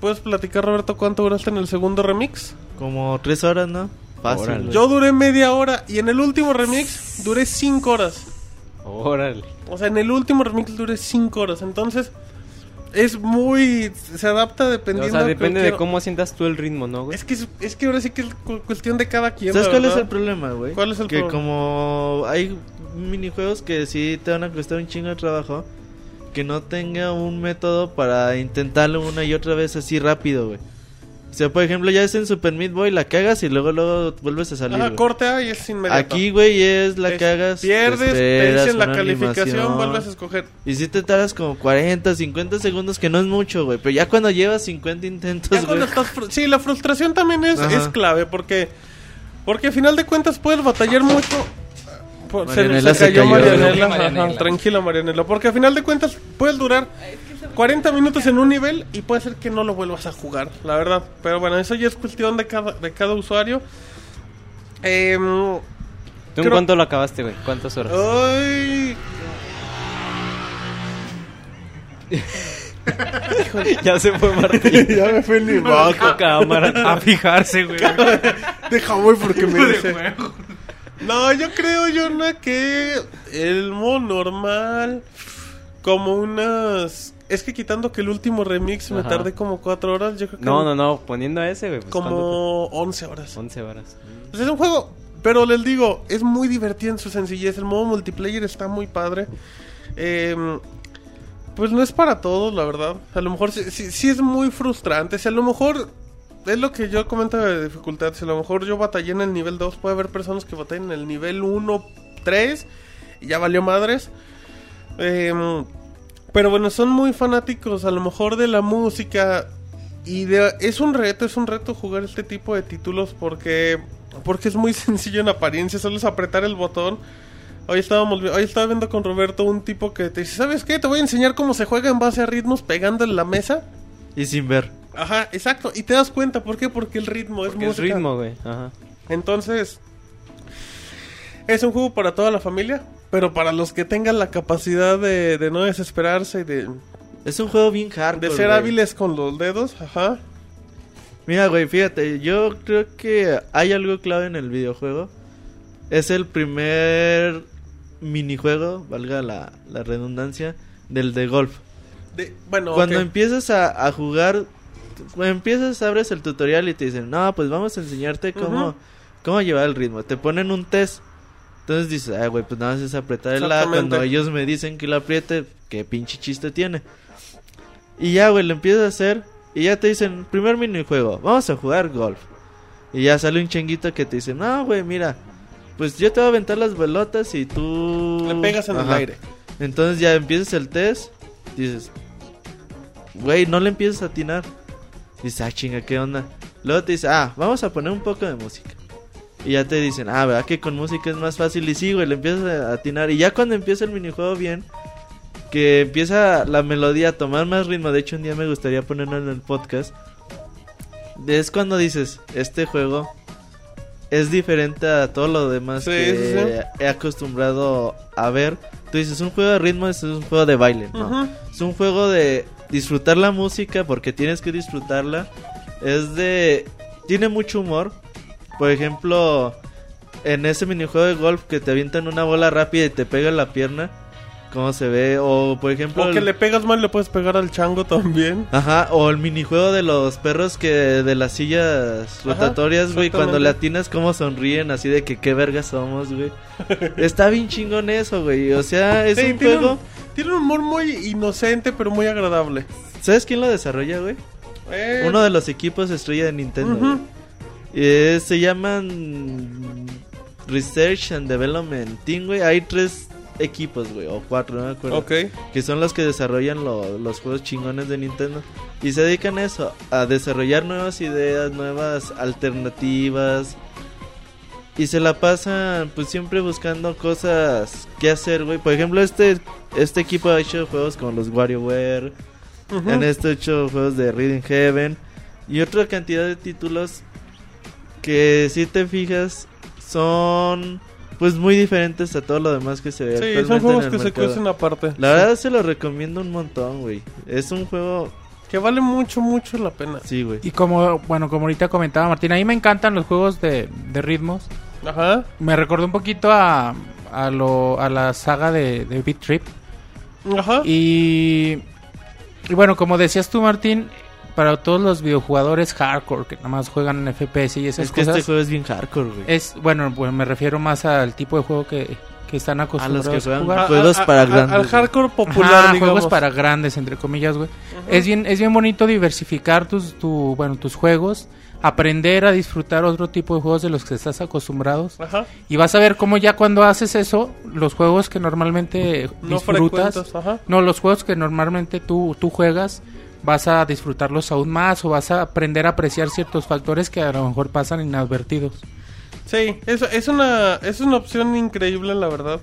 B: ¿Puedes platicar, Roberto, cuánto duraste en el segundo remix?
F: Como tres horas, ¿no? Fácil.
C: Órale.
F: güey.
B: Yo duré media hora y en el último remix duré cinco horas.
C: Órale.
B: O sea, en el último remix duré cinco horas. Entonces, es muy. Se adapta dependiendo.
C: o sea, depende de
B: cualquier-
C: cómo sientas tú el ritmo, ¿no, güey?
B: Es que, es, es que ahora sí que es cu- cuestión de cada quien.
F: ¿Sabes
B: la
F: cuál es
B: verdad.
F: el problema, güey?
B: ¿Cuál es el
F: que
B: problema?
F: como hay minijuegos que sí te van a costar un chingo de trabajo, que no tenga un método para intentarlo una y otra vez así rápido, güey. O sea, por ejemplo, ya es en Super Meat Boy, la cagas y luego luego vuelves a salir.
B: Ajá,
F: güey.
B: corte A y es inmediato.
F: Aquí, güey, es la
B: Es-
F: cagas.
B: Pierdes, te
F: esperas
B: dicen la
F: una
B: calificación,
F: animación.
B: vuelves a escoger.
F: Y si te tardas como 40, 50 segundos, que no es mucho, güey. Pero ya cuando llevas 50 intentos,
B: Ya cuando
F: Pues, güey,
B: estás fru- sí, la frustración también es,
F: Ajá.
B: es clave porque porque al final de cuentas puedes batallar mucho. eh, Por- se-
F: Marianela
B: se,
F: se
B: cayó,
F: cayó.
B: Marianela.
E: Marianela.
B: Ajá, tranquila Marianela, porque al final de cuentas puedes durar 40 minutos en un nivel y puede ser que no lo vuelvas a jugar, la verdad. Pero bueno, eso ya es cuestión de cada de cada usuario. Em,
C: ¿Tú en
B: creo- Oh,
C: cuánto lo acabaste, güey? ¿Cuántas horas?
B: ay,
C: (laughs) ya se fue Martín.
J: ya me fue el
C: Bajo (laughs) cámara.
D: A fijarse,
B: (laughs)
D: güey.
J: Deja voy porque me dice.
B: No, yo creo, Jonah, que el modo normal, como unas... Es que quitando que el último remix me
C: Ajá.
B: tardé como 4 horas, yo creo que...
C: No, no, no. Poniendo a ese, güey. pues, ¿cuánto
B: Como 11 horas.
C: te- 11 horas.
B: Pues es un juego, pero les digo, es muy divertido en su sencillez. El modo multiplayer está muy padre. Eh, pues no es para todos, la verdad. A lo mejor sí, sí- sí es muy frustrante. Si a lo mejor es lo que yo comento de dificultad. Si a lo mejor yo batallé en el nivel 2, puede haber personas que batallen en el nivel 1, 3 y ya valió madres. Eh, pero bueno, son muy fanáticos a lo mejor de la música. Y de- es un reto, es un reto jugar este tipo de títulos porque, porque es muy (laughs) sencillo en apariencia, solo es apretar el botón. Hoy, estábamos, vi- hoy estaba viendo con Roberto un tipo que te dice, ¿sabes qué? Te voy a enseñar cómo se juega en base a ritmos pegando en la mesa.
F: y sin ver.
B: Ajá, exacto. Y te das cuenta, ¿por qué? Porque el ritmo es
C: Porque es
B: música.
C: ritmo, güey. Ajá.
B: Entonces, es un juego para toda la familia, pero para los que tengan la capacidad de, de no desesperarse y de,
F: Es un juego bien hard.
B: de ser hábiles con los dedos. Ajá.
F: Mira, güey, fíjate, yo creo que hay algo clave en el videojuego. Es el primer minijuego, valga la, la redundancia, del de golf.
B: De- bueno,
F: Cuando
B: ok.
F: empiezas a, a jugar, cuando empiezas, abres el tutorial y te dicen, no, pues vamos a enseñarte cómo,
B: Ujú.
F: cómo llevar el ritmo. Te ponen un test. Entonces dices, ah, güey, pues nada más es apretar el A.
B: Exactamente.
F: Cuando ellos me dicen que lo apriete, qué pinche chiste tiene. Y ya, güey, lo empiezas a hacer. Y ya te dicen, primer minijuego, vamos a jugar golf. Y ya sale un chenguito que te dice, no, güey, mira, pues yo te voy a aventar las pelotas y tú...
B: le pegas en el
F: Ajá.
B: aire.
F: Entonces ya empiezas el test, dices, güey, no le empiezas a atinar. Dices, ah, chinga, ¿qué onda? Luego te dice, ah, vamos a poner un poco de música. Y ya te dicen, ah, ¿verdad que con música es más fácil? Y sí, güey, le empiezas a atinar. Y ya cuando empieza el minijuego bien, que empieza la melodía a tomar más ritmo. De hecho, un día me gustaría ponerlo en el podcast. Es cuando dices, este juego es diferente a todo lo demás
B: Sí,
F: que he acostumbrado a ver. Tú dices, un juego de ritmo es un juego de baile, ¿no?
B: Ujú.
F: Es un juego de disfrutar la música porque tienes que disfrutarla. Es de... Tiene mucho humor. Por ejemplo, en ese minijuego de golf que te avientan una bola rápida y te pega en la pierna. ¿Cómo se ve? O por ejemplo...
B: O que
F: el-
B: le pegas mal, le puedes pegar al chango también.
F: Ajá, o el minijuego de los perros que de las sillas rotatorias, güey, cuando
B: exactamente.
F: le atinas cómo sonríen, así de que qué verga somos,
B: (laughs)
F: güey. Está bien chingón eso, güey. O sea, es
B: Sí,
F: un
B: tiene,
F: juego...
B: un, tiene un humor muy inocente, pero muy agradable.
F: ¿Sabes quién lo desarrolla, güey?
B: Eh,
F: Uno de los equipos estrella de Nintendo.
B: Ujú.
F: güey. Eh, se llaman Research and Development Team, güey. Hay tres equipos, güey, o cuatro, no me acuerdo.
B: Ok.
F: Que son los que desarrollan lo- los juegos chingones de Nintendo. Y se dedican a eso, a desarrollar nuevas ideas, nuevas alternativas. Y se la pasan, pues siempre buscando cosas que hacer, güey. Por ejemplo, este, este equipo ha hecho juegos como los WarioWare.
B: Ujú.
F: Han esto hecho juegos de Reading Heaven y otra cantidad de títulos que si te fijas son pues muy diferentes a todo lo demás que se ve
B: Sí,
F: actualmente
B: son juegos
F: en el
B: que se
F: mercado.
B: cuecen aparte.
F: La verdad se lo recomiendo un montón, güey. Es un juego,
B: Que vale mucho, mucho la pena.
F: sí, güey.
D: Y como, bueno, como ahorita comentaba Martín, a mí me encantan los juegos de, de ritmos.
B: Ajá.
D: Me recordó un poquito a, a, lo, a la saga de, de Beat Trip.
B: Ajá.
D: Y Y bueno, como decías tú, Martín, para todos los videojugadores hardcore que nada más juegan en FPS y esas
F: Es que
D: cosas,
F: este juego es bien hardcore, güey.
D: es bueno, pues me refiero más al tipo de juego que, que están
F: A los
D: acostumbrados
F: que
D: a
F: juegan
D: jugar.
F: juegos para grandes.
B: Al
F: güey.
B: hardcore popular,
D: Ajá,
B: digamos.
D: juegos para grandes, entre comillas, güey. Es bien, es bien bonito diversificar tus, tu, bueno, tus juegos, aprender a disfrutar otro tipo de juegos de los que estás acostumbrados.
B: Ajá.
D: Y vas a ver cómo ya cuando haces eso, los juegos que normalmente
B: No
D: disfrutas,
B: frecuentas, ajá.
D: no, los juegos que normalmente tú, tú juegas, vas a disfrutarlos aún más o vas a aprender a apreciar ciertos factores que a lo mejor pasan inadvertidos.
B: Sí, es, es, una, es una opción increíble, la verdad.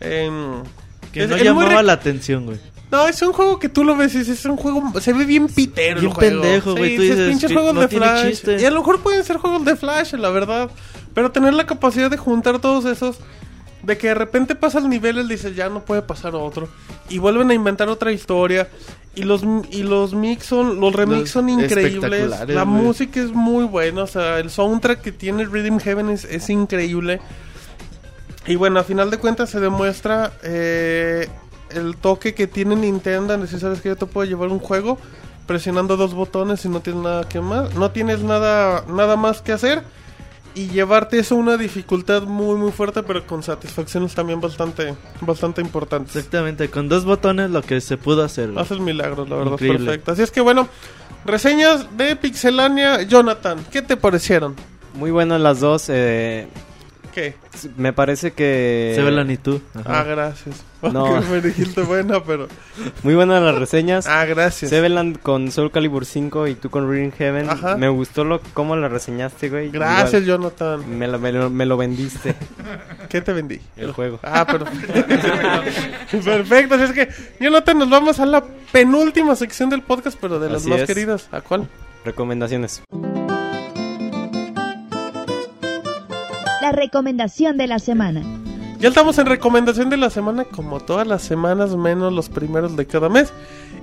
B: Em,
F: Que
B: es-
F: no
B: es muy
F: llamaba
B: re-
F: la atención, güey.
B: No, es un juego que tú lo ves, y dices, es un juego, se ve bien pitero el
F: Bien
B: juego.
F: pendejo, güey,
B: Sí,
F: tú
B: dices,
F: dices,
B: pinches
F: "Sí,
B: juegos
F: no
B: de
F: tiene
B: Flash.
F: chiste.
B: Y a lo mejor pueden ser juegos de Flash, la verdad. Pero tener la capacidad de juntar todos esos, de que de repente pasa el nivel, él dice, ya no puede pasar otro. Y vuelven a inventar otra historia. Y los, y los mix son, los remix
F: Los
B: son increíbles.
F: espectaculares,
B: La
F: güey.
B: música es muy buena, o sea, el soundtrack que tiene Rhythm Heaven es, es increíble. Y bueno, a final de cuentas se demuestra eh, el toque que tiene Nintendo. en decir, sabes que yo te puedo llevar un juego presionando dos botones y no tienes nada que más. No tienes nada, nada más que hacer. Y llevarte eso a una dificultad muy muy fuerte, pero con satisfacciones también bastante, bastante importantes.
F: Exactamente, con dos botones lo que se pudo hacer. güey.
B: Haces milagros, la verdad,
F: Increíble.
B: perfecto. Así es que bueno, reseñas de Pixelania, Jonathan, ¿qué te parecieron?
C: Muy buenas las dos. eh,
B: ¿Qué?
C: me parece que.
F: Se ve la nitud.
B: Ah, gracias.
C: No.
B: (laughs) Ok, me dijiste buena, pero.
C: Muy buenas las reseñas.
B: Ah, gracias.
C: Sevenland con Soul Calibur 5 y tú con Reading Heaven.
B: Ajá.
C: Me gustó lo, cómo la reseñaste, güey.
B: Gracias,
C: Igual,
B: Jonathan.
C: Me, la- me lo, me lo vendiste,
B: (laughs) ¿Qué te vendí?
C: el juego. (laughs)
B: Ah, perfecto. (laughs) perfecto, así es que Jonathan, nos vamos a la penúltima sección del podcast, pero de las
C: Así
B: más
C: es.
B: queridas. ¿A cuál?
C: Recomendaciones.
A: La recomendación de la semana.
B: Ya estamos en recomendación de la semana, como todas las semanas, menos los primeros de cada mes.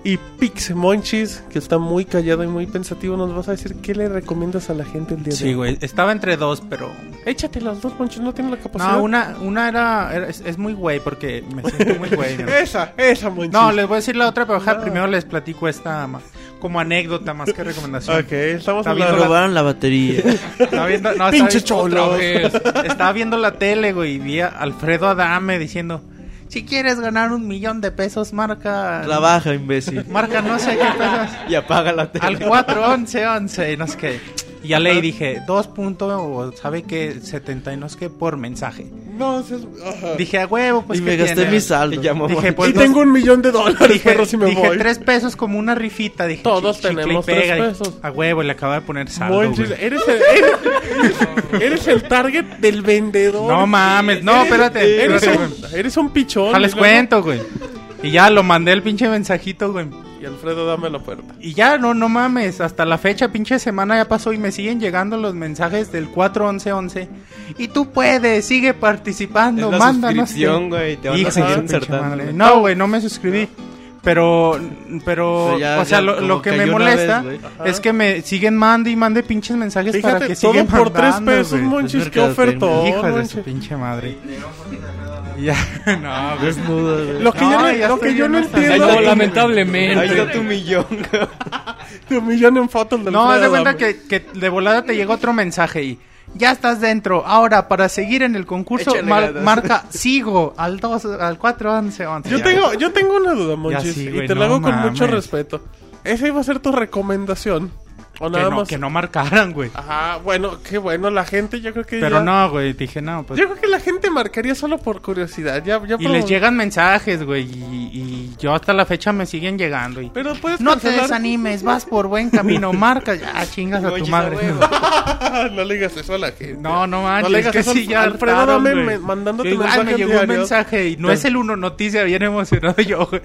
B: Y Pixemonchis, que está muy callado y muy pensativo, nos vas a decir qué le recomiendas a la gente el día de
D: Sí,
B: hoy.
D: güey. Estaba entre dos, pero...
B: Échate las dos, Monchis, no tiene la capacidad.
D: No, una, una era... ah, era- es, es muy güey porque me siento muy
B: (laughs)
D: güey. ¿no?
B: Esa, esa, Monchis.
D: No, les voy a decir la otra, pero ja, primero les platico esta ma- como anécdota más que recomendación.
B: Ok, estamos
D: Está
B: en
D: bien
B: la-
F: Me robaron la batería.
D: Estaba viendo, no,
B: Pinche
D: estaba viendo-
B: cholo.
D: otra vez. Estaba viendo la tele, güey, y vi a Alfredo Adame diciendo, si quieres ganar un millón de pesos, marca...
F: Trabaja, imbécil.
D: Marca no sé qué pesos.
C: Y apaga la tele.
D: Al 4, 11, 11, y no sé qué. Y ya leí, dije, dos puntos, o sabe qué, 70 y no sé qué, por mensaje.
B: (laughs) No, seas- ajá.
D: Dije, a huevo, pues
F: y me
D: ¿qué
F: gasté
D: tiene?".
F: mi saldo.
C: Llamó.
D: Dije, pues,
B: y
D: dos-
B: tengo un millón de dólares,
D: dije,
B: perro, si me
D: dije
B: voy.
D: tres pesos como una rifita. Dije,
B: Todos
D: chi- chicle y
B: tenemos
D: pega,
B: tres
D: y-
B: pesos.
D: A huevo, le acaba de poner saldo.
B: Buen
D: güey.
B: chile. Eres el, eres, eres el target del vendedor.
D: No mames, no,
B: Eres-
D: espérate,
B: Eres,
D: espérate,
B: un, eres un pichón.
D: Ya les
B: y luego-
D: cuento, güey. Y ya lo mandé el pinche mensajito, güey.
B: Y Alfredo, dame la puerta.
D: Y ya, no, no mames, hasta la fecha, pinche semana ya pasó y me siguen llegando los mensajes del 41111. Y tú puedes, sigue participando,
C: Es la
D: manda, no sé.
C: suscripción, güey. Te van
D: Hijo
C: a
D: de
C: seguir
D: su pinche
C: insertando.
D: madre. No, güey, no me suscribí. Pero, pero,
F: Pero ya-
D: o sea,
F: ya
D: lo,
F: como
D: lo que me
F: cayó una
D: molesta
F: vez, güey.
D: es que me siguen mande y mande pinches mensajes para
B: Fíjate,
D: que
B: todo
D: sigan
B: por tres
D: mandando,
B: pesos,
D: güey.
B: Monchis,
F: Es
B: qué
F: mercadotecnia.
B: ofertón.
D: Hijo de su
B: Monchis.
D: pinche madre.
B: (laughs)
D: Ya, no, güey.
F: Desnudo, güey.
B: Lo que yo
D: No,
B: no,
D: ya
B: lo
D: estoy
B: que yo
D: bien
B: no
D: hasta-
B: entiendo.
E: No,
C: Ahí
E: lamentablemente.
C: está tu millón, güey.
B: Te humillan en fotos del
D: No, haz de
B: Alfredo,
D: cuenta
B: güey.
D: que, que de volada te llegó otro mensaje y ya estás dentro. Ahora, para seguir en el concurso,
C: Échale
D: mar-
C: ganas.
D: marca sigo al 2, al 4, 11, 11.
B: Yo tengo, yo tengo una duda, Monchis,
D: sí,
B: y
D: güey,
B: te la
D: no
B: hago con mucho
D: mames.
B: respeto. ¿Esa iba a ser tu recomendación?
D: que,
B: ¿O nada
D: no,
B: más?
D: que no marcaran, güey.
B: Ajá, bueno, qué bueno, la gente yo creo que
D: Pero
B: ya-
D: no, güey, dije no. Pues.
B: Yo creo que la gente marcaría solo por curiosidad. Ya, ya
D: Y
B: probo-
D: les llegan mensajes, güey, y, y yo hasta la fecha me siguen llegando. Y,
B: Pero puedes
D: no te
B: cancelar-
D: desanimes, vas por buen camino, marca. Ya, chingas a tu
C: Monchis, a
D: madre.
C: huevo.
B: (laughs) no le digas eso a la gente.
D: No, no
B: No
D: manches,
B: le
D: es
B: digas
D: que
B: eso
D: sí,
B: al-
D: ya
B: Alfredo
D: hartaron,
B: Adame,
D: güey.
B: me- mandándote
D: Yo igual
B: mensaje
D: me llegó un
B: diario.
D: mensaje y no
B: Sí.
D: es el uno noticia, bien emocionado yo, güey.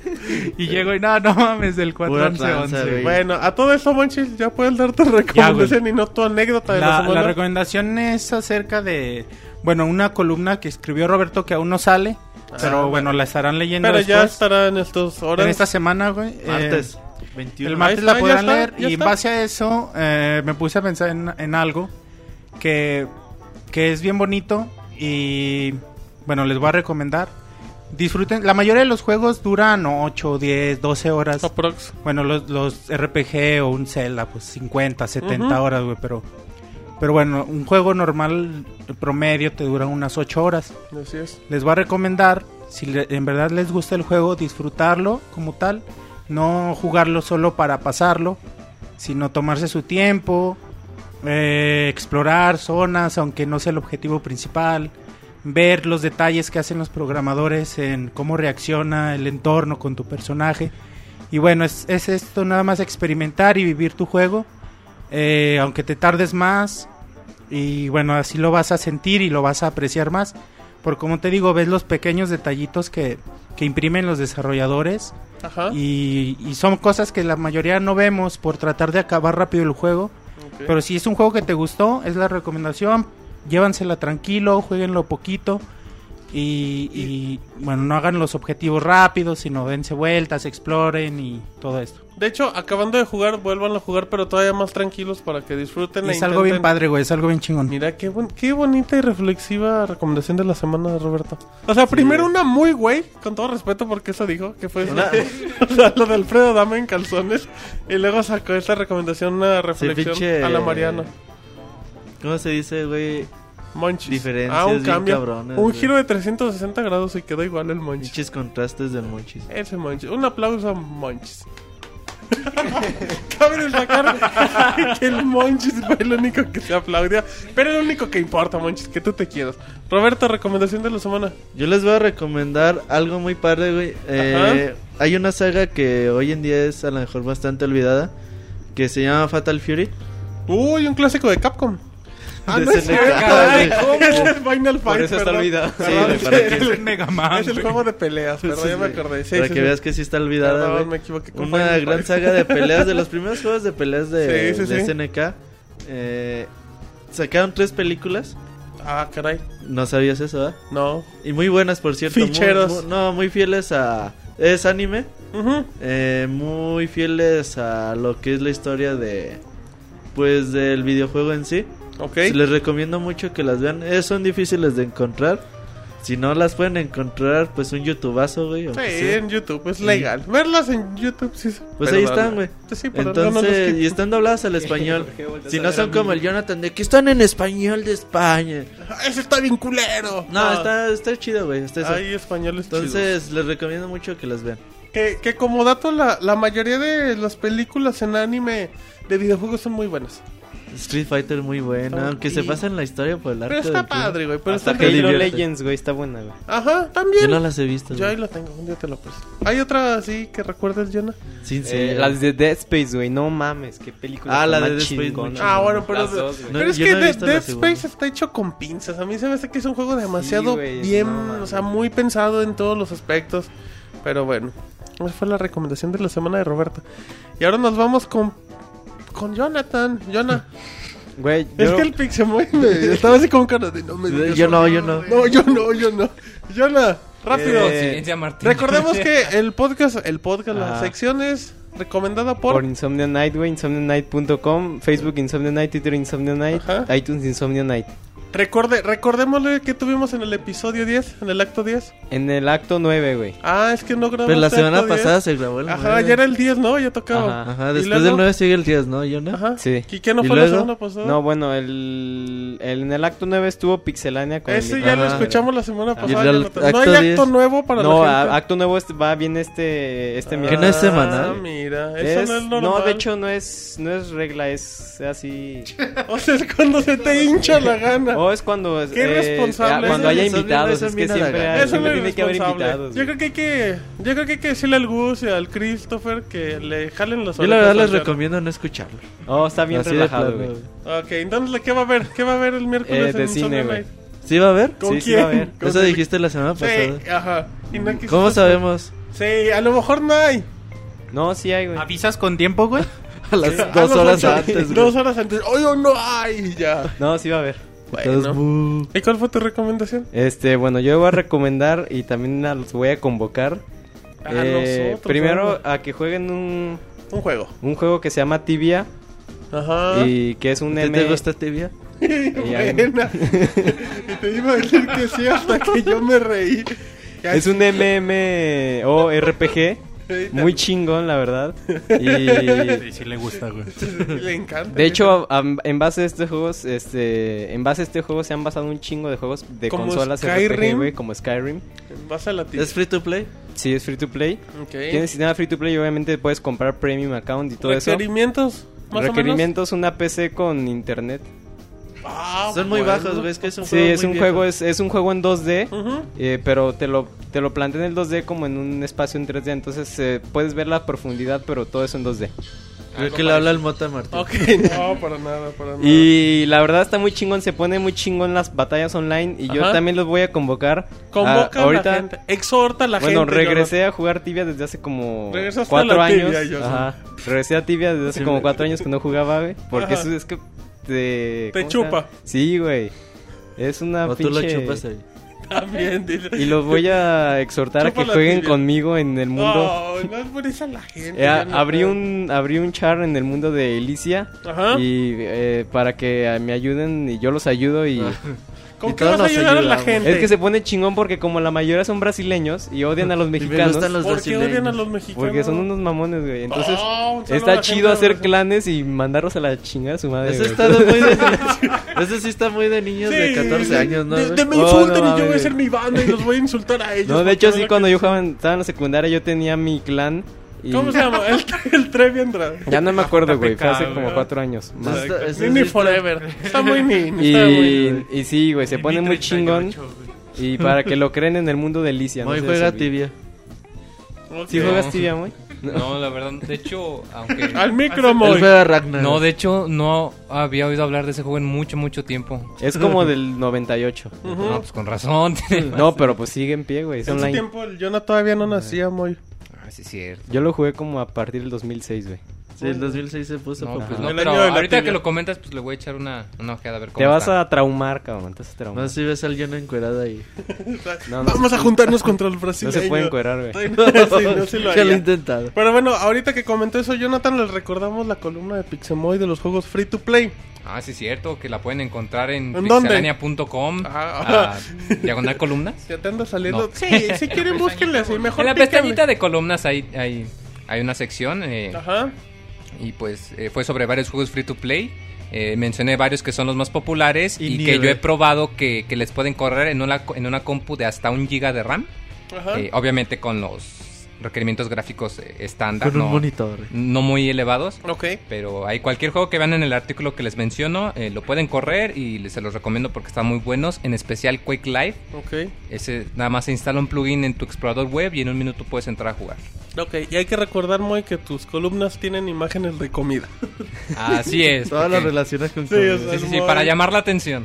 D: Y llego y no, no mames, del 4
F: Pura
D: 11
F: tranza,
D: 11.
F: güey.
B: Bueno, a todo eso, Monchis, ya puedes dar tu recomendación y no tu anécdota de la,
D: La, la
B: semana.
D: recomendación es acerca de, bueno, una columna que escribió Roberto que aún no sale, pero bueno, la estarán leyendo
B: Ah, Pero ya
D: después,
B: estará en estos horas.
D: en esta semana, güey. eh,
F: Martes. 21.
D: El
B: Ahí
D: martes
B: está,
D: la
B: ya
D: podrán
B: está,
D: leer
B: ya
D: y en
B: está.
D: base a eso eh, me puse a pensar en, en algo que, que es bien bonito y bueno, les voy a recomendar Disfruten, la mayoría de los juegos duran 8, 10, 12 horas.
B: Aprox.
D: Bueno, los, los RPG o un Zelda, pues 50, 70
B: Ujú.
D: horas, güey, pero... Pero bueno, un juego normal el promedio te dura unas 8 horas.
B: Así es.
D: Les voy a recomendar, si le- en verdad les gusta el juego, disfrutarlo como tal. No jugarlo solo para pasarlo, sino tomarse su tiempo, eh, explorar zonas, aunque no sea el objetivo principal. Ver los detalles que hacen los programadores en cómo reacciona el entorno con tu personaje. Y bueno, es, es esto nada más experimentar y vivir tu juego. eh, aunque te tardes más. Y bueno, así lo vas a sentir y lo vas a apreciar más. Porque como te digo, ves los pequeños detallitos que, que imprimen los desarrolladores.
B: Ajá.
D: Y, y son cosas que la mayoría no vemos por tratar de acabar rápido el juego. Pero si es un juego que te gustó, es la recomendación. Llévansela tranquilo, jueguenlo poquito. Y, y, bueno, no hagan los objetivos rápidos, sino dense vueltas, exploren y todo esto.
B: De hecho, acabando de jugar, vuelvan a jugar, pero todavía más tranquilos para que disfruten. e
D: es algo bien
B: intenten-
D: padre, güey, es algo bien chingón.
B: Mira, qué, buen- qué bonita y reflexiva recomendación de la semana, Roberto. O sea, primero una muy güey, con todo respeto porque eso dijo, que fue (laughs) o sea, lo de Alfredo Dame en calzones. Y luego sacó esta recomendación, (laughs) una reflexión
F: pinche-
B: a la Mariana.
F: ¿Cómo se dice, güey?
B: Monchis.
F: Diferencias
B: Ah, un
F: bien
B: cambio.
F: cabrones,
B: un
F: güey.
B: giro de 360 grados y quedó igual el Monchis.
F: Pinches contrastes del Monchis.
B: Ese Monchis. Un aplauso a Monchis. (laughs) Cabe destacar que el Monchis fue el único que se aplaudió. Pero el único que importa, Monchis, que tú te quieras. Roberto, recomendación de la semana.
F: Yo les voy a recomendar algo muy padre, güey. Eh, hay una saga que hoy en día es a lo mejor bastante olvidada, que se llama Fatal Fury.
B: Uy, un clásico de Capcom. Ah,
F: De
B: no es
F: SNK,
B: cierto.
F: güey.
B: Ay, ¿cómo? Es el Final Fight.
C: Por eso está
B: perdón. (laughs)
C: olvidada. Sí,
B: Perdón,
F: güey,
B: es
F: para
B: el-
F: que-
B: es el-
D: Mega Man,
B: Es el
D: güey.
B: juego de peleas, perdón, ya me acordé. Sí,
F: Para
B: sí,
F: que
B: sí.
F: veas que sí está olvidada,
B: Perdón,
F: güey.
B: me equivoqué con
F: Una
B: Final
F: gran
B: Fight.
F: saga
B: (laughs)
F: de peleas, de los primeros juegos de peleas de,
B: Sí, sí,
F: de
B: sí.
F: SNK. Eh, sacaron tres películas.
B: Ah, caray.
F: No sabías eso, ¿verdad?
B: No.
F: Y muy buenas, por cierto. muy-
B: Ficheros.
F: muy- no, muy fieles a... Es anime.
B: Ujú.
F: eh, muy fieles a lo que es la historia de... Pues del videojuego en sí.
B: Ok.
F: Sí, Les recomiendo mucho que las vean. Eh, son difíciles de encontrar. Si no las pueden encontrar, pues un youtubazo, güey. o
B: Sí,
F: que sea.
B: en YouTube, es legal. Verlas en YouTube, sí. sí.
F: Pues
B: Pero
F: ahí
B: no,
F: están,
B: no.
F: güey.
B: Sí, pero no, no los
F: Entonces, y
B: quito.
F: están dobladas
B: (laughs)
F: al español. si no son como el Jonathan de que están en español de España.
B: Ah, ¡Ese está bien culero!
F: No, está, está chido, güey. está eso.
B: Hay españoles Entonces...
F: Entonces, les recomiendo mucho que las vean.
B: Que, que como dato, la, la mayoría de las películas en anime de videojuegos son muy buenas.
F: Street Fighter muy buena,
B: Está
F: aunque se
B: bien.
F: pasa en la historia por el arte.
B: Pero está
F: del tío.
B: padre, güey. Pero
C: Hasta
B: está
F: que
B: bien.
C: Halo
F: divierte.
C: Legends, güey, está buena, güey.
B: Ajá,
F: Yo
B: también.
F: no las he visto.
B: Yo ahí
F: güey.
B: lo tengo, un día te lo presto. ¿Hay otra así que recuerdes, Jonah?
F: Sin
C: Eh,
F: ser-
C: las de Dead Space, güey, no mames, qué película.
F: Ah, la
C: más
F: de Dead Space,
C: chingona,
F: muy
B: Ah,
C: güey.
B: bueno, pero,
C: Las dos, güey.
F: No,
B: pero es
F: yo
B: que
F: no he
B: Dead,
F: visto la
B: Dead
F: segunda.
B: Space está hecho con pinzas. A mí se me hace que es un juego demasiado
C: güey, es-
B: bien,
C: no, no,
B: o sea,
C: no.
B: muy pensado en todos los aspectos. Pero bueno, esa fue la recomendación de la semana de Roberta. Y ahora nos vamos con con Jonathan. Jonah,
C: Güey,
B: es
C: yo-
B: que el Pixemoy me (laughs) estaba así con cara de no me digas
F: Yo
B: eso".
F: no, yo no.
B: No, yo no, yo no. Jonah, rápido.
E: Silencio, Martín.
B: Recordemos que el podcast, el podcast, la
C: Ah.
B: sección es recomendada por...
C: por Insomnia Night, güey, insomnianight.com, Facebook Insomnia Night, Twitter Insomnia Night,
B: Ajá.
C: iTunes Insomnia Night.
B: Recorde, recordémosle que tuvimos en el episodio 10, en el acto 10.
C: En el acto 9, güey.
B: Ah, es que no grabamos.
F: Pero la
B: acto
F: semana
B: 10.
F: pasada se grabó el
B: Ajá,
F: nueve.
B: ya era el 10, ¿no? Ya tocaba.
C: Ajá.
F: Ajá,
B: Y
F: después
B: luego-
F: del 9 sigue el 10, ¿no, Jonah?
B: Ajá.
C: Sí.
B: ¿Y qué no
F: ¿Y
B: fue la
F: luego?
B: semana pasada?
C: No, bueno, el, el- en el acto 9 estuvo Pixelania con
B: Ese
C: el-
B: ya lo
F: Ajá.
B: escuchamos la semana
F: Y
B: pasada.
F: el
B: ya lo-
F: acto
B: no hay acto
F: 10.
B: nuevo para
C: No,
B: la
C: a-
B: gente.
C: acto nuevo este- va bien este este
F: Que
C: miércoles.
F: no es semanal.
B: Ah, mira, eso
C: Es-
B: no es normal.
C: de hecho no es no es regla, es así.
B: (laughs) O sea, es cuando se te hincha la gana.
C: o es cuando es-
F: Eh,
B: Qué irresponsable.
C: ah, cuando
B: Eso
C: haya
F: es-
C: invitados,
F: eso
C: es
F: es
C: que
F: bien
C: siempre,
F: aragán.
C: hay-
B: Eso
C: siempre
B: no
C: tiene
B: es
C: que haber
B: responsable.
C: invitados.
B: Yo
C: güey.
B: creo que hay que, yo creo que hay que decirle al Gus y al Christopher que le jalen los
F: Yo la verdad les recomiendo no escucharlo.
C: Oh, está bien
F: Así de
C: relajado,
F: plano,
C: güey.
F: güey.
B: Ok, entonces ¿qué va a haber? ¿Qué va a haber el
C: Eh,
B: miércoles
C: de
B: en
C: cine,
B: Sunday
C: güey.
B: Night?
F: ¿Sí va a haber?
B: ¿Con
C: Sí, sí, va a
B: quién?
C: haber.
B: ¿Con
F: Eso
B: quién?
F: dijiste la semana pasada.
B: Sí, ajá.
C: (laughs)
B: Y no quisiste-
F: ¿Cómo sabemos?
B: Sí, a lo mejor no hay.
C: No, sí hay, güey.
D: ¿Avisas con tiempo, güey?
F: A las
B: Ah,
F: dos
B: no,
F: horas
B: no,
F: antes, güey.
B: Dos horas antes. Oye, no hay ya.
C: No, sí va a haber.
F: Entonces,
B: Bueno.
F: buh.
B: ¿Y cuál fue tu recomendación?
C: Este, bueno, yo voy a recomendar y también a los voy a convocar.
B: A
F: Ah,
C: eh,
B: nosotros,
C: primero
B: vamos.
C: a que jueguen un,
B: Un juego. (laughs)
C: un juego que se llama Tibia
B: Ajá.
C: y que es un
F: ¿Te,
C: M. E
F: te gusta tibia?
B: Buena. y te iba a decir que sí hasta que yo me reí.
K: Es un MMORPG. Muy chingón, la verdad. Y
D: Sí, sí le gusta, güey.
B: Le encanta.
C: de hecho, am- en base a este juegos, este, en base a este juego se han basado un chingo de juegos de
B: Como
C: consolas
B: Skyrim.
C: RPG, güey, como Skyrim.
B: vas a latir.
F: ¿Es free to play?
C: Sí, es free to play.
B: Ok.
C: Tienes sistema free to play y obviamente puedes comprar premium account y todo eso.
B: ¿Requerimientos? Más
C: Requerimientos, una PC con internet.
B: o menos. Ah,
F: Son muy
B: bueno.
F: bajos, güey. Es que es un
C: Sí,
F: juego.
C: es
F: muy
C: un
F: viejo.
C: juego, es, es un juego en 2D,
B: Ujú.
C: eh, pero te lo, te lo plantean en el 2D como en un espacio en 3D, entonces eh, puedes ver la profundidad, pero todo eso en 2D.
F: Creo que le habla el Mota
C: (laughs)
F: Martín.
B: Ok, no, para nada, para nada.
C: Y la verdad está muy chingón, se pone muy chingón las batallas online y yo
B: Ajá.
C: también los voy a convocar.
B: Convoca
C: Ah,
B: a la gente. Exhorta a la
C: bueno,
B: gente.
C: regresé a jugar tibia desde hace como
B: Regresaste
C: cuatro
B: a la tibia,
C: años.
B: Jonathan.
C: Ajá. Regresé a tibia desde hace
B: Sí,
C: como
B: me-
C: cuatro años que no jugaba, güey. Porque
B: Ajá.
C: eso es que te.
B: Te
C: ¿cómo se llama?
B: chupa.
C: Sí, güey. Es una
F: O tú lo
C: pinche.
F: chupas ahí.
B: Jonathan. También, dile.
C: Y los voy a exhortar a
B: Chupa
C: que
B: la
C: jueguen
B: tibia.
C: conmigo en el mundo.
B: No, no es por esa la gente.
C: (laughs) Eh,
B: ya no
C: abrí
B: puedo.
C: un abrí un char en el mundo de Elysia
B: Ajá.
C: y eh, para que eh, me ayuden y yo los ayudo y
F: Ah.
B: ¿Con
F: y
B: qué
F: todos
B: vas a
F: nos
B: ayudar a la
F: ayudamos.
B: gente?
C: es que se pone chingón porque como la mayoría son brasileños y odian a los
F: me
C: mexicanos
F: gustan los
B: ¿Por qué odian a
F: brasileños.
B: los mexicanos?
C: porque son unos mamones, güey. Entonces
B: Oh, un saludo a
C: Está
B: la
C: chido
B: gente de
C: hacer clanes y mandarlos a la chingada a su madre.
F: Eso
C: güey.
F: está muy de (laughs) Ese sí está muy de niños de
B: Sí,
F: 14 años, ¿no?
B: de-
F: güey?
B: de- me
C: Oh,
B: insultan
C: no
B: y yo voy a
C: mames.
B: hacer mi banda y los voy a insultar a ellos.
C: No, de
B: porque
C: hecho
B: van
C: sí,
B: a
C: cuando yo
B: crecer.
C: jugaba en- estaba en la secundaria yo tenía mi clan y...
B: ¿Cómo se llama? El, el Trevi Andrade.
C: (laughs) Ya no me acuerdo, güey. Fue hace
D: güey.
C: como cuatro años. más.
F: Entonces, está- (laughs) ese sí
B: Mini
F: está-
B: Forever. Está muy
C: (laughs)
B: mini. Está muy
C: Y,
B: mini.
C: y sí, güey, se pone muy chingón. Y para que
B: (laughs)
C: lo creen en el mundo de Licia.
F: Muy
C: no sé
F: juega
C: si-
F: tibia.
B: Ok.
C: ¿Sí juegas tibia, muy?
E: No, la verdad, de hecho, aunque...
B: (laughs) Al micro,
F: Él
B: Moy.
F: juega Ragnar.
E: No, de hecho, no había oído hablar de ese juego en mucho, mucho tiempo.
C: Es
E: (laughs)
C: como del 98.
E: No, pues con razón.
C: (laughs) No, pero pues sigue en pie, güey. Es
B: En su
C: online.
B: tiempo el Jonah todavía no nacía, Moy.
E: Ah, sí, es cierto.
C: Yo lo jugué como a partir del 2006, güey.
F: Sí, el 2006 se puso
E: No, pues
F: popular.
E: no,
B: El
E: pero
B: año de la
E: ahorita
B: tibia.
E: que lo comentas, pues le voy a echar una, una ojeada a ver cómo
C: Te vas
E: está.
C: a traumar, cabrón. Te vas a traumar.
F: No, si ves al Jonah encuerado
B: (laughs)
F: ahí.
C: Este No, no
B: Vamos
C: se-
B: a juntarnos contra el
C: (laughs)
B: brasileño.
C: No se pueden cuerar, güey.
B: (laughs) Sí, no, sí,
C: (laughs)
B: no, sí lo
F: (laughs) Ya lo he
B: haría.
F: intentado.
B: Pero bueno, ahorita que comentó eso, Jonathan, les recordamos la columna de Pixemoy de los juegos free to play.
E: Ah, sí, es cierto, que la pueden encontrar en,
B: ¿En dónde?
E: pixelania.com.
B: Ah.
E: ah, Diagonal columnas.
B: (laughs) Ya te anda saliendo.
E: No.
B: Sí, si
E: (laughs)
B: quieren, búsquenle así. Mejor
E: en la
B: píquenle.
E: pestañita de columnas hay, hay, hay una sección eh,
B: Ajá.
E: y pues eh, fue sobre varios juegos free to play. Eh, mencioné varios que son los más populares
F: Y
E: y, que
F: nieve.
E: yo he probado que, que les pueden correr en una, en una compu de hasta un giga de RAM.
B: Ajá.
E: Eh, obviamente con los requerimientos gráficos eh, estándar,
F: Con un
E: no,
F: monitor.
E: no muy elevados.
B: Ok.
E: Pero hay cualquier juego que vean en el artículo que les menciono, eh, lo pueden correr y les- se los recomiendo porque están muy buenos, en especial Quake Live.
B: Ok.
E: Ese nada más se instala un plugin en tu explorador web y en un minuto puedes entrar a jugar.
B: Ok. Y hay que recordar, Moy, que tus columnas tienen imágenes de comida.
E: Así es.
F: Todas las
E: porque-
F: relaciones con
B: Sí,
F: comida.
B: o sea,
E: Sí, sí, sí,
B: Muy-
E: para llamar la
B: (laughs)
E: atención.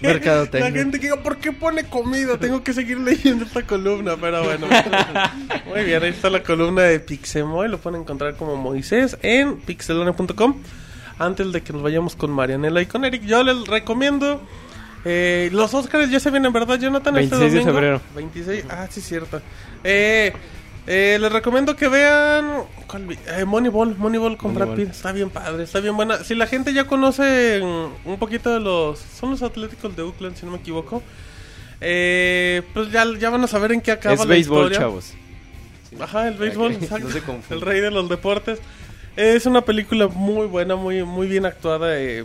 F: Mercadotecnia.
B: La gente que diga, ¿por qué pone comida? Tengo que seguir leyendo esta columna, pero bueno. Muy bien, ahí está la columna de Pixemoy. Lo pueden encontrar como Moisés en pixelone.com. Antes de que nos vayamos con Marianela y con Eric, yo les recomiendo. eh, los Oscars ya se vienen, ¿verdad, Jonathan? Este
C: 26 de
B: domingo?
C: febrero.
B: 26, ah, sí, cierto. Eh, eh, les recomiendo que vean ¿cuál vi? Eh, Moneyball, Moneyball con Brad Pitt. Está bien padre, está bien buena. Si la gente ya conoce mm, un poquito de los... Son los Atléticos de Oakland, si no me equivoco. Eh, pues ya, ya van a saber en qué acaba
C: Es
B: la
C: béisbol,
B: historia.
C: chavos.
B: Ajá,
F: (laughs)
B: el béisbol,
C: que
B: exacto.
C: no se confunda.
B: El rey de los deportes. Es una película muy buena, muy, muy bien actuada. eh,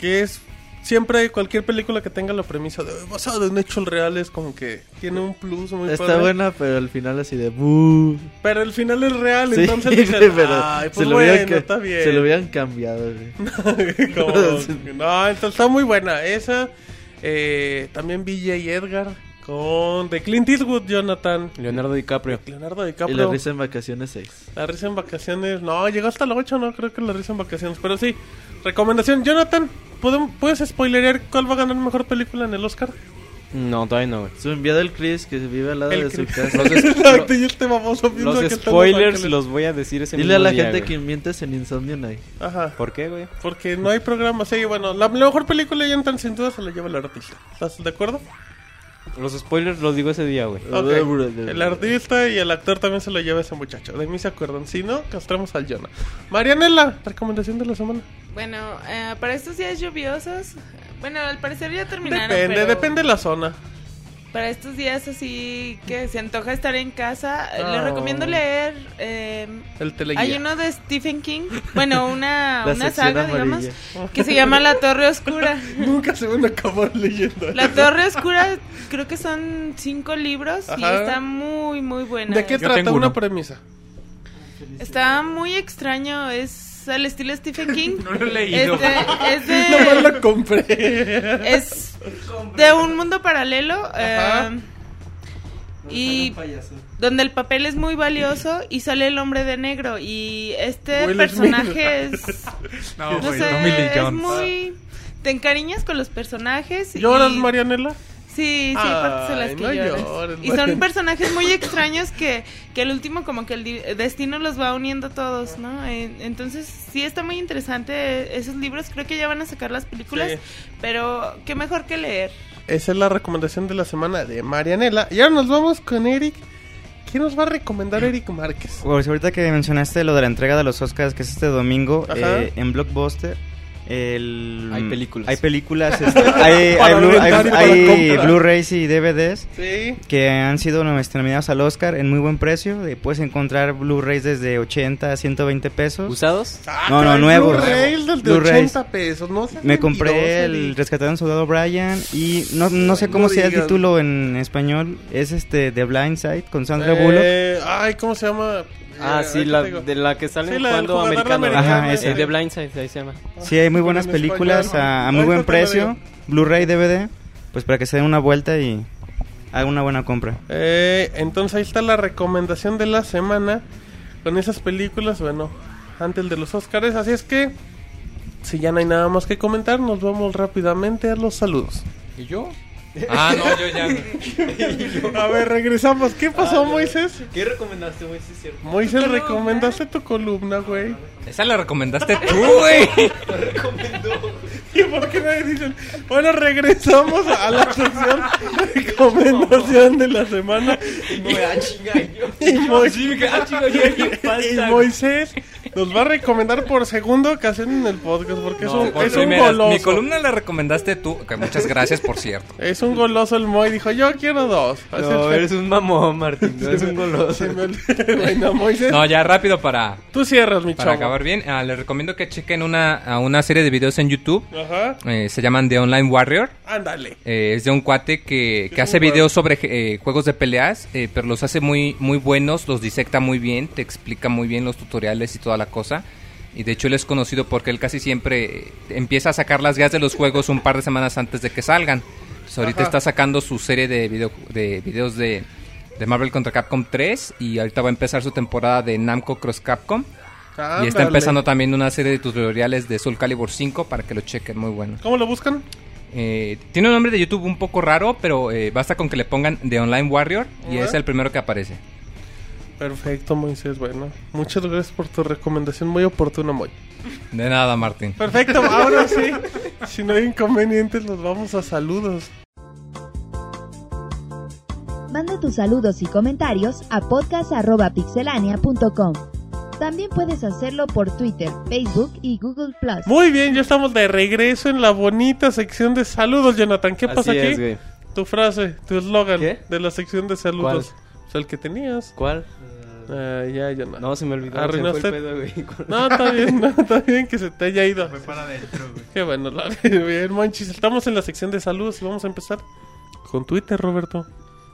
B: que es siempre cualquier película que tenga la premisa de basado en hechos reales, como que tiene un plus muy
F: Está
B: padre.
F: buena, pero al final así de... "Bú".
B: Pero el final es
F: (laughs) Sí,
B: real, Ah, entonces dicen,
F: pero
B: ay,
F: se
B: pues
F: lo
B: bueno,
F: hubieran ca-
B: está bien.
F: Se lo hubieran cambiado, güey.
B: (laughs) Como- no, entonces está muy buena. Esa, eh, también BJ Edgar con de Clint Eastwood, Jonathan.
C: Leonardo DiCaprio.
B: Leonardo
F: Y la
B: DiCaprio.
F: risa en vacaciones 6.
B: La risa en vacaciones. No, llegó hasta la 8, no creo que la risa en vacaciones. Pero sí, recomendación. Jonathan, ¿podem- ¿puedes spoilerear cuál va a ganar mejor película en el Oscar?
C: No, todavía no, güey.
F: Su enviado el Chris, que vive al lado de
B: El
F: su
B: Chris.
F: casa.
B: (laughs)
C: Los, es-
B: Exacto, y este baboso piensa
C: los
B: que está en Los
C: spoilers
B: Ángeles.
C: los voy a decir ese
F: Dile a la
C: mismo día,
F: gente
C: güey.
F: que mientes en Insomnio Night.
B: Ajá.
C: ¿Por qué, güey?
B: Porque no hay programa. Sí, bueno, la mejor película ya entonces sin duda se la lleva el artista. ¿Estás de acuerdo?
C: Los spoilers los digo ese día, güey.
B: Ok. El artista y el actor también se lo lleva ese muchacho. De mí se acuerdan. Si no, castramos al Jonah. Marianela, recomendación de la semana.
G: Bueno, eh, para estos días lluviosos, bueno, al parecer ya terminaron.
B: Depende,
G: pero-
B: depende de la zona.
G: para estos días así que se antoja estar en casa, eh,
B: Oh.
G: les recomiendo leer. eh,
B: El teleguía.
G: hay uno de Stephen King, bueno, una,
B: (laughs) La
G: una
B: sección
G: saga,
B: amarilla.
G: digamos, que se llama La Torre Oscura.
B: (laughs) Nunca se van a acabar leyendo.
G: La Torre Oscura, creo que son cinco libros y
B: Ajá.
G: está muy, muy buena.
B: (laughs) ¿De qué trata una premisa?
G: Está muy extraño, es al estilo Stephen
B: (laughs)
G: King. no
B: lo he leído.
G: Es de, es
B: (laughs)
G: de-
B: Nomás la compré. (laughs)
G: es de un mundo paralelo. eh, y donde el papel es muy valioso y sale el hombre de negro. Y este
D: Will Smith.
G: personaje es.
D: (laughs) No,
G: No,
D: güey,
G: sé,
D: no, Millie
G: es
D: Jones.
G: muy. Te encariñas con los personajes. y-
B: ¿Lloras, Marianela?
G: Sí, sí,
B: Ay,
G: partes en las que
B: no
G: lloras.
B: llores,
G: Y son
B: Mariana.
G: personajes muy extraños que, que el último como que el di- destino los va uniendo todos, ¿no? En- Entonces sí está muy interesante esos libros, creo que ya van a sacar las películas,
B: Sí.
G: pero qué mejor que leer.
B: Esa es la recomendación de la semana de Marianela. Y ahora nos vamos con Eric. ¿Qué nos va a recomendar Eric Márquez?
H: Pues ahorita que mencionaste lo de la entrega de los Oscars, que es este domingo,
B: Ajá.
H: eh, en Blockbuster. el-
C: Hay películas.
H: Hay
C: (laughs)
H: películas. este, hay hay
C: Para
H: Blu- hay-
C: rentar y para
H: hay
C: comprar.
H: Blu-rays y DVDs
B: Sí.
H: que han sido este, nominados al Oscar en muy buen precio. Eh, puedes encontrar Blu-rays desde 80 a 120 pesos.
C: ¿Usados?
H: No, no,
B: trae
H: nuevos.
B: Ah, Blu-rays del de
H: Blu-rays.
B: 80 pesos, no seas
H: Me compré
B: mentiroso,
H: el
B: Eric.
H: Rescatado de un Soldado Brian y no, no sé
B: No
H: cómo sea el
B: digas.
H: título en español. Es este The Blind Side con Sandra Bullock.
B: Eh, ay, ¿cómo se llama?
C: Ah,
B: Eh,
C: sí,
B: ahorita
C: la,
B: te digo.
C: de la que sale
B: Sí, la del
C: jugando
B: jugador
C: americano.
B: americano,
H: Ajá, ese.
C: El de Blindside, ahí se llama.
H: Sí, hay muy buenas
B: en español.
H: películas a, a muy
B: Ahorita
H: buen
B: te lo
H: precio.
B: digo.
H: Blu-ray, DVD. Pues para que se den una vuelta y hagan una buena compra.
B: Eh, entonces ahí está la recomendación de la semana con esas películas, bueno, antes de los Oscars. Así es que, si ya no hay nada más que comentar, nos vamos rápidamente a los saludos.
E: ¿Y
B: (laughs)
E: yo? Ah, no, yo ya.
B: A ver, regresamos. ¿Qué pasó, Moisés?
K: Ah, ¿Qué recomendaste, güey? Sí, es cierto.
B: Moisés, recomendaste
E: eh.
B: tu columna, güey.
E: Esa la recomendaste tú, güey.
B: (laughs) ¿Y por qué nadie dice? Bueno, regresamos a la sección recomendación de la semana.
E: ah,
B: Y, Mois- (laughs) y Moisés nos va a recomendar por segunda ocasión en el podcast porque
E: No,
B: es un,
E: por
B: es un
E: primeras, Mi
B: goloso.
E: columna la recomendaste tú. que muchas gracias, por cierto.
B: Es un goloso el Moy. Dijo, yo quiero dos. Así
C: No,
B: fue.
C: eres un mamón, Martín. No eres un goloso.
B: (laughs) Se me olvidó. Bueno, Moisés,
E: No, ya rápido para,
B: tú cierras, mi
E: para
B: chavo.
E: acabar bien. ah, les recomiendo que chequen una, a una serie de videos en YouTube.
B: Ajá.
E: Eh, se llaman The Online Warrior.
B: Ándale.
E: Eh, es de un cuate que, que
B: un
E: hace
B: cuate.
E: videos sobre eh, juegos de peleas, eh, pero los hace muy, muy buenos, los disecta muy bien, te explica muy bien los tutoriales y toda la cosa. Y de hecho él es conocido porque él casi siempre eh, empieza a sacar las guías de los juegos un par de semanas antes de que salgan. Entonces, ahorita
B: Ajá.
E: está sacando su serie de, video- de videos de, de Marvel contra Capcom 3 y ahorita va a empezar su temporada de Namco Cross Capcom. Y está
B: Ándale.
E: empezando también una serie de tutoriales de Soul Calibur 5 para que lo chequen, muy bueno.
B: ¿Cómo lo buscan?
E: Eh, tiene un nombre de YouTube un poco raro, pero eh, basta con que le pongan The Online Warrior y
B: Ajá.
E: es el primero que aparece.
B: Perfecto, Moisés. Bueno, muchas gracias por tu recomendación muy oportuna, Moy.
E: De nada, Martín.
B: (laughs) Perfecto, ahora sí. Si no hay inconvenientes, nos (laughs) vamos a saludos.
A: Manda tus saludos y comentarios a podcast.pixelania.com. También puedes hacerlo por Twitter, Facebook y Google Plus.
B: Muy bien, ya estamos de regreso en la bonita sección de saludos, Jonathan. ¿Qué pasa
C: Así
B: aquí?
C: es, güey.
B: tu frase, tu eslogan
C: ¿Qué?
B: de la sección de saludos. O sea, el que tenías.
C: ¿Cuál?
B: Ah, ya, Jonathan.
C: No, se me olvidó. se me fue el
B: Arruinaste.
C: pedo, güey. (laughs)
B: No, está bien, no, está bien que se te haya ido.
D: Para adentro, güey.
B: Qué bueno, (laughs) la- bien, Monchis. Estamos en la sección de saludos y vamos a empezar con Twitter, Roberto.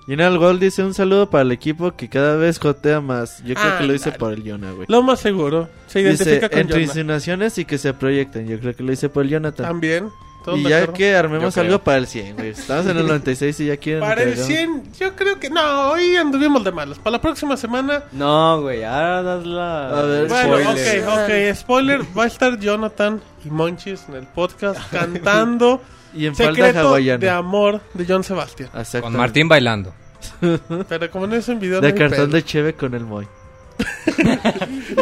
F: Jonal Gold dice un saludo para el equipo que cada vez jotea más. Yo creo que lo hice
C: Ah,
B: Ándale.
F: por el Yona, güey.
B: Lo más seguro, se
F: Dice,
B: identifica con
F: entre
B: Jonathan.
F: insinuaciones y que se proyecten. Yo creo que lo hice por el Jonathan.
B: También. todos
F: Y
B: de
F: ya
B: acuerdo.
F: que armemos
E: Yo creo.
F: algo para el 100, güey. Estamos
B: (laughs)
F: en el 96 y ya quieren...
B: Para
F: que
B: el
F: hagamos-
B: 100, yo creo que no, hoy anduvimos de malas. Para la próxima semana,
C: No, güey, ahora das la...
F: A ver,
B: bueno,
F: Spoiler.
B: ok, ok, spoiler, va a estar Jonathan y Monchis en el
F: (laughs)
B: podcast cantando
F: Y en falda
B: Secreto
F: hawaiana.
B: de amor de John Sebastián.
F: Exactamente.
E: Con Martín bailando.
F: (laughs)
B: Pero como no es un video, no
F: De
B: hay
F: cartón
B: (laughs) pedo.
F: de Cheve con el Moy.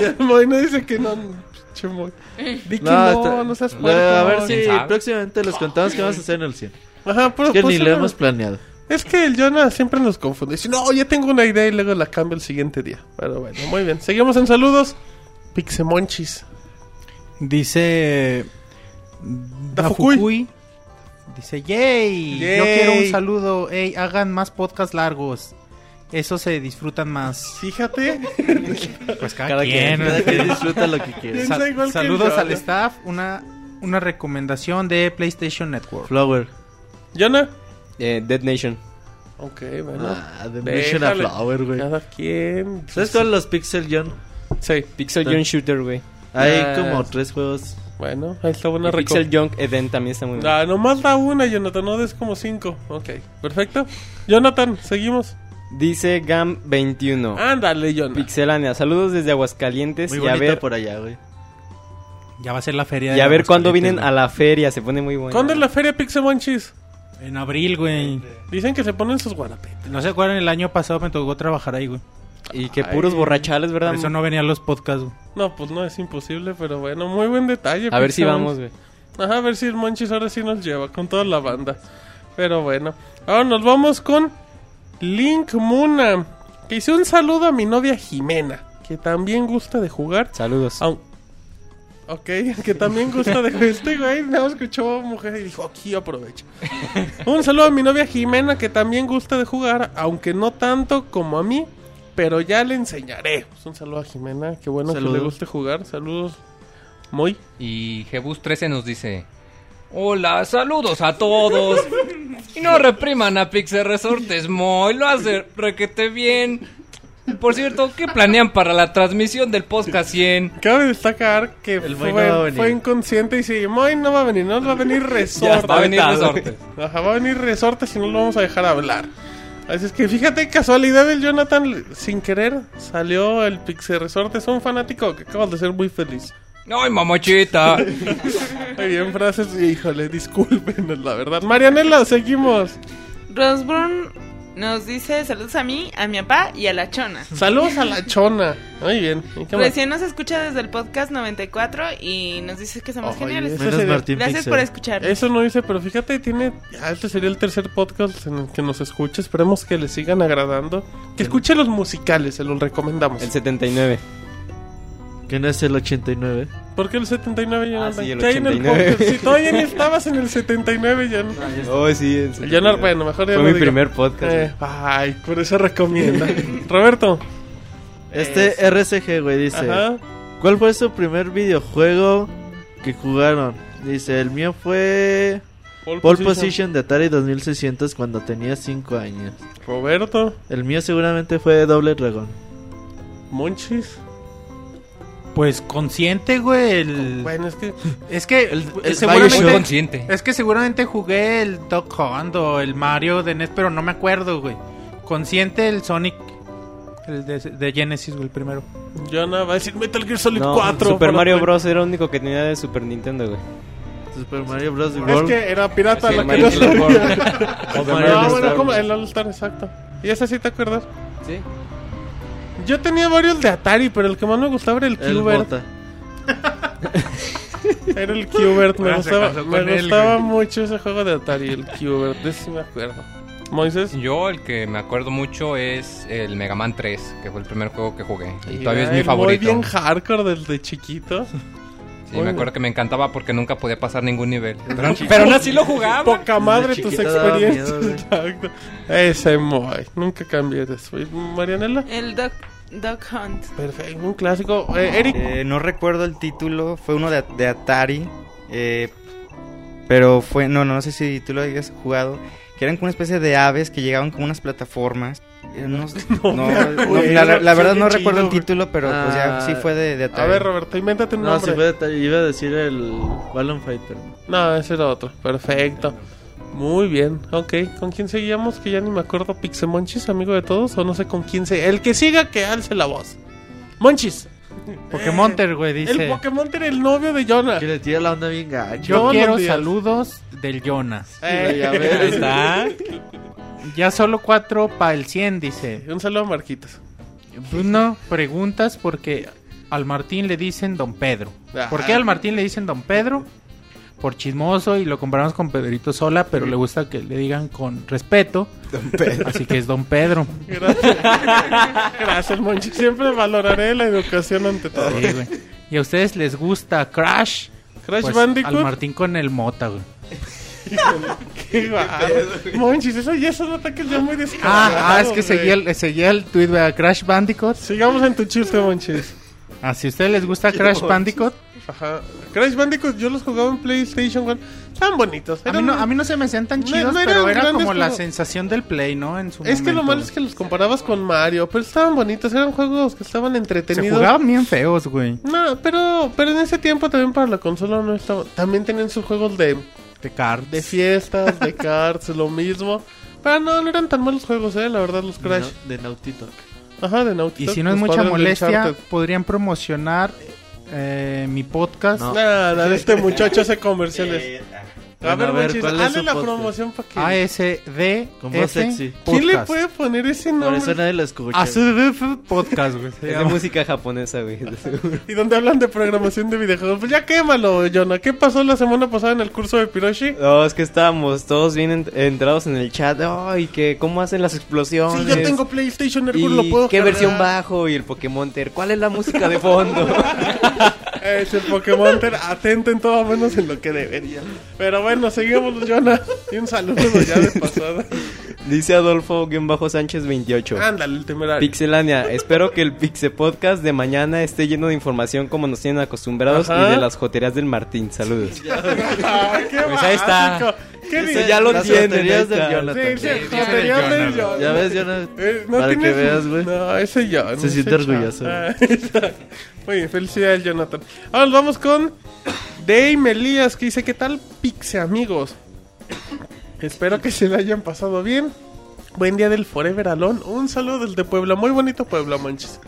B: Y el Moy no dice que no, pinche Moy. Di que
F: No,
B: no,
F: está-
B: no seas
F: Luego,
B: puerco.
F: a ver
E: ¿Quién
F: si
E: sabe?
F: próximamente les contamos qué vamos a hacer en el 100.
B: Ajá, pero
F: Que
B: pues,
F: ni lo
B: una-
F: hemos planeado.
B: Es que el Jonah siempre nos confunde. Dice, no, ya tengo una idea y luego la cambio el siguiente día. Pero bueno, muy bien. Seguimos en saludos. Pixemonchis.
D: Dice.
B: Dafukui.
D: Dafukui. Dice, yay, yo
B: Yay.
D: quiero un saludo, ey, hagan más podcasts largos. Eso se disfrutan más.
B: Fíjate.
D: Pues cada,
F: Cada
D: quien.
F: quien, cada quien disfruta lo que quiere.
D: Sa-
B: Piensa igual que
D: saludos
B: yo, ¿eh?
D: al
B: ¿no?
D: staff, una, una recomendación de PlayStation Network.
F: Flower.
B: ¿Yona?
C: Eh, Dead Nation.
B: Ok, bueno.
F: Ah, de Mission a
B: Déjale.
F: Flower, güey.
B: Cada quien. pues
F: ¿Sabes cuál los Pixel John?
B: Sí,
C: Pixel
F: Está-
C: Junk Shooter, güey.
F: Hay
B: Ah.
F: como tres juegos.
B: bueno, ahí está buena
C: Y Pixel
B: recomendación.
C: Junk Eden también está muy bueno.
B: Ah, nomás da una, Jonathan, no des como cinco. Ok, perfecto. Jonathan, seguimos.
C: Dice Gam21.
B: Ándale, Jonathan.
C: Pixelania, saludos desde Aguascalientes
F: Muy
C: y a
F: bonito
C: ver,
F: por allá, güey.
D: Ya va a ser la feria.
C: y a ver cuándo vienen a
D: al
C: la feria, se pone muy bueno.
B: ¿Cuándo es la feria Pixel Monchis?
D: En abril, güey.
B: Dicen que se ponen sus guarapetes.
D: No se acuerdan, el año pasado me tocó trabajar ahí, güey.
C: Y que puros borrachales, ¿verdad?
D: Por eso no venían los podcasts, güey.
B: No, pues no, es imposible, pero bueno, muy buen detalle.
C: A ver si
B: Pixel
C: vamos, güey.
B: Ajá, a ver si el Monchis ahora sí nos lleva con toda la banda. Pero bueno, ahora nos vamos con Link Muna. Que hice un saludo a mi novia Jimena, que también gusta de jugar.
C: Saludos.
B: Au- Ok, (laughs) que también gusta de este güey. Nada más escuchó mujer y dijo, aquí aprovecho. Un saludo a mi novia Jimena, que también gusta de jugar, aunque no tanto como a mí, pero ya le enseñaré. Pues un saludo a Jimena, qué bueno que
F: Saludos.
B: le guste jugar. Saludos, muy.
E: Y Jebus13 nos dice: Hola, saludos a todos. Y no repriman a Pixel Resortes Moy, lo hace requete bien. Por cierto, ¿qué planean para la transmisión del podcast 100?
B: Cabe destacar que
F: El
B: fue,
F: Moy no va a venir.
B: fue inconsciente y si Moy no va a venir, no va
F: (laughs)
B: a venir resortes.
E: Va a venir Resortes.
B: Ajá, va a venir resortes y no lo vamos a dejar hablar. Así es que fíjate, casualidad del Jonathan, sin querer, salió el Pixel Resortes. Un fanático que acabas de ser muy feliz.
E: ¡Ay,
B: (laughs)
E: mamachita!
B: Muy bien, frases, híjole, discúlpenos, (laughs) la verdad. Marianela, seguimos.
G: Rosbrun nos dice saludos a mí, a mi papá y a la chona.
B: Saludos a la chona. Muy bien. ¿Y qué más?
G: Recién nos escucha desde el podcast 94 y nos dice que somos
B: Ay,
G: geniales.
B: Ese
F: Menos
B: sería-
F: Martín
G: Gracias
F: Pixel.
G: por escuchar.
B: Eso no dice, pero fíjate, tiene. ah, Este sería el tercer podcast en el que nos escuche. Esperemos que le sigan agradando. Que escuche los musicales, se los recomendamos.
C: El 79.
F: Que no es el 89.
B: ¿Por qué el 79 ya
C: Ah,
B: no
C: sí, el
B: está ahí en
C: 89.
B: podcast? Si todavía ni estabas en el 79, ya no.
C: Oh, sí, el
B: Ya no, bueno, mejor ya
C: Fue
B: no
C: mi
B: digo.
C: primer podcast.
B: Eh, ay, por eso
C: (laughs)
B: recomienda. (laughs) Roberto.
F: Este RCG, güey, dice:
B: Ajá.
F: ¿Cuál fue su primer videojuego que jugaron? Dice: El mío fue Pole Position de Atari 2600 cuando tenía 5 años.
B: Roberto.
F: El mío seguramente fue Doble Dragón.
B: Monchis.
D: Pues consciente, güey. el-
B: Bueno, es que.
D: Es que
F: el
D: seguramente-
E: Muy consciente.
D: Es que seguramente jugué el Doc Hunt o el Mario de NES, pero no me acuerdo, güey. Consciente el Sonic, el de, de Genesis, güey, el primero.
B: Jana va a decir Metal Gear Solid
C: No,
B: 4.
C: Super
B: para-
C: Mario Bros. era el único que tenía de Super Nintendo, güey.
F: Super Mario Bros.
B: Es
F: World.
B: que era pirata la que
E: Mario
B: no
E: Bros.
B: sabía.
C: (laughs)
F: O de Mario
B: No,
F: All-Star.
B: bueno, como el All-Star, exacto. ¿Y esa sí te acuerdas?
C: Sí.
B: Yo tenía varios de Atari, pero el que más me gustaba era el
F: El
B: Qbert.
F: Bota.
B: (laughs) Era el Qbert, me
D: Ahora
E: Ah,
D: se
B: gustaba,
D: casó
B: me
D: con él,
B: gustaba
D: güey.
B: mucho ese juego de Atari, el Qbert, de ese sí me acuerdo. Moisés,
E: Yo, el que me acuerdo mucho es el Mega Man 3, que fue el primer juego que jugué. Y
B: y
E: todavía es
B: era
E: mi
B: el Muy
E: favorito.
B: bien hardcore desde chiquito.
E: Sí, me acuerdo que me encantaba porque nunca podía pasar ningún nivel. Pero,
B: chiquito.
E: pero aún así lo jugaba.
B: Poca madre tus
F: chiquito daba
B: experiencias.
F: miedo, güey.
B: exacto. Ese Moy, nunca cambié de eso. ¿Y Marianela,
G: El Duck, Duck Hunt.
B: perfecto, un clásico. Eh, Eric,
H: Eh, no recuerdo el título, fue uno de, de Atari. eh, pero fue, no, no, no sé si tú lo hayas jugado. Que eran como una especie de aves que llegaban como unas plataformas. Eh, no-
B: (laughs)
H: no,
B: me acuerdo.
H: no, la, la- la verdad
B: Qué
H: no recuerdo el
B: chido,
H: título, pero pues ya
F: Ah,
H: sí fue de, de Atari.
B: a ver Roberto, invéntate un
F: No,
B: nombre.
F: si fue de Atari. Iba a decir el Balloon Fight, pero.
B: No, ese era otro. Perfecto. Muy bien. Ok, ¿con quién seguíamos? Que ya ni me acuerdo. Pixemonchis, amigo de todos. O no sé con quién se... El que siga, que alce la voz. Monchis.
D: Pokémon, güey,
B: El
D: dice:
B: Pokémon era el novio de Jonah.
F: Que le tira la onda bien gacho.
D: Yo
B: Buenos
D: quiero
B: días.
D: saludos del Jonas.
B: Eh,
F: Ya ves.
B: ahí está.
D: Ya solo cuatro para el 100, dice.
B: Un saludo a Marquitos.
D: Bruno, preguntas porque al Martín le dicen Don Pedro. ¿Por qué al Martín le dicen Don Pedro? Por chismoso y lo comparamos con Pedrito Sola, pero le gusta que le digan con respeto. Así que es Don Pedro.
B: Gracias. (laughs) Gracias, Monchis. Siempre valoraré la educación ante todo.
D: Sí, güey. Y a ustedes les gusta Crash.
B: Crash
D: Pues, Al
B: Bandicoot.
D: Martín con el Mota, güey.
B: (laughs) Qué guay. Monchis, eso ya son ataques ya muy descarados.
L: Ah, ah, es que
B: güey.
L: seguía el, seguía el tweet de Crash Bandicoot.
B: Sigamos en tu chiste, Monchis.
L: Ah, si a ustedes les gusta Crash Bandicoot,
B: Ajá. Crash Bandicoot, yo los jugaba en PlayStation 1. Estaban bonitos.
L: a mí,
B: Eran-
L: no, a mí no se me hacían tan
B: No-
L: chidos,
B: no eran
L: pero era
B: grandes
L: como la
B: juegos.
L: sensación del play, ¿no? En su
B: Es que
L: momento.
B: lo malo es que los comparabas con Mario, pero estaban bonitos, eran juegos que estaban
L: se
B: entretenidos.
L: jugaban bien feos, güey.
B: No, pero, pero en ese tiempo también para la consola no estaba. También tenían sus juegos de,
L: De cards.
B: de
L: (laughs)
B: fiestas, de cards, lo mismo. Pero no, no eran tan malos juegos, eh, la verdad, los Crash.
F: De, de Nautito.
B: Ajá, de Naughty
L: Y
B: Dog,
L: si no es
B: los
L: mucha
B: padres de
L: molestia,
B: Uncharted.
L: podrían promocionar eh, mi podcast.
F: No. Eh,
B: Nada, de este muchacho hace comerciales.
F: Bueno,
B: A ver,
F: a ver,
B: Monchis,
F: ¿cuál es
B: hazle
F: su
B: la
F: podcast?
B: promoción para que.
L: ASD.
F: Con voz sexy.
B: ¿Quién le puede poner ese
F: Por
B: nombre? Ah,
F: eso nadie lo escucha.
L: ASD podcast, güey. se
C: (laughs) Es de
L: llama.
C: música japonesa, güey.
B: ¿Y dónde hablan de programación de videojuegos? Pues ya quémalo, Jonah. ¿Qué pasó la semana pasada en el curso de Piroshi?
C: No, es que estábamos todos bien ent- entrados en el chat. Ay, que cómo hacen las explosiones.
B: Sí, yo tengo PlayStation
C: ¿Y
B: Network, lo puedo
C: ¿Qué
B: cargar.
C: versión bajo? Y el Pokémon Ter. ¿Cuál es la música de fondo?
B: (laughs) Es el Pokémon Ter atenten todo menos en lo que debería. Pero bueno, seguimos, Jonah. Y un saludo ya de pasada.
C: Dice Adolfo-Sánchez28.
B: Ándale, el temerario.
C: Pixelania, espero que el Pixe Podcast de mañana esté lleno de información como nos tienen acostumbrados
B: Ajá.
C: y de las joterías del Martín. Saludos.
B: Ah, qué
C: Pues ahí está.
B: básico. Qué bien.
C: Eso ya lo
F: Las
C: tienen.
F: baterías
C: ahí
F: del
C: está.
F: Jonathan.
B: Sí, sí,
F: Sí,
B: no, pero ya ves, Jonah.
F: Ya ves, Jonathan.
B: Eh, no
F: para que
B: tienes-
F: veas, güey.
B: No, ese Jonathan.
F: Se siente
B: ese
F: orgulloso.
B: Jonathan. Ah, (laughs) está. Muy bien, felicidades, Jonathan. Ahora nos vamos con Dave Melías, que dice: ¿Qué tal, Pixe amigos? Espero que se la hayan pasado bien. Buen día del Forever Alone. Un saludo desde Puebla. Muy bonito Puebla, manches.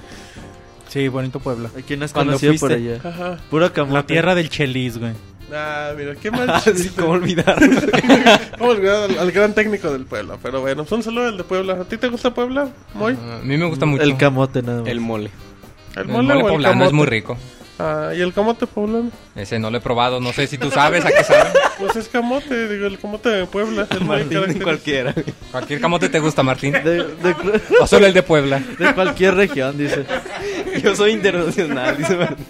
L: Sí, bonito Puebla.
F: Aquí no es
C: Cuando
F: conocido por
C: fuiste.
F: allá.
B: Ajá.
F: Puro camote.
D: La tierra del chelis, güey.
B: Ah, mira, qué
C: (laughs)
B: mal.
C: Ah, sí,
B: chiste.
C: cómo olvidar.
B: (laughs) Vamos a olvidar al, al gran técnico del Puebla. Pero bueno, pues un saludo del de Puebla. ¿A ti te gusta Puebla? Muy.
E: Ah, A mí me gusta mucho.
F: Mm, El camote nada más.
C: El mole.
E: El mole poblano es muy rico.
B: Ah, ¿y el camote poblano?
E: Ese no lo he probado, no sé si tú sabes a qué sabe.
B: (laughs) Pues es camote, digo, el camote de Puebla. El muy
C: Martín
B: característico.
C: cualquiera.
E: Cualquier camote te gusta, Martín.
F: De, de-
E: O solo el de Puebla.
F: de cualquier región, dice.
C: Yo soy internacional. dice Martín.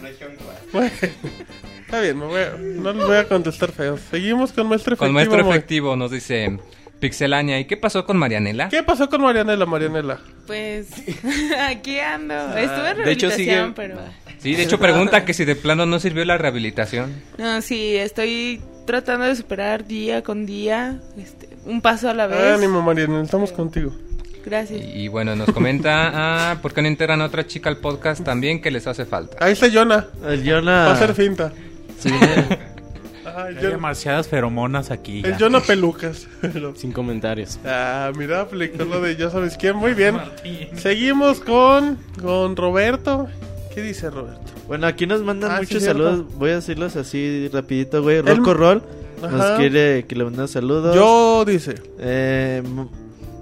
B: Bueno, (laughs) Está bien, me voy a- no les voy a contestar feo. Seguimos con Maestro Efectivo.
E: Con maestro
B: amor.
E: efectivo nos dice Pixelania. ¿Y qué pasó con Marianela?
B: ¿Qué pasó con Marianela, Marianela? (laughs)
G: Pues (laughs) aquí ando.
B: Ah,
G: Estuve en
C: de hecho,
G: rehabilitación,
C: sigue-
G: pero.
E: Sí, de hecho pregunta que si de plano no sirvió la rehabilitación.
G: No, sí, estoy tratando de superar día con día, este, un paso a la vez.
B: Ánimo, Marianela, estamos contigo.
G: Gracias.
E: Y, y bueno, nos
B: (laughs)
E: comenta, ah, ¿por qué no integran a otra chica al podcast también que les hace falta?
B: Ahí está Jonah.
F: El
B: Va a ser
F: Jonah.
B: finta. (laughs)
E: Sí,
B: Ajá, el
D: Hay
B: Jonah-
D: demasiadas feromonas aquí. ya.
B: el Jonah Pelucas.
C: Sin comentarios.
B: Ah, mira, aplicó lo de ya sabes quién. Muy bien. Seguimos con, con Roberto. ¿Qué dice Roberto?
F: Bueno, aquí nos mandan
B: Ah, sí,
F: muchos
B: cierto.
F: saludos. Voy a decirlos así rapidito, güey. Rocco Roll
B: Ajá.
F: nos quiere que le mandemos saludos.
B: Yo dice.
F: Eh, M-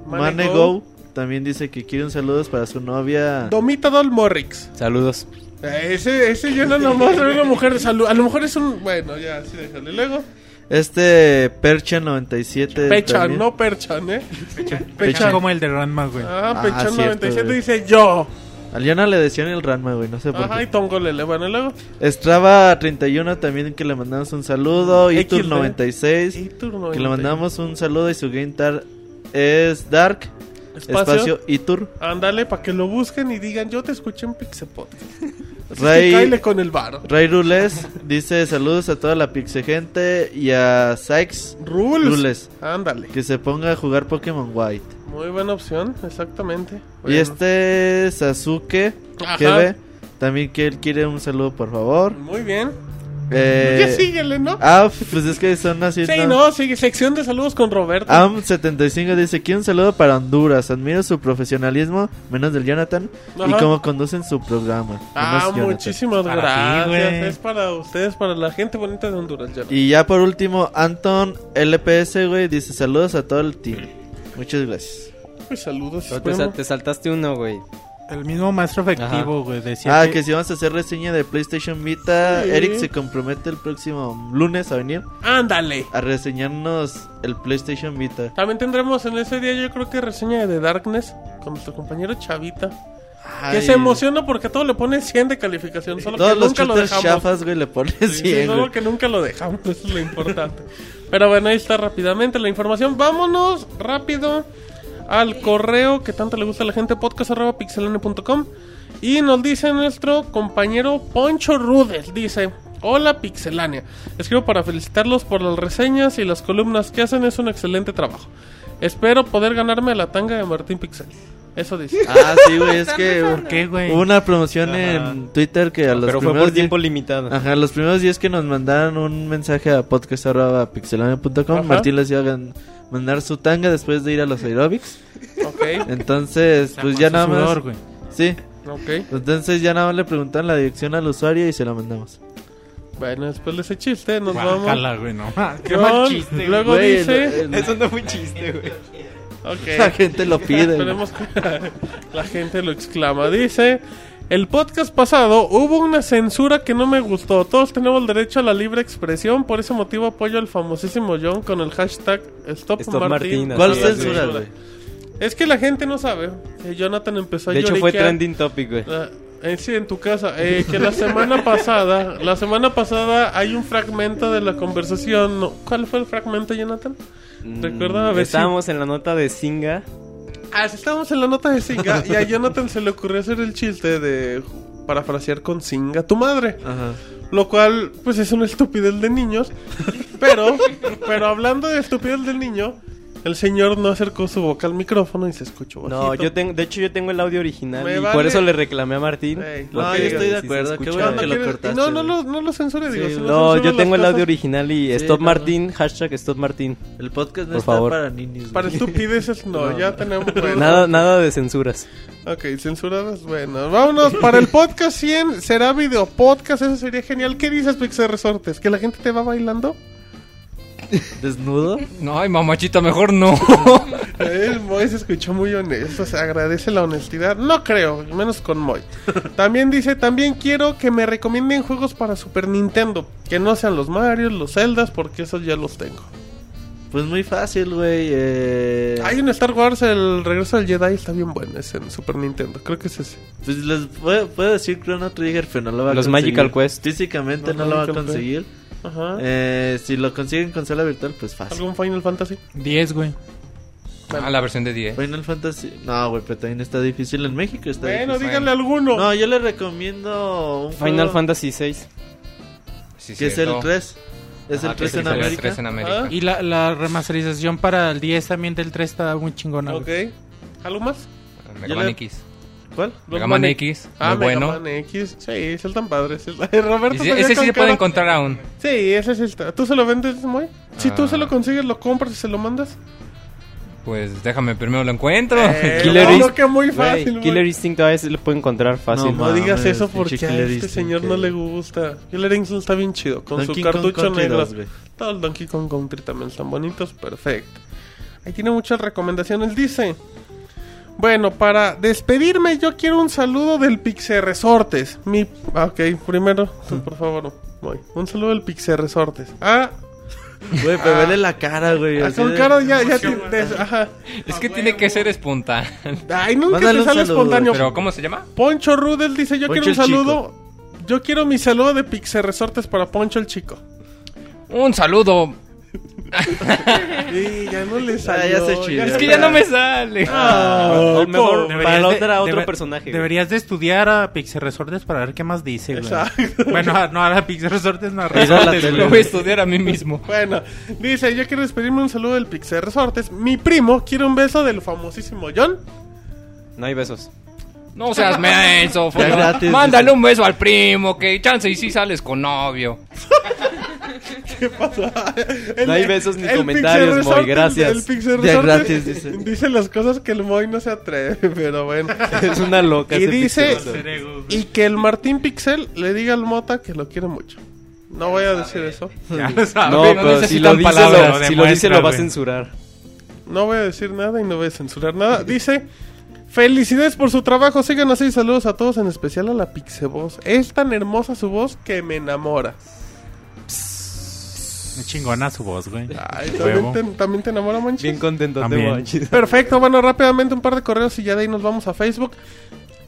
B: Mane
F: Mane
B: Go.
F: Go también dice que quiere un saludos para su novia.
B: Domita Dol Morrix.
C: Saludos.
B: Eh, Ese, ese
D: (laughs)
B: yo no nomás era una mujer de salud. A lo mejor es un. Bueno, ya, así déjale. Luego,
F: Este Percha97.
B: Pechan,
F: también.
B: no Perchan, ¿eh?
D: Pechan
B: Pechan.
D: como el de Ranma, güey.
B: Ah,
F: Ah,
B: Pechan
F: cierto,
B: 97
F: güey.
B: dice yo.
F: Al Jonah le decían el Ranma, güey. No sé por
B: Ajá, y
F: qué.
B: Tongolele. Bueno, luego.
F: Strava31 también que le mandamos un saludo.
B: XD.
F: Itur96 que le mandamos un saludo y su game tar es Dark. Espacio, Itur.
B: Ándale, para que lo busquen y digan, yo te escuché en Pixepod. Ray...
F: Ray,
B: Cáile con el bar.
F: Ray Rules dice saludos a toda la pixe gente y a Sykes
B: Rules.
F: Rules.
B: Ándale.
F: Que se ponga a jugar Pokémon White.
B: Muy buena opción, exactamente.
F: Y
B: Bueno.
F: este Sasuke,
B: Ajá.
F: que ve, también que él quiere un saludo, por favor.
B: Muy bien.
F: Eh,
B: Ya síguele, ¿no?
F: Ah, pues es que son así.
B: sí, no, sigue. Sección de saludos con Roberto.
F: Ah, Am75 dice: Quiero un saludo para Honduras. Admiro su profesionalismo, menos del Jonathan, y
B: Ajá.
F: cómo conducen su programa.
B: Ah,
F: menos Jonathan.
B: muchísimas
D: Para ti,
B: gracias.
D: güey.
B: es para ustedes, para la gente bonita de Honduras. ya.
F: Y ya por último, Anton LPS, güey, dice: Saludos a todo el team. Muchas gracias.
B: Pues saludos.
C: Pero Te, sal- te saltaste uno, güey.
D: El mismo maestro efectivo, güey, decía
F: ah,
D: que-
F: que si vamos a hacer reseña de PlayStation Vita,
B: Sí.
F: Eric se compromete el próximo lunes a venir
B: Ándale.
F: a reseñarnos el PlayStation Vita.
B: También tendremos en ese día, yo creo que reseña de The Darkness con nuestro compañero Chavita. Que se emociona porque todo le pone 100 de calificación. Solo
F: Todos
B: que
F: los
B: nunca lo
F: shooters
B: dejamos.
F: chafas, güey, le ponen
B: Sí, sí,
F: 100,
B: solo
F: güey.
B: que nunca lo dejamos. (laughs) Eso es lo importante. Pero bueno, ahí está rápidamente la información. Vámonos rápido al correo que tanto le gusta a la gente, podcast.pixelane.com. Y nos dice nuestro compañero Poncho Rudes, dice, hola Pixelania, escribo para felicitarlos por las reseñas y las columnas que hacen, es un excelente trabajo. Espero poder ganarme la tanga de Martín Pixel. Eso dice.
F: (laughs) Ah, sí, güey, es que
B: ¿Por qué, güey?
F: hubo una promoción en Twitter que a los
C: Pero fue por
F: primeros
C: tiempo
F: diez-
C: limitado.
F: Ajá, los primeros días que nos mandaron un mensaje a
B: Ajá.
F: podcast.pixelania.com, Martín les iba a gan- mandar su tanga después de ir a los aerobics.
B: Ok.
F: Entonces, pues
D: con
F: ya
D: su
F: nada más.
D: sudor, güey.
F: Sí.
B: Ok.
F: Entonces ya nada más le preguntan la dirección al usuario y se la mandamos.
B: Bueno, después de ese chiste nos
D: Guácala,
B: vamos.
D: güey, no.
L: Qué mal
B: Con-
L: chiste, güey.
B: Luego
F: Güey,
B: dice...
F: el- el- Eso
B: no fue chiste, güey.
F: La gente lo
B: (laughs)
F: pide.
B: Esperemos que la gente lo exclama. Dice, el podcast pasado hubo una censura que no me gustó. Todos tenemos el derecho a la libre expresión. Por ese motivo apoyo al famosísimo John con el hashtag Stop,
C: Stop
B: Martín.
C: Martín,
F: ¿Cuál
C: Sí,
F: censura,
C: güey.
F: güey?
B: Es que la gente no sabe. Eh, Jonathan empezó a
C: De hecho, fue
B: lloriquear.
C: trending topic, güey.
B: Ah, eh, sí, en tu casa. Eh, que la semana pasada, la semana pasada hay un fragmento de la conversación. No, ¿Cuál fue el fragmento, Jonathan? Recuerda a
C: Mm,
B: ver si-
C: Estábamos en la nota de Singa.
B: Ah, sí, estábamos en la nota de Singa y a Jonathan se le ocurrió hacer el chiste de parafrasear con Singa tu madre.
F: Ajá.
B: Lo cual, pues es una estupidez de niños. Pero, pero hablando de estupidez del niño, el señor no acercó su boca al micrófono y se escuchó bajito.
C: No, yo tengo, de hecho yo tengo el audio original
B: Me
C: y por
B: vale.
C: eso le reclamé a Martín.
B: Ey,
C: porque
F: no, yo estoy de
C: sí se
F: acuerdo, qué
C: escucha.
F: bueno que lo
B: ¿Quieres-
F: cortaste,
B: No, no
F: güey.
B: lo, no lo censure, digo.
F: Sí,
B: si
C: No,
B: censura
C: yo tengo
B: las
C: el audio
B: cosas-
C: original y
F: Sí,
C: Stop
F: no, no.
C: Martín, hashtag Stop Martín.
F: El podcast no
C: Por
F: está
C: favor.
F: para niños. güey.
B: Para
F: (laughs)
B: estupideces no,
F: No.
C: (laughs)
B: ya tenemos... bueno.
C: Nada, nada de censuras.
B: Ok, censuradas, bueno. (laughs) Vámonos para el podcast 100. Será video podcast, eso sería genial. ¿Qué dices, Pixel Resortes? ¿Que la gente te va bailando?
F: ¿Desnudo?
E: No, ay, mamachita, mejor
B: (laughs)
E: no.
B: El Moy se escuchó muy honesto, se agradece la honestidad. No creo, menos con Moy. También dice, también quiero que me recomienden juegos para Super Nintendo. Que no sean los Mario, los Zeldas, porque esos ya los tengo.
F: Pues muy fácil, güey. eh,
B: Hay un Star Wars, el regreso del Jedi está bien bueno, es en Super Nintendo. Creo que es ese.
F: Pues les puedo, puedo decir Chrono Trigger, pero no lo va
C: Los
F: a conseguir.
C: Magical Quest.
F: Físicamente
B: Los
F: no, lo va a
B: Magical Quest.
F: conseguir.
B: Ajá.
F: Eh, si lo consiguen con sala virtual, pues fácil.
B: ¿Algún Final Fantasy?
D: 10, güey.
E: Ah, la versión de 10.
F: Final Fantasy. No, güey, pero también está difícil en México. Está
B: Bueno,
F: difícil.
B: díganle alguno.
F: No, yo le recomiendo un
C: Final
F: juego
C: Fantasy VI.
E: Sí,
F: que es el
E: cierto.
F: 3. Es
E: Ajá,
F: el
E: que
F: 3
E: es
F: en
E: el
F: América.
E: 3 en América.
D: Y la, la remasterización para el 10 también del 3 está muy chingona. güey.
B: ok. ¿Algo más?
E: Mega
F: Yo
E: Man
F: le-
E: X.
B: ¿Cuál?
E: Mega Man X.
B: Ah,
E: Muy
B: Mega
E: bueno.
B: Man X. Sí, (laughs) es el tan padre. es el- Roberto
E: Y sí-
B: se ve
E: Ese
B: con
E: sí se puede
B: cara-
E: encontrar aún.
B: Sí, ese sí está. ¿Tú se lo vendes, Moy? Si tú
E: Ah.
B: se lo consigues, lo compras y se lo mandas.
E: Pues déjame primero lo encuentro. (laughs)
C: Killer
B: Eh, no,
C: Inst-
B: no, que muy
C: Güey,
F: (laughs)
B: fácil, güey.
C: Killer Instinct a veces lo puedo encontrar fácil.
B: No
F: mames,
B: digas eso porque
F: pinche
B: a
F: Killer
B: este
F: Instinct,
B: señor no
F: que-
B: le gusta. Killer Instinct está bien chido, con
F: Donkey
B: su
F: Kong
B: cartucho
F: Country
B: negro.
F: 2, güey.
B: Todo el Donkey Kong Country también están bonitos, perfecto. Ahí tiene muchas recomendaciones, dice. Bueno, para despedirme yo quiero un saludo del Pixel Resortes. Mi... ah, Ok, primero, tú,
F: (laughs)
B: por favor, voy. Un saludo del Pixel Resortes. Ah,
F: Güey, pero vele la cara, güey.
B: ah,
F: así
B: con
F: de-
B: cara ya... ya te- des- ajá.
E: Es que tiene que ser
B: (laughs)
E: espontáneo.
B: Ay, nunca
F: Mándale
B: te
F: un
B: sale
F: saludo,
B: espontáneo.
E: Pero ¿cómo se llama?
B: Poncho Rudel dice, yo
F: Poncho
B: quiero un
F: el chico.
B: saludo. Yo quiero mi saludo de Pixel Resortes para Poncho el Chico.
E: Un saludo.
B: (laughs) Sí, ya no le
F: Ah, ya
B: salió.
F: se chideó.
E: Es que ya no me sale.
B: Ah,
C: O mejor,
B: ¿cómo?
C: para la
D: de-
C: otra, otro
D: debe-
C: personaje. güey.
D: Deberías de estudiar a Pixel Resortes para ver qué más dice, güey.
B: Exacto.
D: Bueno, a- no a Pixel Resortes, no a
F: Ahí va la
D: Resortes,
F: tele.
E: Lo voy a estudiar a mí mismo.
B: Bueno, dice, yo quiero despedirme un saludo del Pixel Resortes. Mi primo quiere un beso del famosísimo John.
C: No hay besos.
E: No seas menso,
F: Ya
E: fuera.
F: gratis,
E: Mándale un beso al primo, que chance y si sales con novio.
B: ¿Qué pasa?
C: No hay besos ni
B: el Pixel
C: comentarios, Moy,
B: Resortes-
C: gracias.
B: El Pixel
F: Ya
B: Resortes
F: gratis,
B: dice.
F: dice.
B: las cosas que el Moy no se atreve, pero bueno.
C: (laughs) Es una loca.
B: y
C: ese
B: dice,
C: Pixel Resort.
B: y que el Martín Pixel le diga al Mota que lo quiere mucho. No voy a decir eso.
D: Ya lo sabes.
C: No,
E: no
C: pero si lo
E: necesitan
C: dice,
E: palabras,
C: lo,
D: lo
C: si lo dice,
D: demuestra,
C: lo va a
D: güey.
C: censurar.
B: No voy a decir nada y no voy a censurar nada. Dice, felicidades por su trabajo, sigan así, saludos a todos, en especial a la Pixevoz. Es tan hermosa su voz que me enamora.
D: Muy chingona su voz, güey.
B: Ay,
D: Huevo.
B: ¿también, te, también te enamora, Manchis?
C: Bien contento,
D: También.
C: te voy.
B: Perfecto, bueno, rápidamente un par de correos y ya de ahí nos vamos a Facebook.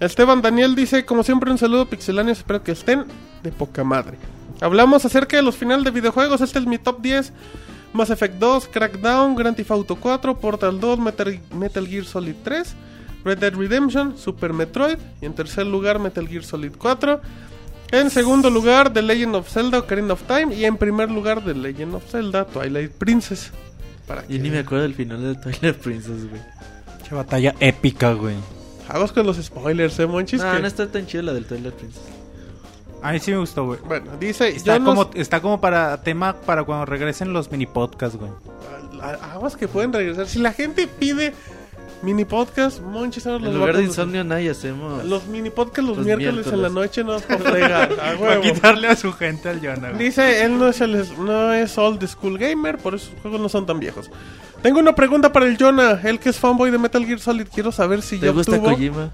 B: Esteban Daniel dice, como siempre un saludo pixelanios, espero que estén de poca madre. Hablamos acerca de los finales de videojuegos, este es mi top 10. Mass Effect 2, Crackdown, Grand Theft Auto 4, Portal 2, Metal, Metal Gear Solid 3, Red Dead Redemption, Super Metroid y en tercer lugar Metal Gear Solid 4. En segundo lugar The Legend of Zelda Ocarina of Time y en primer lugar The Legend of Zelda Twilight Princess. Para
F: Y ni me acuerdo del final de Twilight Princess, güey.
D: Qué batalla épica, güey.
B: Aguas con los spoilers, eh, monchis.
F: No,
B: que-
F: no está tan chida la del Twilight Princess.
D: A mí sí me gustó, güey.
B: Bueno, dice...
D: Está,
B: John
D: como,
B: Los-
D: está como para tema para cuando regresen los mini podcasts, güey.
B: a- Aguas que pueden regresar. Si la gente pide mini podcast, monchis ahora los
F: En lugar de
B: vatos-
F: Insomnio, nadie hacemos.
B: Los mini podcast los,
F: Los
B: miércoles, en la
F: miércoles.
B: noche no
F: (laughs)
B: por fregar, a
D: Para
B: huevo.
D: quitarle a su gente al Jonah, güey.
B: Dice, él no es, el, no es old school gamer, por eso sus juegos no son tan viejos. Tengo una pregunta para el Jonah, él que es fanboy de Metal Gear Solid. Quiero saber si
F: ¿Te
B: yo
F: gusta
B: obtuvo...
F: Kojima?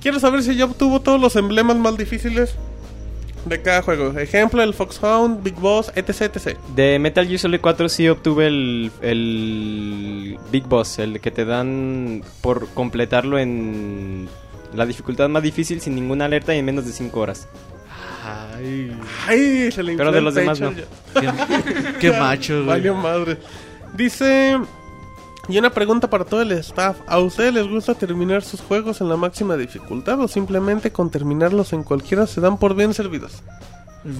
B: Quiero saber si ya obtuvo todos los emblemas más difíciles de cada juego. Ejemplo, el Foxhound, Big Boss, etc, etc.
C: De Metal Gear Solid 4 sí obtuve el, el Big Boss, el que te dan por completarlo en la dificultad más difícil sin ninguna alerta y en menos de 5 horas.
F: Ay,
B: Ay, se le
C: Pero
B: infló
C: de
B: el
C: los demás
B: pecho
C: no.
B: al
F: qué,
B: (laughs)
F: qué macho, güey.
B: Valió madre. Dice. Y una pregunta para todo el staff. ¿A ustedes les gusta terminar sus juegos en la máxima dificultad o simplemente con terminarlos en cualquiera se dan por bien servidos?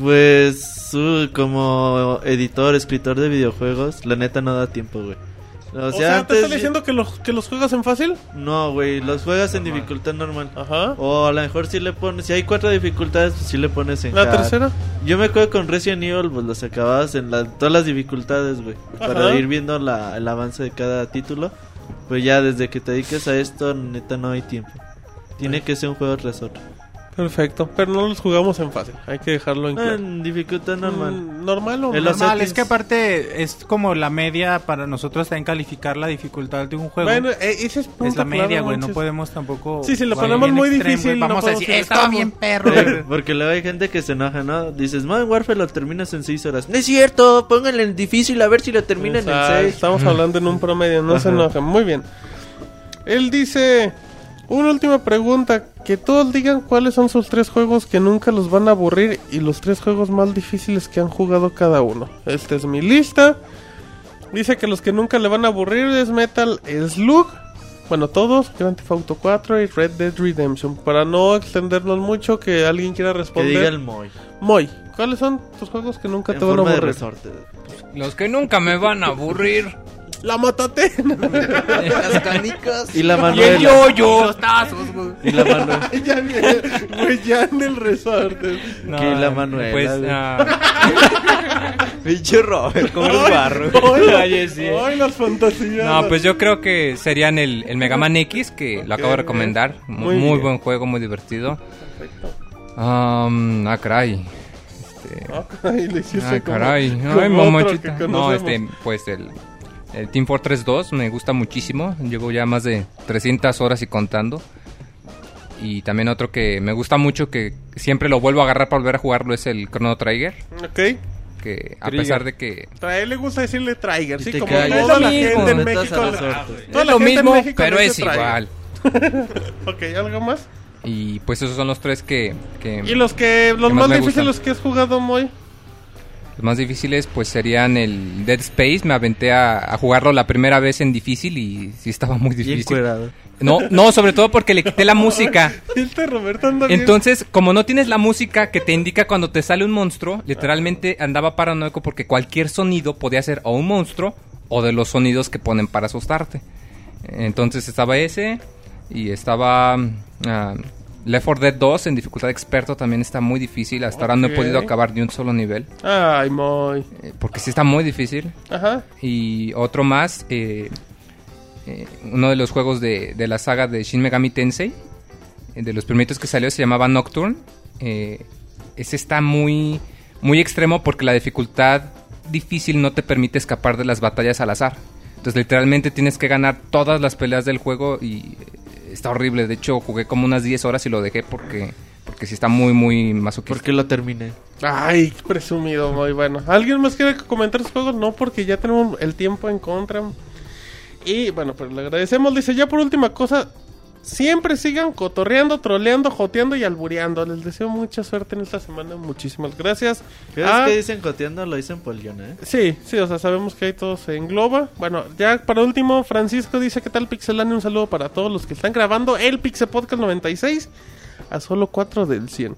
F: Pues uh, como editor, escritor de videojuegos, la neta no da tiempo, güey.
B: O
F: O sea,
B: sea, ¿te
F: antes
B: está diciendo que los, que los juegas en fácil?
F: No, güey, los juegas en dificultad normal.
B: Ajá.
F: O a lo mejor si le pones, si hay cuatro dificultades, pues si le pones en
B: ¿La
F: hard.
B: tercera?
F: Yo me acuerdo con Resident Evil, pues los acababas en la- todas las dificultades, güey. Para ir viendo la- el avance de cada título. Pues ya desde que te dediques a esto, neta no hay tiempo. Tiene que ser un juego tras otro.
B: Perfecto, pero no los jugamos en fácil. Hay que dejarlo en
F: No,
B: claro.
F: Ah, en dificultad normal.
B: Mm, ¿Normal o
F: El
B: no?
F: Los
D: Normal,
F: settings-
D: es que aparte es como la media para nosotros también calificar la dificultad de un juego.
B: Bueno, eh, ese es punto
D: es la media,
B: clave,
D: güey. No
B: manches.
D: podemos tampoco.
B: Sí, si lo
D: vaya
B: ponemos
D: bien
B: muy
D: extremo,
B: difícil,
D: güey,
B: no
D: Vamos a
B: podemos
D: decir,
B: ir
D: está bien perro.
F: Sí,
L: (laughs)
F: Porque luego hay gente que se enoja, ¿no? Dices, Modern Warfare lo terminas en 6 horas. No es cierto, pónganle en difícil a ver si lo terminan
B: Exacto,
F: en 6.
B: Estamos hablando en un promedio, no
F: Ajá.
B: se enojen. Muy bien. Él dice, una última pregunta, que todos digan cuáles son sus tres juegos que nunca los van a aburrir y los tres juegos más difíciles que han jugado cada uno. Esta es mi lista. Dice que los que nunca le van a aburrir es Metal Slug. Bueno, todos, Grand Theft Auto 4 y Red Dead Redemption. Para no extendernos mucho, que alguien quiera
F: Que diga el
B: responder.
F: Moy.
B: Moy, ¿cuáles son tus juegos que nunca
F: En
B: te van a
F: forma de
B: aburrir?
F: resorte.
E: Los que nunca me van a aburrir.
B: La matate. (laughs)
E: Las canicas.
F: Y la
E: Y el
F: Manuela.
E: yo-yo.
F: Y la Manuela.
B: (laughs) ya en el, güey, ya en el resorte.
E: No,
F: Que la Manuela,
E: Pues,
F: güey. (laughs)
E: ah,
C: Pinche Robert, como
B: eres
C: barro.
B: (laughs)
E: (laughs)
B: Ay, ay, las fantasías.
E: no, pues yo creo que serían el, el Mega Man X, que lo acabo de recomendar. Muy,
B: Muy
E: muy
B: bien.
E: buen juego, muy divertido. Am, ah, caray. Este,
B: Ay, le hiciste
E: Ah,
B: como- (laughs)
E: caray.
B: como
E: Ay,
B: otro
E: mamachita.
B: que
E: No,
B: conocemos.
E: este, pues el, el Team Fortress 2 me gusta muchísimo. Llevo ya más de 300 horas y contando. Y también otro que me gusta mucho, que siempre lo vuelvo a agarrar para volver a jugarlo, es el Chrono Trigger.
B: Ok.
E: Que a
C: Trigger.
E: pesar de que.
B: A él le gusta decirle Trigger,
F: Y
B: sí,
F: te
B: como
F: callas.
B: toda
E: Es lo
B: la gente en
E: mismo.
B: México.
F: Metas a
B: le-
F: las suertes.
B: toda
E: es
B: la
E: lo
B: gente en
E: mismo,
B: México
E: pero
B: le
E: es
B: dice Trigger.
E: igual.
B: (laughs) Ok, ¿algo más?
E: Y pues esos son los tres que. que
B: Y los que los
E: ¿Qué más
B: más
E: le
B: difíciles
E: gustan?
B: que has jugado, (laughs) Moy.
E: Los más difíciles pues serían el Dead Space. Me aventé a, a jugarlo la primera vez en difícil y sí estaba muy
F: Bien
E: difícil.
F: cuerado.
E: No, no, sobre todo porque le quité la música.
B: Este Roberto anda bien.
E: Entonces, como no tienes la música que te indica cuando te sale un monstruo, literalmente andaba paranoico porque cualquier sonido podía ser o un monstruo o de los sonidos que ponen para asustarte. Entonces estaba ese y estaba ah, Left 4 Dead 2 en dificultad experto también está muy difícil. Hasta ahora no he
B: Ok.
E: podido acabar ni un solo nivel
B: Ay, Moy.
E: eh, porque sí está muy difícil.
B: Ajá.
E: Y otro más, eh, eh, uno de los juegos de, de la saga de Shin Megami Tensei, eh, de los primeritos que salió, se llamaba Nocturne. Eh, ese está muy, muy extremo porque la dificultad difícil no te permite escapar de las batallas al azar. Entonces literalmente tienes que ganar todas las peleas del juego y eh, está horrible. De hecho jugué como unas 10 horas y lo dejé porque, porque sí está muy, muy masoquista.
F: Porque lo terminé.
B: Ay, presumido, muy bueno. ¿Alguien más quiere comentar sus juegos? No, porque ya pues tenemos el tiempo en contra. Y bueno, pero le agradecemos. Dice, ya por última cosa, Siempre sigan cotorreando, troleando, joteando y albureando. Les deseo mucha suerte en esta semana. Muchísimas gracias.
F: ¿Crees
B: Ah,
F: que dicen coteando? Lo dicen por el guión, ¿eh?
B: Sí, sí, o sea, sabemos que ahí todo se engloba. Bueno, ya para último, Francisco dice: ¿Qué tal, Pixelania? Un saludo para todos los que están grabando el Pixel Podcast 96 a solo 4 del 100.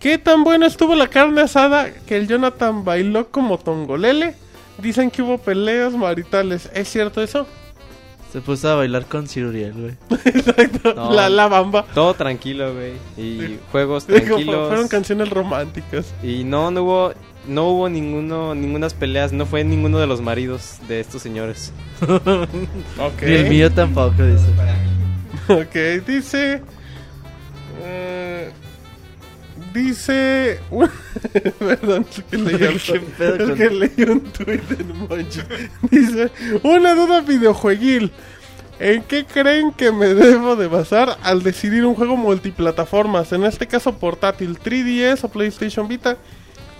B: ¿Qué tan buena estuvo la carne asada que el Jonathan bailó como tongolele? Dicen que hubo peleas maritales. ¿Es cierto eso?
F: Se puso a bailar con Ciruriel, (laughs) güey.
C: No.
B: La, la bamba.
C: Todo tranquilo, güey. Y juegos
B: Digo,
C: tranquilos.
B: fueron canciones románticas.
C: Y no, no hubo, no hubo ninguno, ningunas peleas. No fue ninguno de los maridos de estos
F: (laughs)
C: señores.
B: Ok.
F: Ni el mío tampoco, dice.
B: (laughs) Ok, dice. eh, dice. (laughs) Perdón, es que leí algo.
F: ¿Qué pedo
B: Es
F: con-
B: que leí un tweet en Monchi. (laughs) Dice: Una duda videojueguil. ¿En qué creen que me debo de basar al decidir un juego multiplataformas? En este caso portátil, 3DS o PlayStation Vita.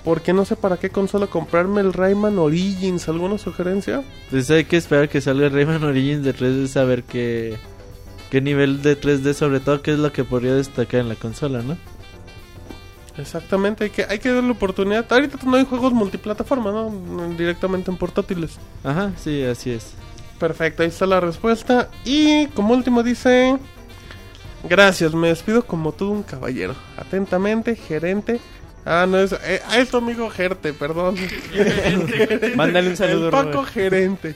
B: Porque no sé para qué consola comprarme el Rayman Origins. ¿Alguna sugerencia?
F: Pues hay que esperar que salga el Rayman Origins de 3D, saber qué, qué nivel de 3D, sobre todo, qué es lo que podría destacar en la consola, ¿no?
B: Exactamente, hay que, hay que darle oportunidad. Ahorita no hay juegos multiplataforma, ¿no? Directamente en portátiles.
F: Ajá, sí, así es.
B: Perfecto, ahí está la respuesta. Y como último dice... Gracias, me despido como todo un caballero. Atentamente, gerente. Ah, no es... eh, ah, es tu amigo Gerte, perdón.
C: (laughs) Mándale un saludo,
B: El Paco
C: Robert.
B: gerente.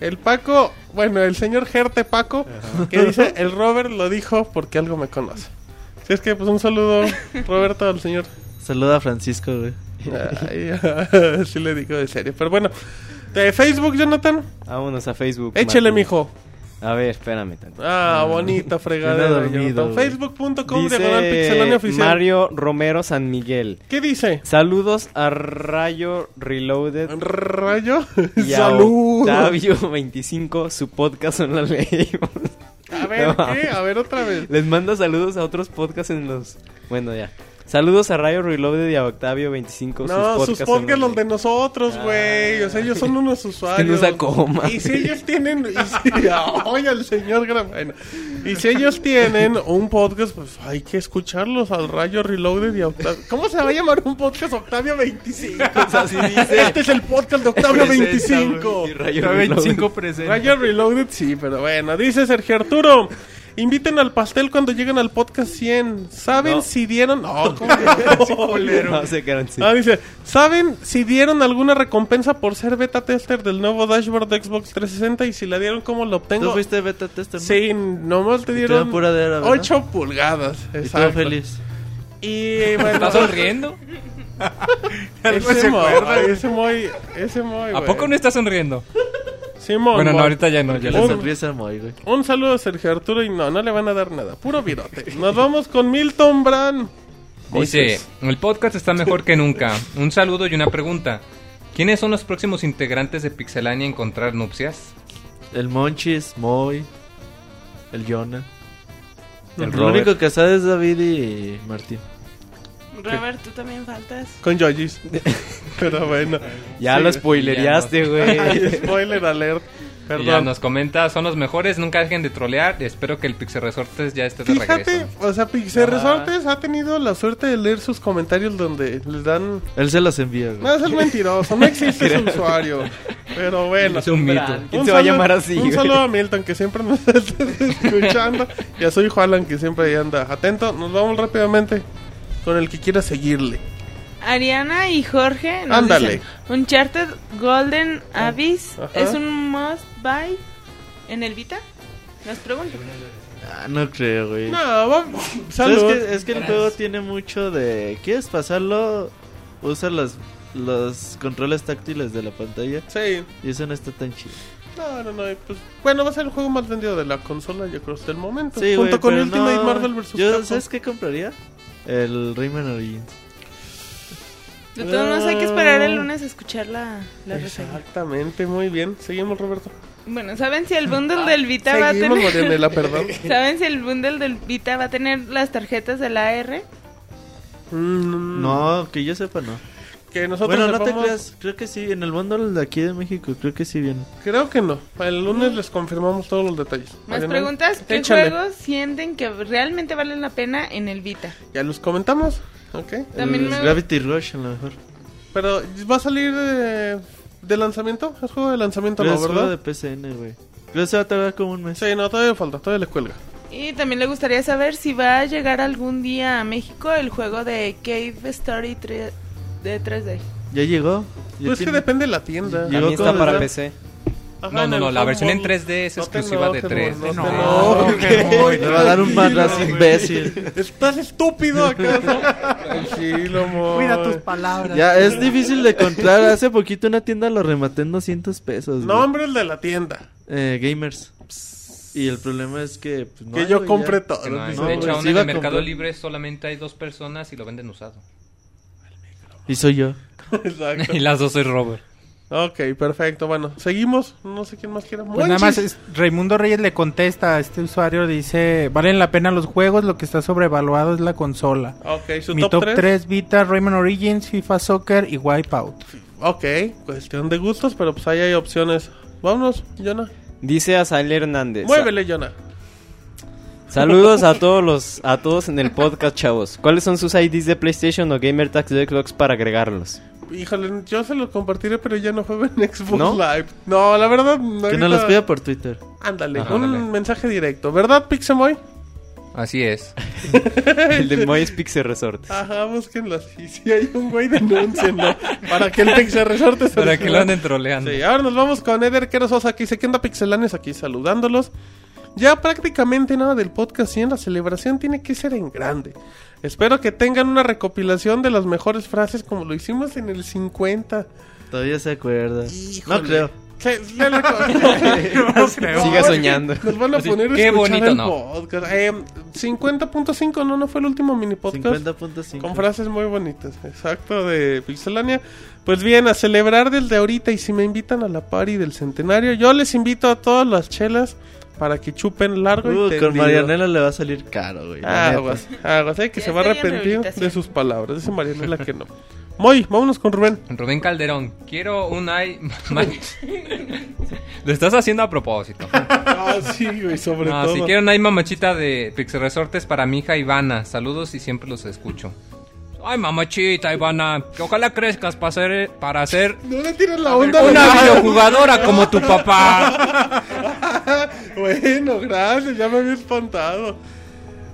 B: El Paco, bueno, el señor Gerte Paco, que dice, el Robert lo dijo porque algo me conoce. Si es que, pues un saludo, Roberto, al señor
F: Saluda a Francisco, güey.
B: Ay, (laughs) sí le digo de serio. Pero bueno, de Facebook, Jonathan,
C: Vámonos a Facebook.
B: échele,
C: Martín.
B: mijo.
C: A ver, espérame tanto.
B: Ah,
C: (laughs)
B: bonita
F: Anda
B: fregada.
F: dormido, güey.
B: Facebook.com diagonal pixelania
C: Dice
B: oficial.
C: Mario Romero San Miguel.
B: ¿Qué dice?
C: Saludos a Rayo Reloaded
B: Rayo.
C: (laughs) y a
B: Salud.
C: Octavio 25. Su podcast son las leímos.
B: A ver,
C: No.
B: ¿qué? A ver, otra vez.
C: Les mando saludos a otros podcasts en los. Bueno, ya. Saludos a Rayo Reloaded y a Octavio 25.
B: No, sus
C: son
B: podcasts los de
C: leímos.
B: nosotros, güey. O sea, ellos son unos usuarios.
C: usa coma.
B: Y si ellos tienen. Y si, (laughs) Ay, al señor Gra- bueno. Y si ellos tienen un podcast, pues hay que escucharlos al Rayo Reloaded y a Octavio. ¿Cómo se va a llamar un podcast Octavio 25?
L: (laughs)
F: (laughs)
C: Así dice.
B: Este es el podcast de Octavio 25.
C: Y Rayo Reloaded.
D: 25 presentes.
B: Rayo Reloaded, sí, pero bueno. Dice Sergio Arturo. Inviten al pastel cuando lleguen al podcast 100. ¿Saben
C: No.
B: si
F: (laughs)
B: dieron? No, ¿cómo
C: (laughs)
B: que no, (laughs) culero?
C: No se quedan sin-
B: Ah, dice, ¿saben si dieron alguna recompensa por ser beta tester del nuevo dashboard de Xbox 360 y si la dieron cómo lo
F: ¿Tú
B: obtengo?
F: fuiste beta tester? no?
B: Sí, nomás te
F: Y te
B: dieron
F: dan pura de era, ¿verdad?
B: 8 pulgadas.
F: Y
B: Exacto.
F: todo feliz.
B: Y bueno,
E: ¿Estás (laughs) sonriendo?
B: ese muy, ese muy, ese muy,
E: ¿A poco no estás sonriendo?
B: Simón,
E: Bueno, no,
B: muy.
E: ahorita ya no. Ya
F: Que
E: le
F: le
B: Un-
E: sonríe.
F: sonríes a Moy, güey.
B: Un saludo a Sergio Arturo y no, no le van a dar nada. Puro virote. Nos vamos con Milton Brand.
E: Dice, (laughs)
B: Moisés.
E: el podcast está mejor que nunca. Un saludo y una pregunta. ¿Quiénes son los próximos integrantes de Pixelania a encontrar nupcias?
F: El Monchis, Moy, el Jonah.
C: El
F: Lo
C: Robert.
F: único que sabe es David y Martín.
G: Robert, tú también faltas.
B: Con Yojis. Pero bueno.
C: Ya
B: Sí.
C: lo spoilereaste,
B: (laughs)
E: (laughs)
B: Ay,
C: güey.
B: spoiler alert.
E: Y ya
B: Perdón.
E: nos comenta, son los mejores, nunca dejen de trolear. Espero que el Pixel Resortes ya esté de
B: Fíjate,
E: regreso.
B: o sea, Pixel
C: Ah.
B: Resortes ha tenido la suerte de leer sus comentarios donde les dan...
F: Él se los envía, güey.
B: No, es el mentiroso, no
F: Este
E: (laughs)
B: existe ese usuario. Pero bueno.
E: Es un mito.
C: ¿Quién se va a llamar así,
B: Un
C: güey?
B: saludo a Milton, que siempre nos (laughs) está escuchando. Y a su hijo Alan, que siempre ahí anda atento. Nos vamos rápidamente con el que quiera seguirle.
G: Ariana y Jorge nos
B: Ándale. Ah,
G: dicen, Uncharted Golden Abyss
B: Ajá.
G: es un must buy en el Vita. Nos preguntan.
F: Ah, no creo, güey.
B: No, vamos.
F: ¿Sabes
B: Salud.
F: qué? Es que el juego tiene mucho de... ¿Quieres pasarlo? Usa los, los controles táctiles de la pantalla.
B: Sí.
F: Y eso no está tan chido.
B: No, no, no. y Pues, bueno, va a ser el juego más vendido de la consola, yo creo, hasta el momento.
F: Sí,
B: junto
F: güey,
B: con
F: pero
B: Ultimate
F: no.
B: Marvel vs.
F: Yo,
B: Capcom.
F: ¿Sabes qué compraría? El Rayman Origins.
G: De todos modos hay que esperar el lunes a escuchar la, la reseña.
B: Exactamente, muy bien. Seguimos, Roberto.
G: Bueno, ¿saben si el bundle del Vita va a
B: Seguimos,
G: tener...
B: Marianela, perdón.
G: (laughs) ¿Saben si el bundle del Vita va a tener las tarjetas del AR?
B: Mm,
F: No, que yo sepa, no.
B: que nosotros
F: Bueno, no te
B: sepamos-
F: creas, creo que sí, en el bundle de aquí de México, creo que sí viene.
B: Creo que no. El lunes les confirmamos todos los detalles.
G: Más
B: Mariana,
G: preguntas, ¿qué
B: échale.
G: juegos sienten que realmente valen la pena en el Vita?
B: Ya los comentamos. Ok.
G: También
B: Mm.
F: El
G: me-
F: Gravity Rush a lo mejor.
B: Pero va a salir de, de lanzamiento. Es juego de lanzamiento,
F: Pero
B: ¿no?
F: es juego
B: ¿Verdad?
F: de PCN, güey. Creo que se va a tardar como un mes.
B: Sí, no, todavía falta, todavía les cuelga.
G: Y también le gustaría saber si va a llegar algún día a México el juego de Cave Story 3 de 3D.
F: Ya llegó. Ya
B: Pues es que
F: tiene-
B: depende de la tienda.
F: Llegó
C: También
F: con
C: está para
F: la-
C: PC.
B: Ajá,
E: No,
B: en
E: no,
B: el
E: no, la
B: Humble.
E: versión en 3D es
B: No te
E: exclusiva de
B: enojes,
E: 3.
B: No, te
E: No,
F: Ah,
B: enojes, güey.
F: Me va a dar un madrazo,
B: Tranquilo,
F: imbécil.
B: güey. ¿Estás estúpido acaso? Tranquilo, amor.
L: Cuida tus palabras.
F: Ya, es difícil de encontrar. Hace poquito una tienda lo rematé en 200 pesos.
B: No,
F: güey.
B: hombre, el de la tienda.
F: Eh, gamers. Y el problema es que... pues, no
B: Que
F: hay,
B: yo
F: güey,
B: compré
F: ya.
B: todo.
E: Que no hay.
B: dice.
F: No,
E: de
F: güey,
E: hecho,
F: sí
E: aún
F: iba
E: en
F: a
E: el Mercado
F: comprar.
E: Libre solamente hay dos personas y lo venden usado.
F: Y soy yo.
L: Pues
B: Exacto.
E: y las dos soy Robert.
B: Ok, perfecto. Bueno, seguimos. No sé quién más quiera.
L: Pues nada más, es- Raimundo Reyes le contesta a este usuario, dice, valen la pena los juegos, lo que está sobrevaluado es la consola.
B: Ok, su
L: Mi
B: top,
L: top
B: 3.
L: 3, Vita, Rayman Origins, FIFA Soccer y Wipeout. (laughs)
B: Ok, cuestión de gustos, pero pues ahí hay opciones. Vámonos, Jonah.
C: Dice Azael Hernández.
B: Muévele, Jonah.
C: Saludos a todos los a todos en el podcast, chavos. ¿Cuáles son sus IDs de PlayStation o Gamer Tax de Xbox para agregarlos?
B: Híjole, yo se los compartiré, pero ya no juego en Xbox
C: ¿No?
B: Live. No, la verdad. no
F: Que nos los pida por Twitter.
B: Ándale,
E: Ajá,
B: un
E: ándale.
B: mensaje directo. ¿Verdad, Pixemoy?
E: Así es.
C: (laughs) El de Moyes Pixel Resort.
B: Ajá, búsquenlo. Y si hay un güey, denúncienlo. para que (laughs) el Pixel Resorte se
E: Para que lo
B: resuelva.
E: anden troleando.
B: Sí, ahora nos vamos con Eder Querososa, que dice que anda pixelanes aquí saludándolos. Ya prácticamente nada del podcast y en la celebración tiene que ser en grande. Espero que tengan una recopilación de las mejores frases como lo hicimos en el 50.
F: Todavía se acuerda.
B: Híjole.
F: No creo.
B: Se- se lo- (laughs) No creo.
C: Siga soñando.
B: Nos van a
E: Así,
B: poner a
E: qué
B: escuchar
E: bonito,
B: el
E: no.
B: podcast. Eh, 50.5, no, no fue el último mini podcast.
F: 50.5.
B: Con frases muy bonitas, exacto, de Pixelania. Pues bien, a celebrar desde ahorita y si me invitan a la party del centenario, yo les invito a todas las chelas para que chupen largo
F: Uh,
B: y tendido.
F: con Marianela le va a salir caro, güey. la neta.
B: Aguas, aguas, eh, que
G: Ya
B: se va a
G: estoy en
B: arrepentir
G: rehabilitación.
B: de sus palabras. Dice Marianela que no. Moy, vámonos con Rubén.
E: Rubén Calderón, quiero un i... Lo estás haciendo a propósito.
B: Ah, sí, güey, sobre
E: No, si quieren hay mamachita de Pixel Resortes para mi hija Ivana. Saludos y siempre los escucho. Ay, mamachita Ivana, que ojalá crezcas para ser, para ser
B: No le tiras la onda.
E: una
B: ¿verdad?
E: (laughs) videojugadora como tu
B: (laughs)
E: papá.
B: Bueno, gracias, ya me había espantado.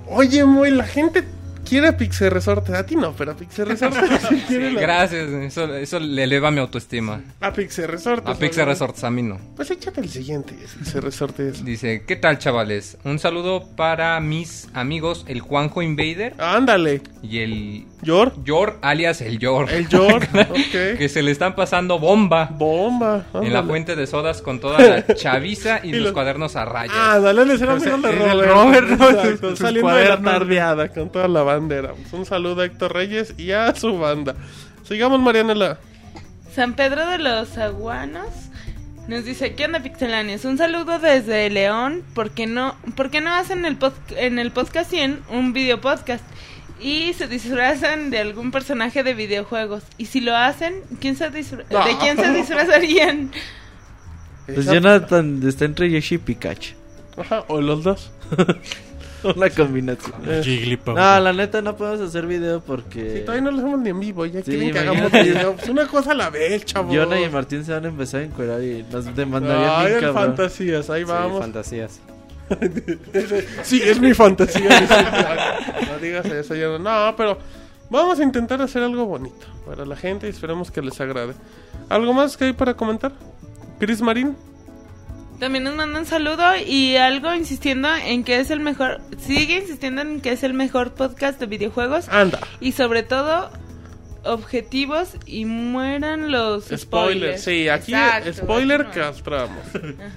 B: Oye, Moy, la gente quiere a Pixel Resortes. A ti no, pero a Pixel Resortes sí quiere la-
E: Gracias, eso, eso le eleva mi autoestima.
B: A Pixel Resortes.
E: A Pixel
B: obviamente.
E: Resortes, a mí no.
B: Pues échate el siguiente,
E: (laughs)
B: Pixel Resortes.
E: Dice, ¿qué tal chavales? Un saludo para mis amigos, el Juanjo Invader
B: Ándale,
E: y el
B: Yor.
E: Yor, alias el Yor,
B: El
E: (laughs)
B: Yor, ok.
E: que se le están pasando bomba
B: Bomba.
E: en la
B: ándale.
E: fuente de sodas con toda
B: (laughs)
E: la chaviza y,
B: Y
E: los
B: los-
E: cuadernos a rayas.
B: Ah, dale, le será amigo de
F: es el
B: Robert.
F: Robert, ¿no?
B: Exacto,
F: Sus
B: saliendo de la
F: cuadernos.
B: tardeada con toda la bandera. Pues un saludo a Héctor Reyes y a su banda. Sigamos, Marianela.
G: San Pedro de los Aguanos nos dice, ¿qué onda Pixelanios? Un saludo desde León, ¿por qué no, por qué no hacen el pod- en el podcast 100 un video podcast? Y se disfrazan de algún personaje de videojuegos. Y si lo hacen, ¿quién se disfra-
B: No.
G: ¿de quién se
B: (laughs)
G: disfrazarían?
F: Pues Jonathan está entre Yoshi y Pikachu.
B: Ajá, o
F: (laughs)
B: los dos.
F: Una combinación.
D: Jigglypuff.
F: No, la neta no podemos hacer video porque...
B: Y todavía no lo hacemos ni en vivo, ya
F: Sí,
B: quieren que hagamos
F: imagínate.
B: video. Pues una cosa a la vez, chavo.
F: Jonah y Martín se van a empezar a encuerar y nos demandarían
B: Ay,
F: bien,
B: en
F: cabrón.
B: fantasías, ahí
C: Sí,
B: vamos.
C: fantasías.
B: Sí, es mi fantasía. dice. (laughs) no digas eso, ya no. No, pero vamos a intentar hacer algo bonito para la gente y esperemos que les agrade. ¿Algo más que hay para comentar? Chris Marín.
G: También nos manda un saludo y algo insistiendo en que es el mejor, sigue insistiendo en que es el mejor podcast de videojuegos
B: Anda.
G: y sobre todo objetivos y mueran los spoilers.
B: Spoiler. Sí, aquí
G: Exacto,
B: spoiler
G: aquí no hay. (laughs)
B: castramos.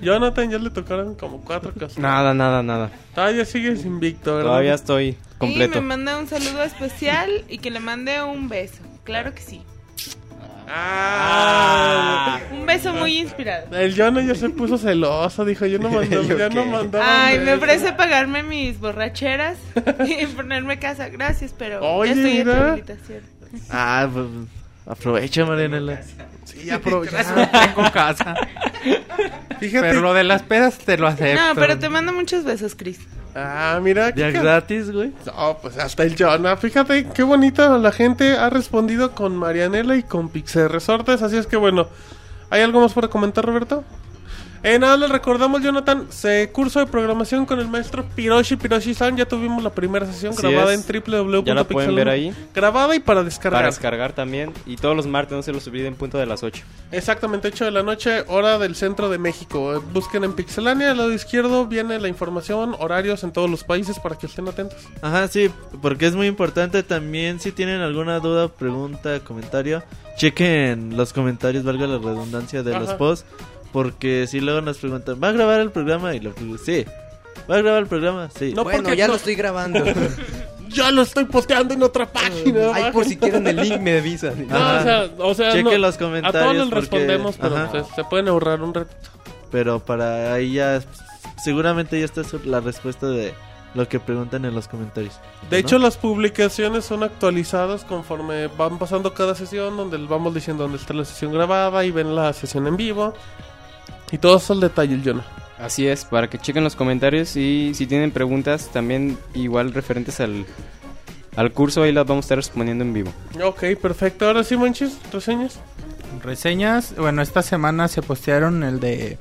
B: Jonathan ya le tocaron como cuatro Ah, castramos.
C: Nada, nada, nada.
B: Todavía sigues invicto, ¿verdad?
C: Todavía estoy
G: Y
C: completo.
G: me manda un saludo especial y que le mande un beso. Claro que sí.
B: Ah.
G: Un beso muy inspirado.
B: El Jonah ya se puso celoso, dijo,
C: (laughs)
B: yo no mandaba, ya no mandaba.
G: Ay, me
B: besos.
G: ofrece pagarme mis
B: (laughs)
G: borracheras y ponerme casa. Gracias, pero
B: Oye,
G: ya estoy en
B: mira.
G: rehabilitación.
F: Ah, pues... Aprovecha, Marianela.
D: Sí, aprovecha. tengo casa. Fíjate. Pero lo de las pedas te lo acepto.
G: (laughs) No, pero te mando muchos besos, Chris.
B: Ah, mira.
F: Ya gratis, güey.
B: No, pues hasta el Jonah. Fíjate qué bonita la gente ha respondido con Marianela y con Pixel Resortes. Así es que bueno, ¿hay algo más para comentar, Roberto? Eh, nada, les recordamos, Jonathan, se curso de programación con el maestro Piroshi Piroshi-san. Ya tuvimos la primera sesión
C: Así
B: grabada
C: es.
B: en www.
C: Ya la pueden ver ahí.
B: Grabada y para descargar.
C: Para descargar también. Y todos los martes no se los olviden, punto de las 8.
B: Exactamente, 8 de la noche, hora del centro de México. Eh, Busquen en Pixelania, al lado izquierdo viene la información, horarios en todos los países para que estén atentos.
F: Ajá, sí, porque es muy importante también. Si tienen alguna duda, pregunta, comentario, chequen los comentarios, valga la redundancia de los
B: Ajá.
F: posts. Porque si luego nos preguntan, ¿va a grabar el programa? Y lo sí. ¿Va a grabar el programa? Sí.
B: No, Bueno, porque ya no- lo estoy
M: grabando.
B: (laughs) ya lo estoy posteando en otra página.
M: Ay, por si quieren el link, me avisan.
B: No, o sea, o sea,
F: Chequen
B: no,
F: los comentarios.
B: A todos les
F: porque-
B: respondemos, pero
F: Ajá.
B: se, se pueden ahorrar un ratito.
F: Pero para ahí ya. Seguramente ya está su- la respuesta de lo que preguntan en los comentarios.
B: De
F: ¿no?
B: hecho, las publicaciones son actualizadas conforme van pasando cada sesión, donde les vamos diciendo dónde está la sesión grabada y ven la sesión en vivo. Y todo eso al detalle, el Jonah.
C: Así es, para que chequen los comentarios y si tienen preguntas también igual referentes al, al curso, ahí las vamos a estar respondiendo en vivo.
B: Ok, perfecto. Ahora sí, manches, reseñas.
L: Reseñas, bueno, esta semana se postearon el de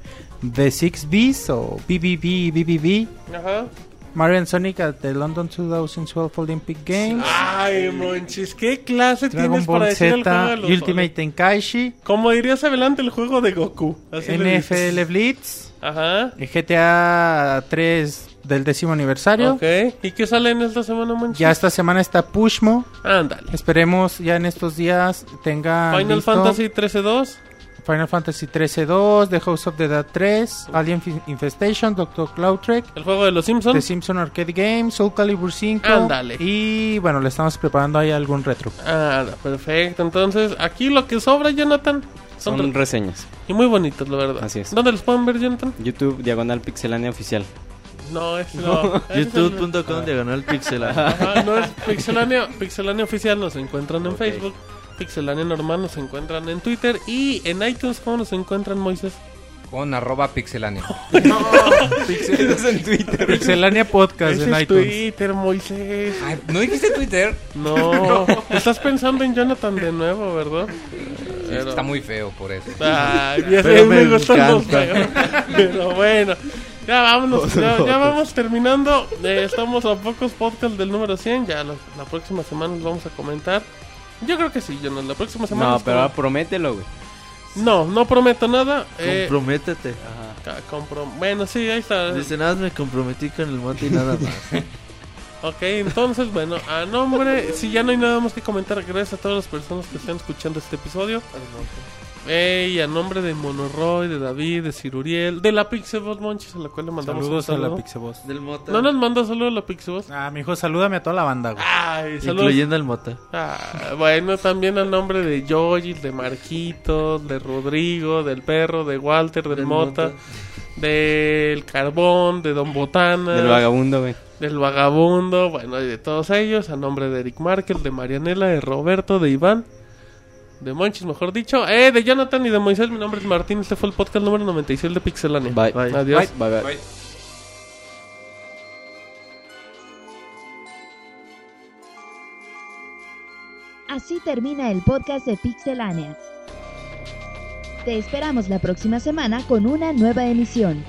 L: The Six Bs o BBB, BBB.
B: Ajá.
L: Mario and Sonic at the London 2012 Olympic Games.
B: Ay, monchis, ¿qué clase
L: Dragon
B: Ah, tienes para
L: Ball
B: decir el juego de
L: Z,
B: los
L: Ultimate Tenkaichi,
B: Como dirías adelante, el juego de Goku. Así le dices.
L: NFL Blitz,
B: Ajá.
L: GTA 3 del décimo aniversario.
B: Ok. ¿Y qué sale en esta semana, monchis?
L: Ya esta semana está Pushmo.
B: Ándale.
L: Esperemos ya en estos días tenga
B: Final
L: listo
B: Fantasy 13-2.
L: Final Fantasy 13-2, The House of the Dead 3, Alien Fi- Infestation, Doctor Cloud Trek,
B: El juego de los
L: The
B: Simpsons.
L: Simpson Arcade Game, Soul Calibur 5.
B: Ándale.
L: Y bueno, le estamos preparando ahí algún retro.
B: Ah, perfecto. Entonces, aquí lo que sobra, Jonathan, son,
C: Son
B: re-
C: reseñas.
B: y muy bonitos, la verdad.
C: Así es.
B: ¿Dónde los pueden ver, Jonathan?
C: YouTube, Diagonal Pixelania Oficial.
B: No, es no. Ese es el- Ah.
F: YouTube.com diagonal pixel.
B: Ajá, no es Pixelania, Pixelania Oficial nos encuentran en Facebook, Pixelania Normal nos encuentran en Twitter y en iTunes, ¿cómo nos encuentran, Moisés?
E: Con arroba pixeláneo. (laughs)
B: en Twitter.
L: Pixelania Podcast en iTunes.
B: Twitter, Moisés.
E: ¿No dijiste Twitter? (laughs)
B: No. Estás pensando en Jonathan de nuevo, ¿verdad?
E: Sí, Está muy feo por eso.
B: Ay, ya sé,
E: Pero
B: me,
E: me
B: gustan los
E: encanta.
B: feos. Pero bueno, ya vámonos, ya, ya vamos terminando. Eh, estamos a pocos podcasts del número 100. Ya la, la próxima semana los vamos a comentar. Yo creo que sí, Jonas. La próxima semana.
C: No,
B: los
C: pero
B: comen-
C: ahora promételo, güey.
B: No, no prometo nada. eh,
F: Comprométete.
B: ca- comprom- bueno, sí, ahí está.
F: Dice, nada, más me comprometí con el monte y nada más.
B: (laughs) Ok, entonces, bueno, a nombre, si ya no hay nada más que comentar, gracias a todas las personas que están escuchando este episodio. Eh, y a nombre de Monoroy, de David, de Ciruriel, de la Pixabot Monchis, a la cual le mandamos
L: Saludos
B: un
L: a la
B: saludo.
L: Pixaboss.
F: Del mota.
B: ¿No nos manda saludos la Pixabot?
L: Ah, mijo, salúdame a toda la banda, güey.
B: Ay, saludos.
F: Incluyendo el mota.
B: Ah, bueno, también al nombre de Joy, de Marquito, de Rodrigo, del perro, de Walter, del,
F: Del
B: Mota,
F: Mota.
B: del Carbón, de Don Botana,
C: Del vagabundo, güey.
B: del Vagabundo, bueno, y de todos ellos, a nombre de Eric Markel, de Marianela, de Roberto, de Iván, de Monchis, mejor dicho, eh, de Jonathan y de Moisés, mi nombre es Martín, este fue el podcast número 96 de Pixelania.
C: Bye.
F: Bye.
B: Adiós.
C: Bye, bye.
A: Así termina el podcast de Pixelania. Te esperamos la próxima semana con una nueva emisión.